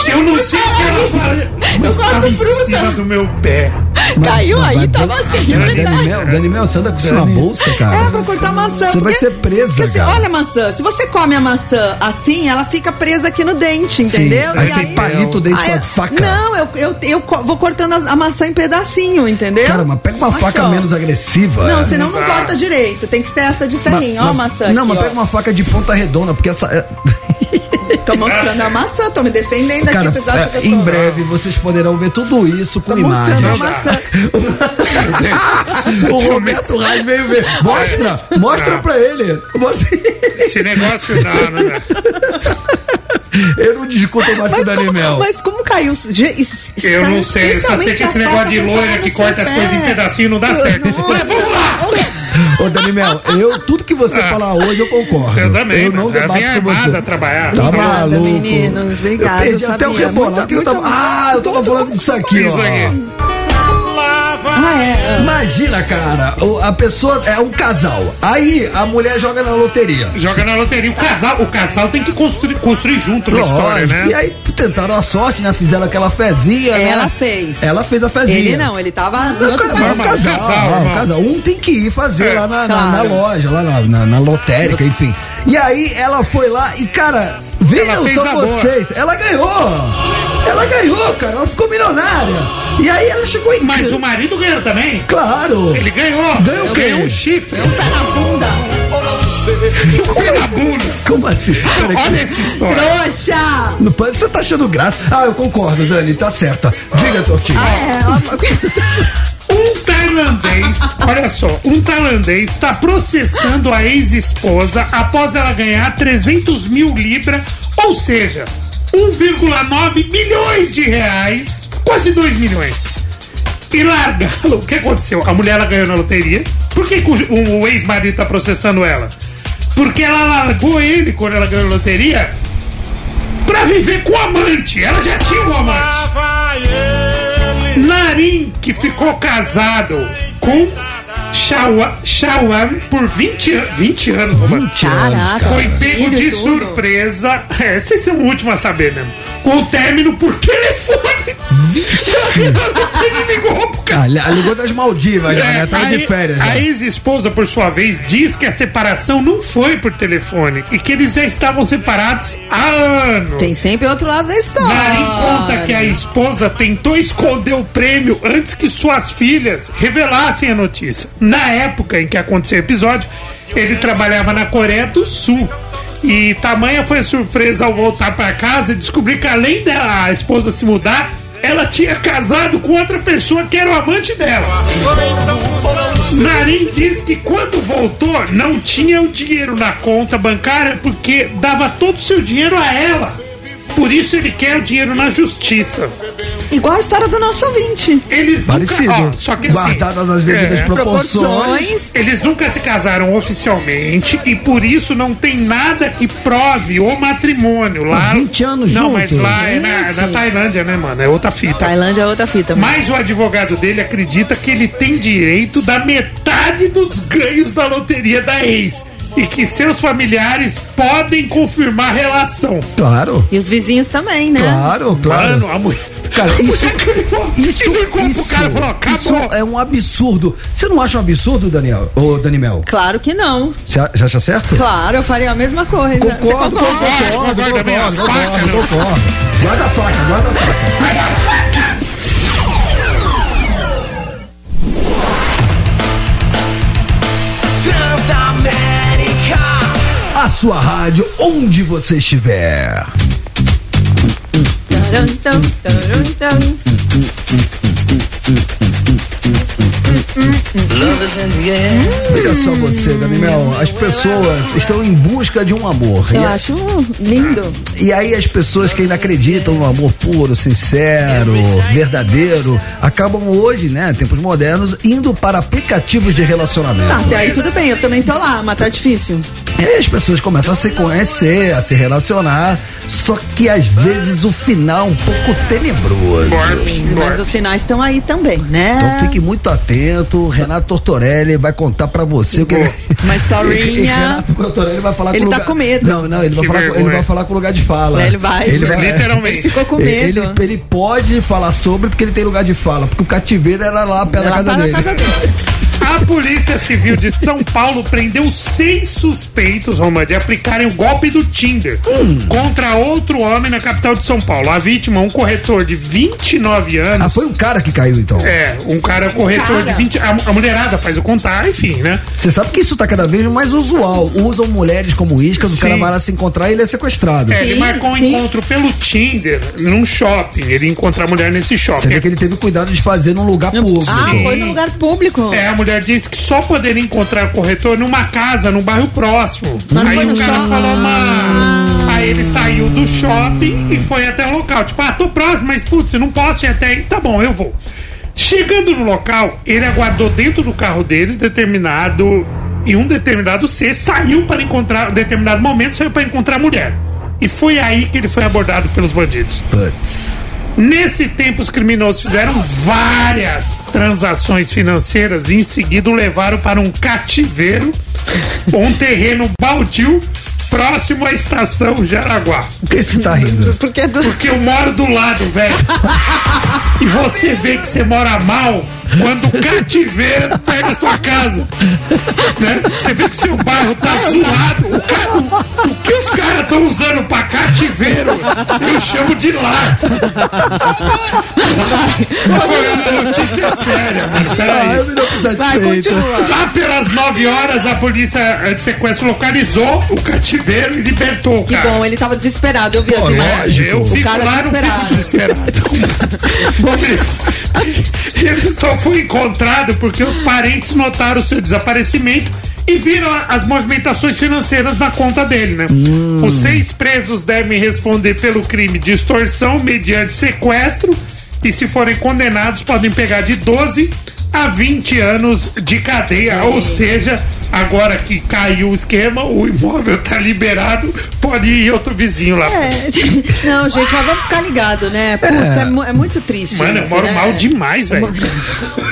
Speaker 4: que eu não sei o que ela falou. Eu estava em cima do meu pé.
Speaker 5: Caiu aí, tava assim, verdade.
Speaker 2: Danimel, Danimel, você anda com isso na bolsa,
Speaker 5: É,
Speaker 2: cara?
Speaker 5: pra cortar maçã.
Speaker 2: Você vai
Speaker 5: porque-
Speaker 2: ser presa,
Speaker 5: porque se-
Speaker 2: cara.
Speaker 5: Olha a maçã, se você come a maçã assim, ela fica presa aqui no dente, entendeu?
Speaker 2: Sim, aí você palita o dente
Speaker 5: aí-
Speaker 2: com a faca.
Speaker 5: Não, eu, eu, eu co- vou cortando a, a maçã em pedacinho, entendeu?
Speaker 2: Cara, mas pega uma faca
Speaker 5: ó.
Speaker 2: menos agressiva.
Speaker 5: um Não, senão não corta direito. Tem que ser essa de serrinho, ó a maçã.
Speaker 2: Não,
Speaker 5: aqui,
Speaker 2: mas
Speaker 5: ó.
Speaker 2: pega uma faca de ponta redonda, porque essa. é-
Speaker 5: Tô mostrando a maçã, tô me defendendo
Speaker 2: Cara,
Speaker 5: aqui. Vocês acham que
Speaker 2: é,
Speaker 5: eu
Speaker 2: em
Speaker 5: sou-
Speaker 2: breve vocês poderão ver tudo isso com
Speaker 5: Tô
Speaker 2: imagens.
Speaker 5: mostrando a maçã.
Speaker 2: O Roberto Reis veio ver.
Speaker 5: É.
Speaker 2: Mostra, mostra
Speaker 5: Ah.
Speaker 2: pra ele. Mostra-
Speaker 4: Esse negócio não, não, não.
Speaker 2: Eu não discuto mais com o
Speaker 5: Mas
Speaker 2: Dani Mel.
Speaker 5: como, mas como caiu? isso? Ge- isso- isso
Speaker 4: Eu não
Speaker 5: caiu
Speaker 4: sei, eu só sei que esse
Speaker 5: especialmente a
Speaker 4: negócio
Speaker 5: faca
Speaker 4: de loira
Speaker 5: caiu
Speaker 4: que
Speaker 5: no
Speaker 4: corta
Speaker 5: seu
Speaker 4: as coisas
Speaker 5: pé.
Speaker 4: em pedacinho não dá certo. Mas vamos lá!
Speaker 2: Ô, Dani Mel, eu, tudo que
Speaker 5: Ah.
Speaker 2: você falar hoje eu concordo.
Speaker 4: Eu também,
Speaker 2: Eu não
Speaker 5: assim
Speaker 4: mas ela
Speaker 2: debato
Speaker 4: vem
Speaker 5: é
Speaker 2: com
Speaker 4: armada
Speaker 2: você.
Speaker 4: a trabalhar.
Speaker 2: Tá
Speaker 5: Obrigada,
Speaker 2: maluco.
Speaker 5: meninos. Obrigada.
Speaker 2: Eu perdi até o
Speaker 5: sabia?
Speaker 2: rebolar,
Speaker 5: Muito,
Speaker 2: que eu tava.
Speaker 5: muito-
Speaker 2: Ah, eu tava falando disso aqui,
Speaker 4: Isso
Speaker 2: ó.
Speaker 4: aqui.
Speaker 5: Ah, é.
Speaker 2: Imagina, cara, o- a pessoa é um casal. Aí a mulher joga na loteria.
Speaker 4: Joga na loteria. O casal, o casal tem que construir, construir junto uma história,
Speaker 2: Lógico.
Speaker 4: né?
Speaker 2: E aí tentaram a sorte, né? Fizeram aquela fezinha, né?
Speaker 5: Ela fez.
Speaker 2: Ela fez a fezinha.
Speaker 5: Ele não, ele tava. no
Speaker 2: O
Speaker 5: outro
Speaker 2: casal,
Speaker 5: lado.
Speaker 2: o casal,
Speaker 4: casal,
Speaker 2: ah, o
Speaker 4: irmão.
Speaker 2: casal. Um tem que ir fazer
Speaker 4: É,
Speaker 2: lá na, na-
Speaker 5: claro.
Speaker 2: na loja, lá na, na, na lotérica, enfim. E aí ela foi lá e, cara, vejam
Speaker 4: fez
Speaker 2: só
Speaker 4: a boa.
Speaker 2: vocês. Ela ganhou! Ela ganhou, cara, ela ficou milionária. E aí ela chegou em
Speaker 4: Mas o marido ganhou também.
Speaker 2: Claro!
Speaker 4: Ele ganhou.
Speaker 2: Ganhou o quê?
Speaker 4: Ganhou um chifre. Um pé na bunda.
Speaker 2: Como assim? Peraí,
Speaker 4: Olha essa história.
Speaker 5: Trouxa!
Speaker 2: Não pode, você tá achando graça. Ah, eu concordo, Dani, tá certa. Diga, Tortinho.
Speaker 5: Ah, é. ó-
Speaker 4: Um tailandês, olha só, um tailandês está processando a ex-esposa após ela ganhar 300 mil libras, ou seja, 1,9 milhões de reais, quase 2 milhões. E largá-lo. O que aconteceu? A mulher ela ganhou na loteria. Por que que o, o ex-marido tá processando ela? Porque ela largou ele quando ela ganhou na loteria pra viver com o amante. Ela já tinha um amante. Narim, que ficou casado com Shawa- Shawan por 20, an- 20 anos. Romano.
Speaker 2: 20 anos, cara.
Speaker 4: Foi pego
Speaker 5: Filho
Speaker 4: de
Speaker 5: tudo.
Speaker 4: surpresa. É, vocês são o último a saber mesmo. Com o término por telefone. Ele ligou pro cara.
Speaker 2: Ah, li- ligou das
Speaker 4: É,
Speaker 2: Maldivas, já, né? Tava
Speaker 4: a-
Speaker 2: de férias.
Speaker 4: a
Speaker 2: né?
Speaker 4: ex-esposa, por sua vez, diz que a separação não foi por telefone e que eles já estavam separados há anos.
Speaker 5: Tem sempre outro lado da história.
Speaker 4: Marim conta que a esposa tentou esconder o prêmio antes que suas filhas revelassem a notícia. Na época em que aconteceu o episódio, ele trabalhava na Coreia do Sul. E tamanha foi a surpresa ao voltar para casa e descobrir que além da esposa se mudar, ela tinha casado com outra pessoa que era o amante dela. Narim diz que quando voltou, não tinha o dinheiro na conta bancária porque dava todo o seu dinheiro a ela. Por isso ele quer o dinheiro na justiça.
Speaker 5: Igual a história do nosso ouvinte.
Speaker 4: Eles
Speaker 2: Parecido.
Speaker 4: nunca. ó, só que assim,
Speaker 2: Guardadas as devidas
Speaker 4: é,
Speaker 2: proporções.
Speaker 5: Proporções.
Speaker 4: eles nunca se casaram oficialmente e por isso não tem nada que prove o matrimônio. Lá,
Speaker 2: 20 anos
Speaker 4: Não, mas
Speaker 2: juntos.
Speaker 4: lá é na, na Tailândia, né, mano? É outra fita.
Speaker 5: Tailândia é outra fita. mano.
Speaker 4: Mas o advogado dele acredita que ele tem direito da metade dos ganhos da loteria da ex. E que seus familiares podem confirmar a relação.
Speaker 2: Claro,
Speaker 5: E os vizinhos também, né?
Speaker 2: claro, claro.
Speaker 4: É. Mano, a mulher.
Speaker 2: Cara, isso,
Speaker 4: Isso,
Speaker 2: isso,
Speaker 4: isso,
Speaker 2: isso,
Speaker 4: pro cara e falou: acabou.
Speaker 2: isso é um absurdo. Você não acha um absurdo, Daniel? Ô, Danimel?
Speaker 5: Claro que não.
Speaker 2: Você a- você acha certo?
Speaker 5: Claro, eu faria a mesma coisa. Você
Speaker 2: Concordo, concordo,
Speaker 5: concorda?
Speaker 2: concordo,
Speaker 4: Concordo,
Speaker 2: concordo,
Speaker 4: também, a
Speaker 2: concordo,
Speaker 4: faca,
Speaker 2: concordo, Guarda a faca, guarda a faca.
Speaker 7: Transamérica.
Speaker 2: A sua rádio, onde você estiver.
Speaker 5: Tarum, tam, tarum, tam.
Speaker 2: Veja só você, Daniel. As pessoas estão em busca de um amor. E
Speaker 5: Eu
Speaker 2: a-
Speaker 5: acho lindo.
Speaker 2: E aí as pessoas que ainda acreditam no amor puro, sincero, verdadeiro, acabam hoje, né, tempos modernos, indo para aplicativos de
Speaker 5: Tá,
Speaker 2: relacionamento.
Speaker 5: até aí tudo bem, eu também tô lá, mas tá difícil.
Speaker 2: E aí as pessoas começam a se conhecer, a se relacionar, só que às vezes o final é um pouco tenebroso.
Speaker 3: Mas os sinais estão aí também, né?
Speaker 2: Então fique muito atento, Renato Tortorelli vai contar pra você o que ele...
Speaker 3: Uma historinha.
Speaker 2: Renato Tortorelli vai falar
Speaker 3: Ele
Speaker 2: com
Speaker 3: tá
Speaker 2: lugar-
Speaker 3: com medo.
Speaker 2: Não, não, ele vai,
Speaker 3: Que
Speaker 2: falar com, ele
Speaker 3: vergonha.
Speaker 2: vai falar com lugar de fala.
Speaker 3: Ele vai. Literalmente. Ele ficou com
Speaker 2: Ele,
Speaker 3: medo.
Speaker 2: ele pode falar sobre porque ele tem lugar de fala, porque o cativeiro era lá perto da
Speaker 3: tá
Speaker 2: casa dele.
Speaker 4: A Polícia Civil de São Paulo prendeu seis suspeitos, Romã, de aplicarem o golpe do Tinder contra outro homem na capital de São Paulo. A vítima, um corretor de 29 anos.
Speaker 2: Ah, foi um cara que caiu então.
Speaker 4: É, um cara corretor de 20. A, a mulherada faz o contar, enfim, né?
Speaker 2: Você sabe que isso tá cada vez mais usual. Usam mulheres como iscas, o cara vai lá se encontrar e ele é sequestrado.
Speaker 4: É, ele marcou um encontro pelo Tinder num shopping. Ele encontra a mulher nesse shopping.
Speaker 2: Você vê que ele teve cuidado de fazer num lugar público.
Speaker 3: Ah,
Speaker 5: Ah.
Speaker 4: lugar público. É, a mulher disse que só poderia encontrar o corretor numa casa, num bairro próximo.
Speaker 2: Mas não
Speaker 4: Aí
Speaker 2: foi
Speaker 4: o
Speaker 2: no
Speaker 4: cara
Speaker 2: shopping. Ah.
Speaker 4: falou, mano. Aí ele saiu do shopping e foi até o local. Tipo, ah, tô próximo, mas putz, eu não posso ir até aí. Tá bom, eu vou. Chegando no local, ele aguardou dentro do carro dele, determinado. E um determinado ser saiu para encontrar. Em determinado momento, saiu para encontrar a mulher. E foi aí que ele foi abordado pelos bandidos. Nesse tempo, os criminosos fizeram várias transações financeiras e em seguida o levaram para um cativeiro, um terreno baldio próximo à estação Jaraguá.
Speaker 2: Por que você tá rindo?
Speaker 4: Porque, eu moro do lado, velho. e você vê que você mora mal quando o cativeiro é perto da sua casa. Né? Você vê que seu bairro tá zoado. O, ca- o que os caras estão usando pra cativeiro, eu chamo de lar. Foi uma notícia séria, mano.
Speaker 6: Ah, eu me dou
Speaker 4: Peraí.
Speaker 6: por Vai, satisfeito. continua.
Speaker 4: Lá pelas 9 horas, a polícia eh, de sequestro localizou o cativeiro e libertou o
Speaker 3: Que
Speaker 4: cara.
Speaker 3: bom, ele tava desesperado, eu vi assim,
Speaker 4: Pô,
Speaker 3: as imagens.
Speaker 4: lógico. Eu
Speaker 3: o
Speaker 4: fico
Speaker 3: cara é
Speaker 4: lá, não fico
Speaker 3: desesperado.
Speaker 4: desesperado. ele, ele só foi encontrado porque os parentes notaram o seu desaparecimento e viram a- as movimentações financeiras na conta dele, né? Os seis presos devem responder pelo crime de extorsão mediante sequestro e se forem condenados podem pegar de 12 a 20 anos de cadeia,
Speaker 3: Hum.
Speaker 4: ou seja, agora que caiu o esquema, o imóvel tá liberado, pode ir outro vizinho lá.
Speaker 3: É, gente, não, gente, mas vamos ficar ligado, né? Putz, é, mu- é muito triste.
Speaker 4: Mano, eu
Speaker 3: isso,
Speaker 4: moro
Speaker 3: né?
Speaker 5: É.
Speaker 3: Então
Speaker 4: mal demais, velho.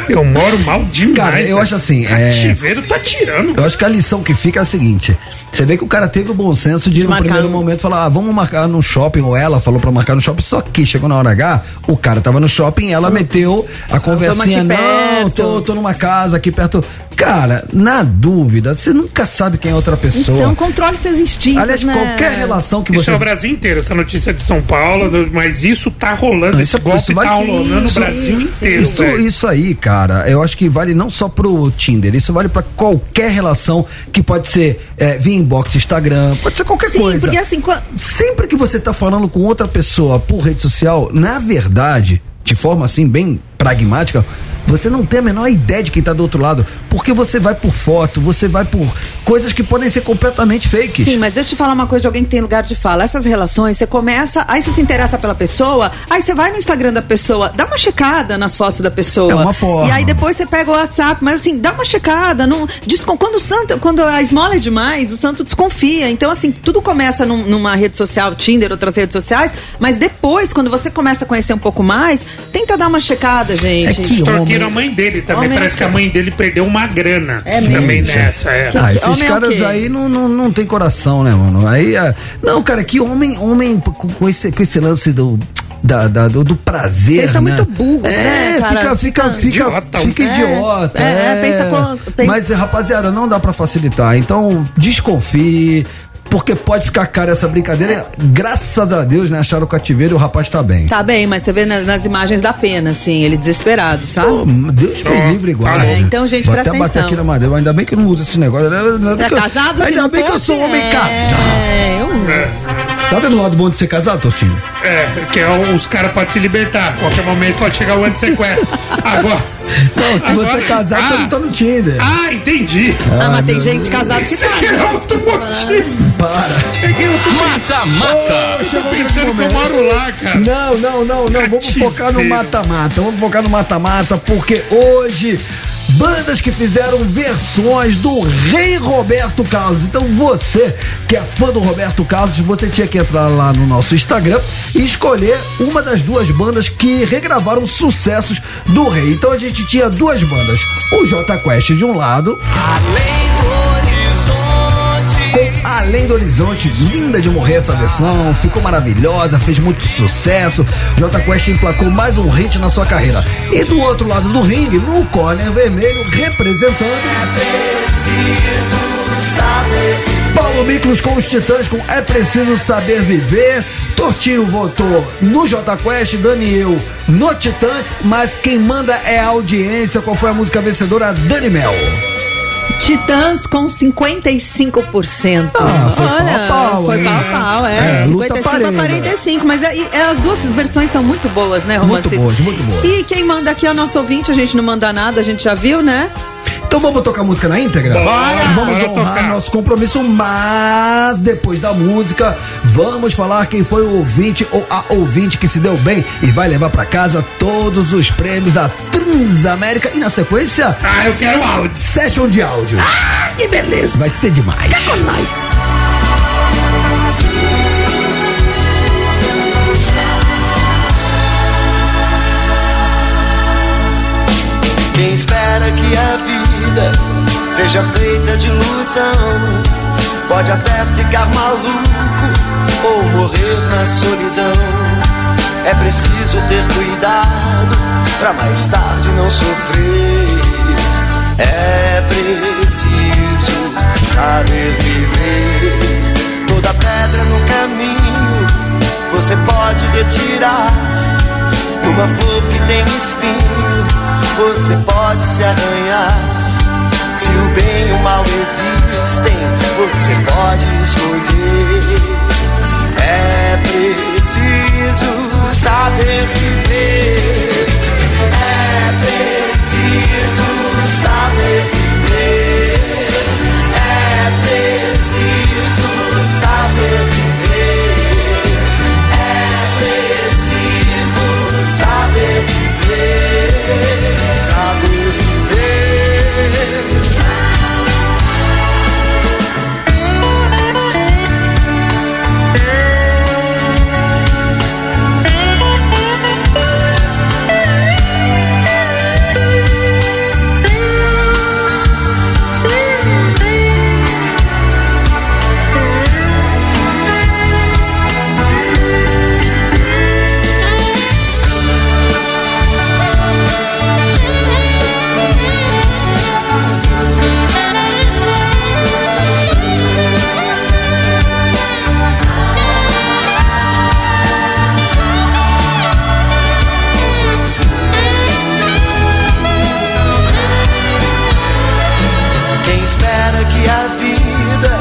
Speaker 4: Eu moro mal demais.
Speaker 2: Cara, eu
Speaker 4: velho.
Speaker 2: acho assim, é-
Speaker 4: Cativeiro tá tirando.
Speaker 2: Eu acho que a lição que fica é a seguinte: você vê que o cara teve o bom senso de,
Speaker 4: De
Speaker 2: no
Speaker 4: marcar
Speaker 2: primeiro
Speaker 4: no-
Speaker 2: momento falar, ah, vamos marcar no shopping, ou ela falou pra marcar no shopping, só que chegou na hora H, o cara tava no shopping, ela meteu a conversinha,
Speaker 3: Vamos aqui
Speaker 2: não, tô, tô numa casa aqui perto. Cara, na dúvida, você nunca sabe quem é outra pessoa.
Speaker 3: Então controle seus instintos.
Speaker 2: Aliás,
Speaker 3: né?
Speaker 2: qualquer relação que
Speaker 4: isso
Speaker 2: você-
Speaker 4: é o Brasil inteiro, essa notícia de São Paulo, do- mas isso tá rolando, esse golpe tá rolando no
Speaker 2: é isso-
Speaker 4: Brasil inteiro,
Speaker 2: Isso,
Speaker 4: velho.
Speaker 2: isso aí, cara, eu acho que vale não só pro Tinder, isso vale pra qualquer relação que pode ser é, via inbox, Instagram, pode ser qualquer
Speaker 5: Sim,
Speaker 2: coisa.
Speaker 5: porque assim, quan-
Speaker 2: Sempre que você tá falando com outra pessoa por rede social, na verdade, de forma assim, bem pragmática, você não tem a menor ideia de quem tá do outro lado. Porque você vai por foto, você vai por coisas que podem ser completamente fakes.
Speaker 3: Sim, mas deixa eu te falar uma coisa de alguém que tem lugar de fala. Essas relações, você começa, aí você se interessa pela pessoa, aí você vai no Instagram da pessoa, dá uma checada nas fotos da pessoa.
Speaker 2: É uma forma.
Speaker 3: E aí depois você pega o WhatsApp, mas assim, dá uma checada. Não, descon- quando o santo, quando a esmola é demais, o santo desconfia. Então, assim, tudo começa num- numa rede social, Tinder, outras redes sociais, mas depois, quando você começa a conhecer um pouco mais, tenta dar uma checada,
Speaker 2: É
Speaker 3: gente.
Speaker 2: um
Speaker 4: Extorquiram é a mãe dele também.
Speaker 3: Homem
Speaker 4: Parece que a mãe dele perdeu uma grana.
Speaker 3: É mesmo?
Speaker 4: também nessa, é.
Speaker 2: Ah, esses caras aí não, não, não tem coração, né, mano? Aí, ah, não, cara, que homem, homem com, com esse, com esse lance do, da, da- do, do prazer.
Speaker 3: Vocês são
Speaker 2: né?
Speaker 3: muito burros,
Speaker 2: É,
Speaker 3: né,
Speaker 2: fica,
Speaker 3: cara?
Speaker 2: fica,
Speaker 3: Ah,
Speaker 2: fica,
Speaker 3: idiota.
Speaker 2: fica
Speaker 3: É,
Speaker 2: idiota.
Speaker 3: é, é, pensa com- pensa-
Speaker 2: Mas, rapaziada, não dá pra facilitar. Então, desconfie. Porque pode ficar cara essa brincadeira. Graças a Deus, né? Acharam o cativeiro e o rapaz tá bem.
Speaker 3: Tá bem, mas você vê na- nas, imagens da pena, assim, ele desesperado, sabe?
Speaker 2: Pô, Deus me livre, guarda.
Speaker 3: É, então, gente,
Speaker 2: Vou
Speaker 3: presta
Speaker 2: até bater
Speaker 3: atenção.
Speaker 2: aqui na madeira. Ainda bem que eu não uso esse negócio.
Speaker 3: É casado, se
Speaker 2: Ainda
Speaker 3: não
Speaker 2: bem que eu sou um
Speaker 3: fosse,
Speaker 2: homem
Speaker 3: é,
Speaker 2: casado.
Speaker 3: eu-
Speaker 2: Tá vendo o lado bom de ser casado, Tortinho?
Speaker 4: É, que é, o- os caras podem se libertar. Qualquer momento pode chegar o anti-sequestro. Agora.
Speaker 2: Não, se você é casado, você não tá no Tinder.
Speaker 4: Ah, entendi.
Speaker 3: Ah, mas tem gente casada que
Speaker 4: Isso
Speaker 3: tá.
Speaker 4: aqui é outro
Speaker 2: ah,
Speaker 4: motivo.
Speaker 2: Para.
Speaker 4: É que eu tô-
Speaker 2: Ô,
Speaker 4: Eu tô
Speaker 2: chegou nesse
Speaker 4: pensando que eu
Speaker 2: momento.
Speaker 4: moro lá, cara.
Speaker 2: Não, Tá não, não, não. Vamos focar no mata-mata. Vamos focar no mata-mata, porque hoje bandas que fizeram versões do Rei Roberto Carlos. Então você que é fã do Roberto Carlos, você tinha que entrar lá no nosso Instagram e escolher uma das duas bandas que regravaram sucessos do Rei. Então a gente tinha duas bandas, o J Quest de um lado. Com Além do Horizonte, linda de morrer essa versão, ficou maravilhosa, fez muito sucesso. J Quest emplacou mais um hit na sua carreira. E do outro lado do ringue, no corner vermelho, representando. Paulo Miklos com os Titãs com É Preciso Saber Viver. Tortinho votou no J Quest, Daniel no Titãs, mas quem manda é a audiência. Qual foi a música vencedora? Dani Mel.
Speaker 3: Titãs com 55%.
Speaker 2: Ah, foi
Speaker 3: Olha,
Speaker 2: pau a pau,
Speaker 3: foi
Speaker 2: hein?
Speaker 3: pau a pau, é.
Speaker 2: É, luta
Speaker 3: 55 a
Speaker 2: parelha.
Speaker 3: 45. Mas é- e- é, as duas versões são muito boas, né, Romance?
Speaker 2: Muito boas, muito boas.
Speaker 3: E quem manda aqui é o nosso ouvinte, a gente não manda nada, a gente já viu, né?
Speaker 2: Então vamos tocar a música na íntegra?
Speaker 3: Bora!
Speaker 2: Vamos
Speaker 3: Bora
Speaker 2: honrar nosso compromisso, mas depois da música, vamos falar quem foi o ouvinte ou a ouvinte que se deu bem e vai levar pra casa todos os prêmios da Transamérica e na sequência.
Speaker 4: Ah, eu quero áudio.
Speaker 2: Session de áudio. Ah,
Speaker 14: que beleza!
Speaker 2: Vai ser demais.
Speaker 14: Fica com nós.
Speaker 11: Quem espera que a vida seja feita de ilusão pode até ficar maluco ou morrer na solidão. É preciso ter cuidado pra mais tarde não sofrer. É preciso saber viver. Toda pedra no caminho você pode retirar. Numa flor que tem espinho, você pode se arranhar. Se o bem e o mal existem, você pode escolher. É preciso saber viver. É preciso saber viver. É preciso saber viver. É preciso saber viver. Saber viver. Quem espera que a vida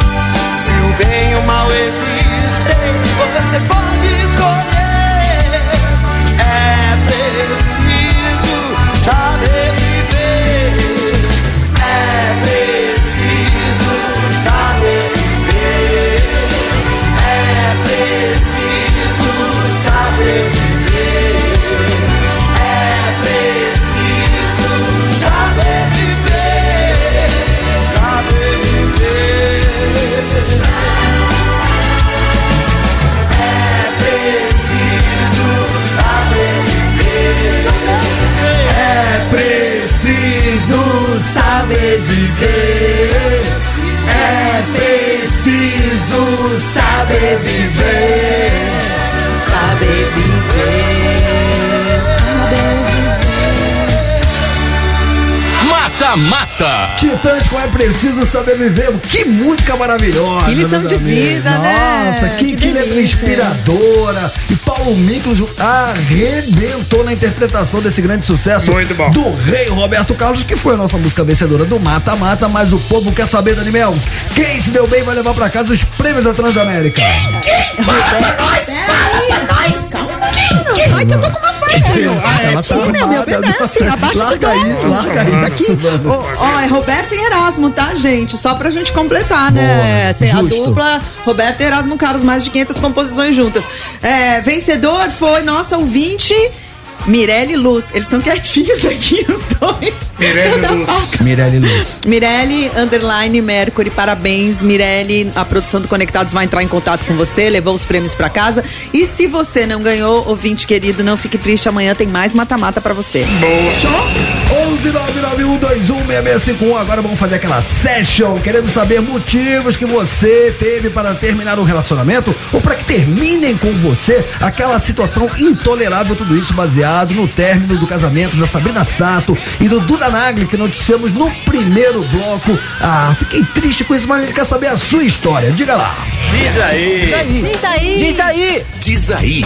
Speaker 11: Se o bem e o mal existem, você pode escolher. É preciso saber viver. É preciso saber viver. É preciso saber viver. É preciso saber viver, saber viver. É preciso saber viver, É preciso saber viver. É preciso saber viver, saber viver.
Speaker 13: Mata
Speaker 15: Mata Mata.
Speaker 2: Titãs com É Preciso Saber Viver. Que música maravilhosa.
Speaker 5: Que lição
Speaker 2: meus
Speaker 5: de
Speaker 2: amigos.
Speaker 5: vida,
Speaker 2: Nossa,
Speaker 5: né?
Speaker 2: que,
Speaker 5: Que
Speaker 2: que letra
Speaker 5: delícia.
Speaker 2: inspiradora. E Paulo Miklos arrebentou na interpretação desse grande sucesso
Speaker 4: Muito bom.
Speaker 2: do rei Roberto Carlos, que foi a nossa música vencedora do Mata Mata. Mas o povo quer saber, Daniel, quem se deu bem vai levar pra casa os prêmios da Transamérica.
Speaker 16: Fala pra nós, fala pra nós.
Speaker 5: Ai, que eu tô com uma fome.
Speaker 3: Ah, é,
Speaker 2: Ela tá
Speaker 3: né,
Speaker 5: Tira, meu,
Speaker 2: armada.
Speaker 5: obedece. Abaixa
Speaker 2: Larga
Speaker 5: isso
Speaker 2: aí,
Speaker 5: daí.
Speaker 2: larga aí, tá aqui.
Speaker 5: Ó, ó, é Roberto e Erasmo, tá, gente? Só pra gente completar, né?
Speaker 2: Boa,
Speaker 5: Essa é a
Speaker 2: justo.
Speaker 5: dupla Roberto e Erasmo Carlos, mais de 500 composições juntas. É, vencedor foi nossa ouvinte... Mirelle Luz, eles estão quietinhos aqui, os dois.
Speaker 4: Mirelle
Speaker 5: Cada
Speaker 4: Luz.
Speaker 5: palco.
Speaker 17: Mirelle Luz.
Speaker 5: Mirelle Underline Mercury, parabéns, Mirelle. A produção do Conectados vai entrar em contato com você, levou os prêmios pra casa. E se você não ganhou, ouvinte querido, não fique triste, amanhã tem mais mata-mata pra você.
Speaker 4: Boa.
Speaker 2: 11991216651. Agora vamos fazer aquela session. Queremos saber motivos que você teve para terminar um relacionamento ou para que terminem com você aquela situação intolerável. Tudo isso baseado no término do casamento da Sabrina Sato e do Duda Nagli, que noticiamos no primeiro bloco. Ah, fiquei triste com isso, mas a gente quer saber a sua história. Diga lá.
Speaker 15: Diz aí. Diz aí.
Speaker 18: Diz aí. Diz aí.
Speaker 15: Diz aí.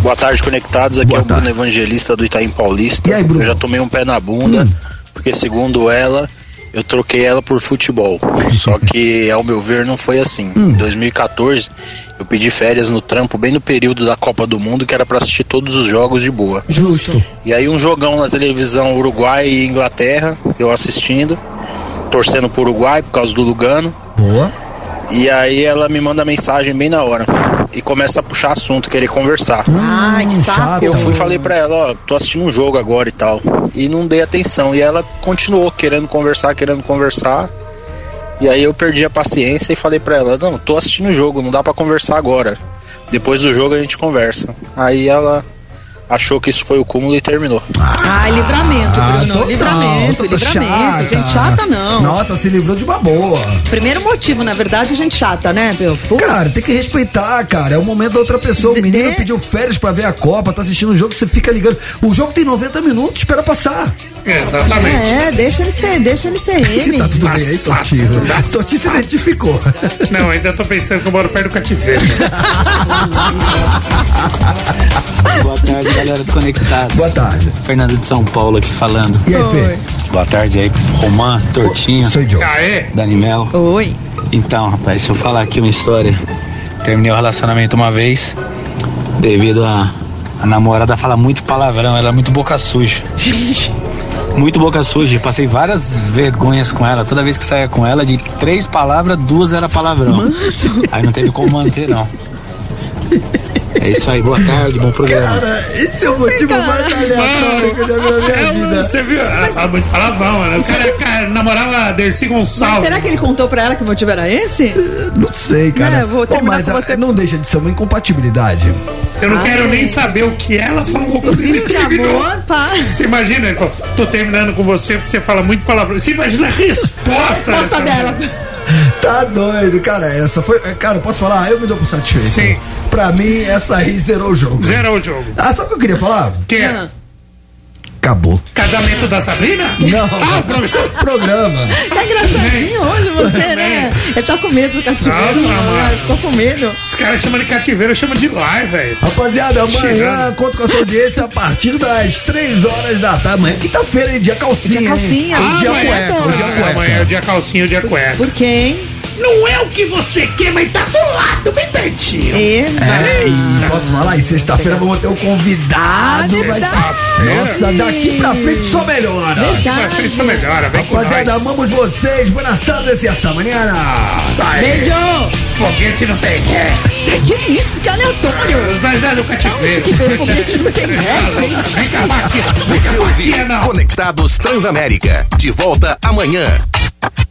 Speaker 11: Boa tarde, conectados. Aqui é o Bruno Evangelista do Itaim tá Paulista. Eu já tomei um pé na bunda,
Speaker 9: Hum.
Speaker 11: porque segundo ela, eu troquei ela por futebol. Só que, ao meu ver, não foi assim.
Speaker 9: Hum.
Speaker 11: Em 2014, eu pedi férias no trampo, bem no período da Copa do Mundo, que era pra assistir todos os jogos de boa.
Speaker 2: Justo.
Speaker 11: E aí um jogão na televisão Uruguai e Inglaterra, eu assistindo, torcendo pro Uruguai por causa do Lugano.
Speaker 2: Boa.
Speaker 11: E aí ela me manda mensagem bem na hora e começa a puxar assunto, querer conversar.
Speaker 4: Hum,
Speaker 5: Ai, que saco.
Speaker 11: Eu fui e falei pra ela, ó, tô assistindo um jogo agora e tal. E não dei atenção. E ela continuou querendo conversar, querendo conversar. E aí eu perdi a paciência e falei pra ela, não, tô assistindo o jogo, não dá pra conversar agora. Depois do jogo a gente conversa. Aí ela achou que isso foi o cúmulo e terminou.
Speaker 5: Ai, livramento,
Speaker 2: Ah,
Speaker 5: Bruno.
Speaker 2: total,
Speaker 5: livramento,
Speaker 2: total,
Speaker 5: livramento. Gente chata não.
Speaker 2: Nossa, se livrou de uma boa.
Speaker 5: Primeiro motivo, na verdade, gente chata, né, meu? Putz.
Speaker 2: Cara, tem que respeitar, cara. É o momento da outra pessoa. O menino pediu férias pra ver a Copa, tá assistindo o jogo, você fica ligando. O jogo tem 90 minutos, espera passar.
Speaker 4: Exatamente.
Speaker 5: É, deixa ele ser, deixa ele ser ele.
Speaker 2: Tá tudo bem aí, Totinho. Totinho se identificou.
Speaker 4: Não, ainda tô pensando que eu moro perto do cativeiro.
Speaker 9: Boa tarde, galera do Conectados. Boa tarde. Fernando de São Paulo aqui falando.
Speaker 2: E aí, Fê?
Speaker 9: Boa tarde aí, Romã, Tortinho.
Speaker 2: Sou
Speaker 9: eu.
Speaker 4: Aê.
Speaker 9: Danimel.
Speaker 5: Oi.
Speaker 9: Então, rapaz, se eu falar aqui uma história. Terminei o relacionamento uma vez, devido a, a namorada falar muito palavrão, ela é muito boca suja. Muito boca suja, passei várias vergonhas com ela. Toda vez que saía com ela, de três palavras, duas era palavrão. Aí não teve como manter, não. É isso aí, boa tarde, bom programa.
Speaker 2: Esse é o motivo mais aleatório que eu já vi na
Speaker 5: É
Speaker 2: minha vida.
Speaker 4: É, Você viu? Ah, ah, muito palavrão, né? O cara, cara namorava a Dercy
Speaker 5: Mas
Speaker 4: Gonçalves.
Speaker 5: será que ele contou pra ela que o motivo era esse?
Speaker 2: Não sei, cara.
Speaker 5: É, vou
Speaker 2: Pô,
Speaker 5: terminar
Speaker 2: mas
Speaker 5: com
Speaker 2: a-
Speaker 5: você.
Speaker 2: não deixa de ser uma incompatibilidade.
Speaker 4: Eu não
Speaker 5: Ah,
Speaker 4: quero
Speaker 5: é.
Speaker 4: nem saber o que ela falou quando ele
Speaker 5: Existe
Speaker 4: terminou.
Speaker 5: amor, pá.
Speaker 4: Você imagina, ele falou, tô terminando com você porque você fala muito palavrão. Você imagina a resposta,
Speaker 5: Resposta dela.
Speaker 2: Tá doido, cara. Essa foi. Cara, posso falar? Eu me dou por satisfeito. Sim. Pra mim, essa aí zerou o jogo.
Speaker 4: Zerou o jogo.
Speaker 2: Ah, sabe o que eu queria falar?
Speaker 4: Que? é
Speaker 2: Acabou.
Speaker 4: Casamento da Sabrina?
Speaker 2: Não.
Speaker 4: Ah, o programa.
Speaker 2: Programa.
Speaker 5: Tá engraçadinho hoje você, né? Eu tô com medo do cativeiro.
Speaker 4: Nossa,
Speaker 5: mano.
Speaker 4: mano.
Speaker 5: Ficou com medo.
Speaker 4: Os caras chamam de cativeiro, eu chamo de lar, velho.
Speaker 2: Rapaziada, amanhã
Speaker 4: Chegando.
Speaker 2: conto com a sua audiência a partir das 3 horas da tarde. Amanhã é quinta-feira, hein? Dia calcinha.
Speaker 4: Dia
Speaker 2: hein?
Speaker 4: calcinha,
Speaker 2: Ah,
Speaker 4: o
Speaker 2: dia
Speaker 4: dia
Speaker 2: cueca.
Speaker 4: todo.
Speaker 2: o dia cueca.
Speaker 4: Amanhã é o dia calcinha, o dia cueca.
Speaker 5: Por quem?
Speaker 16: Não é o que você quer, mas tá do lado, bem pertinho.
Speaker 2: É, posso falar? E sexta-feira eu vou ter um convidado. vai-
Speaker 4: Sexta-feira.
Speaker 2: Nossa, daqui pra frente só melhora.
Speaker 4: Vai ser isso melhora, vem com
Speaker 2: Rapaziada,
Speaker 4: nós.
Speaker 2: amamos vocês. Buenas tardes e hasta mañana.
Speaker 4: Isso aí. Foguete não tem ré.
Speaker 5: Que isso, que aleatório.
Speaker 4: Mas é no cativeiro.
Speaker 5: Que veio foguete não tem ré, gente.
Speaker 4: Tá Vem cá, Marquinhos. Vem cá,
Speaker 1: Você ouviu
Speaker 4: Marquinhos, não.
Speaker 1: Conectados Transamérica. De volta amanhã.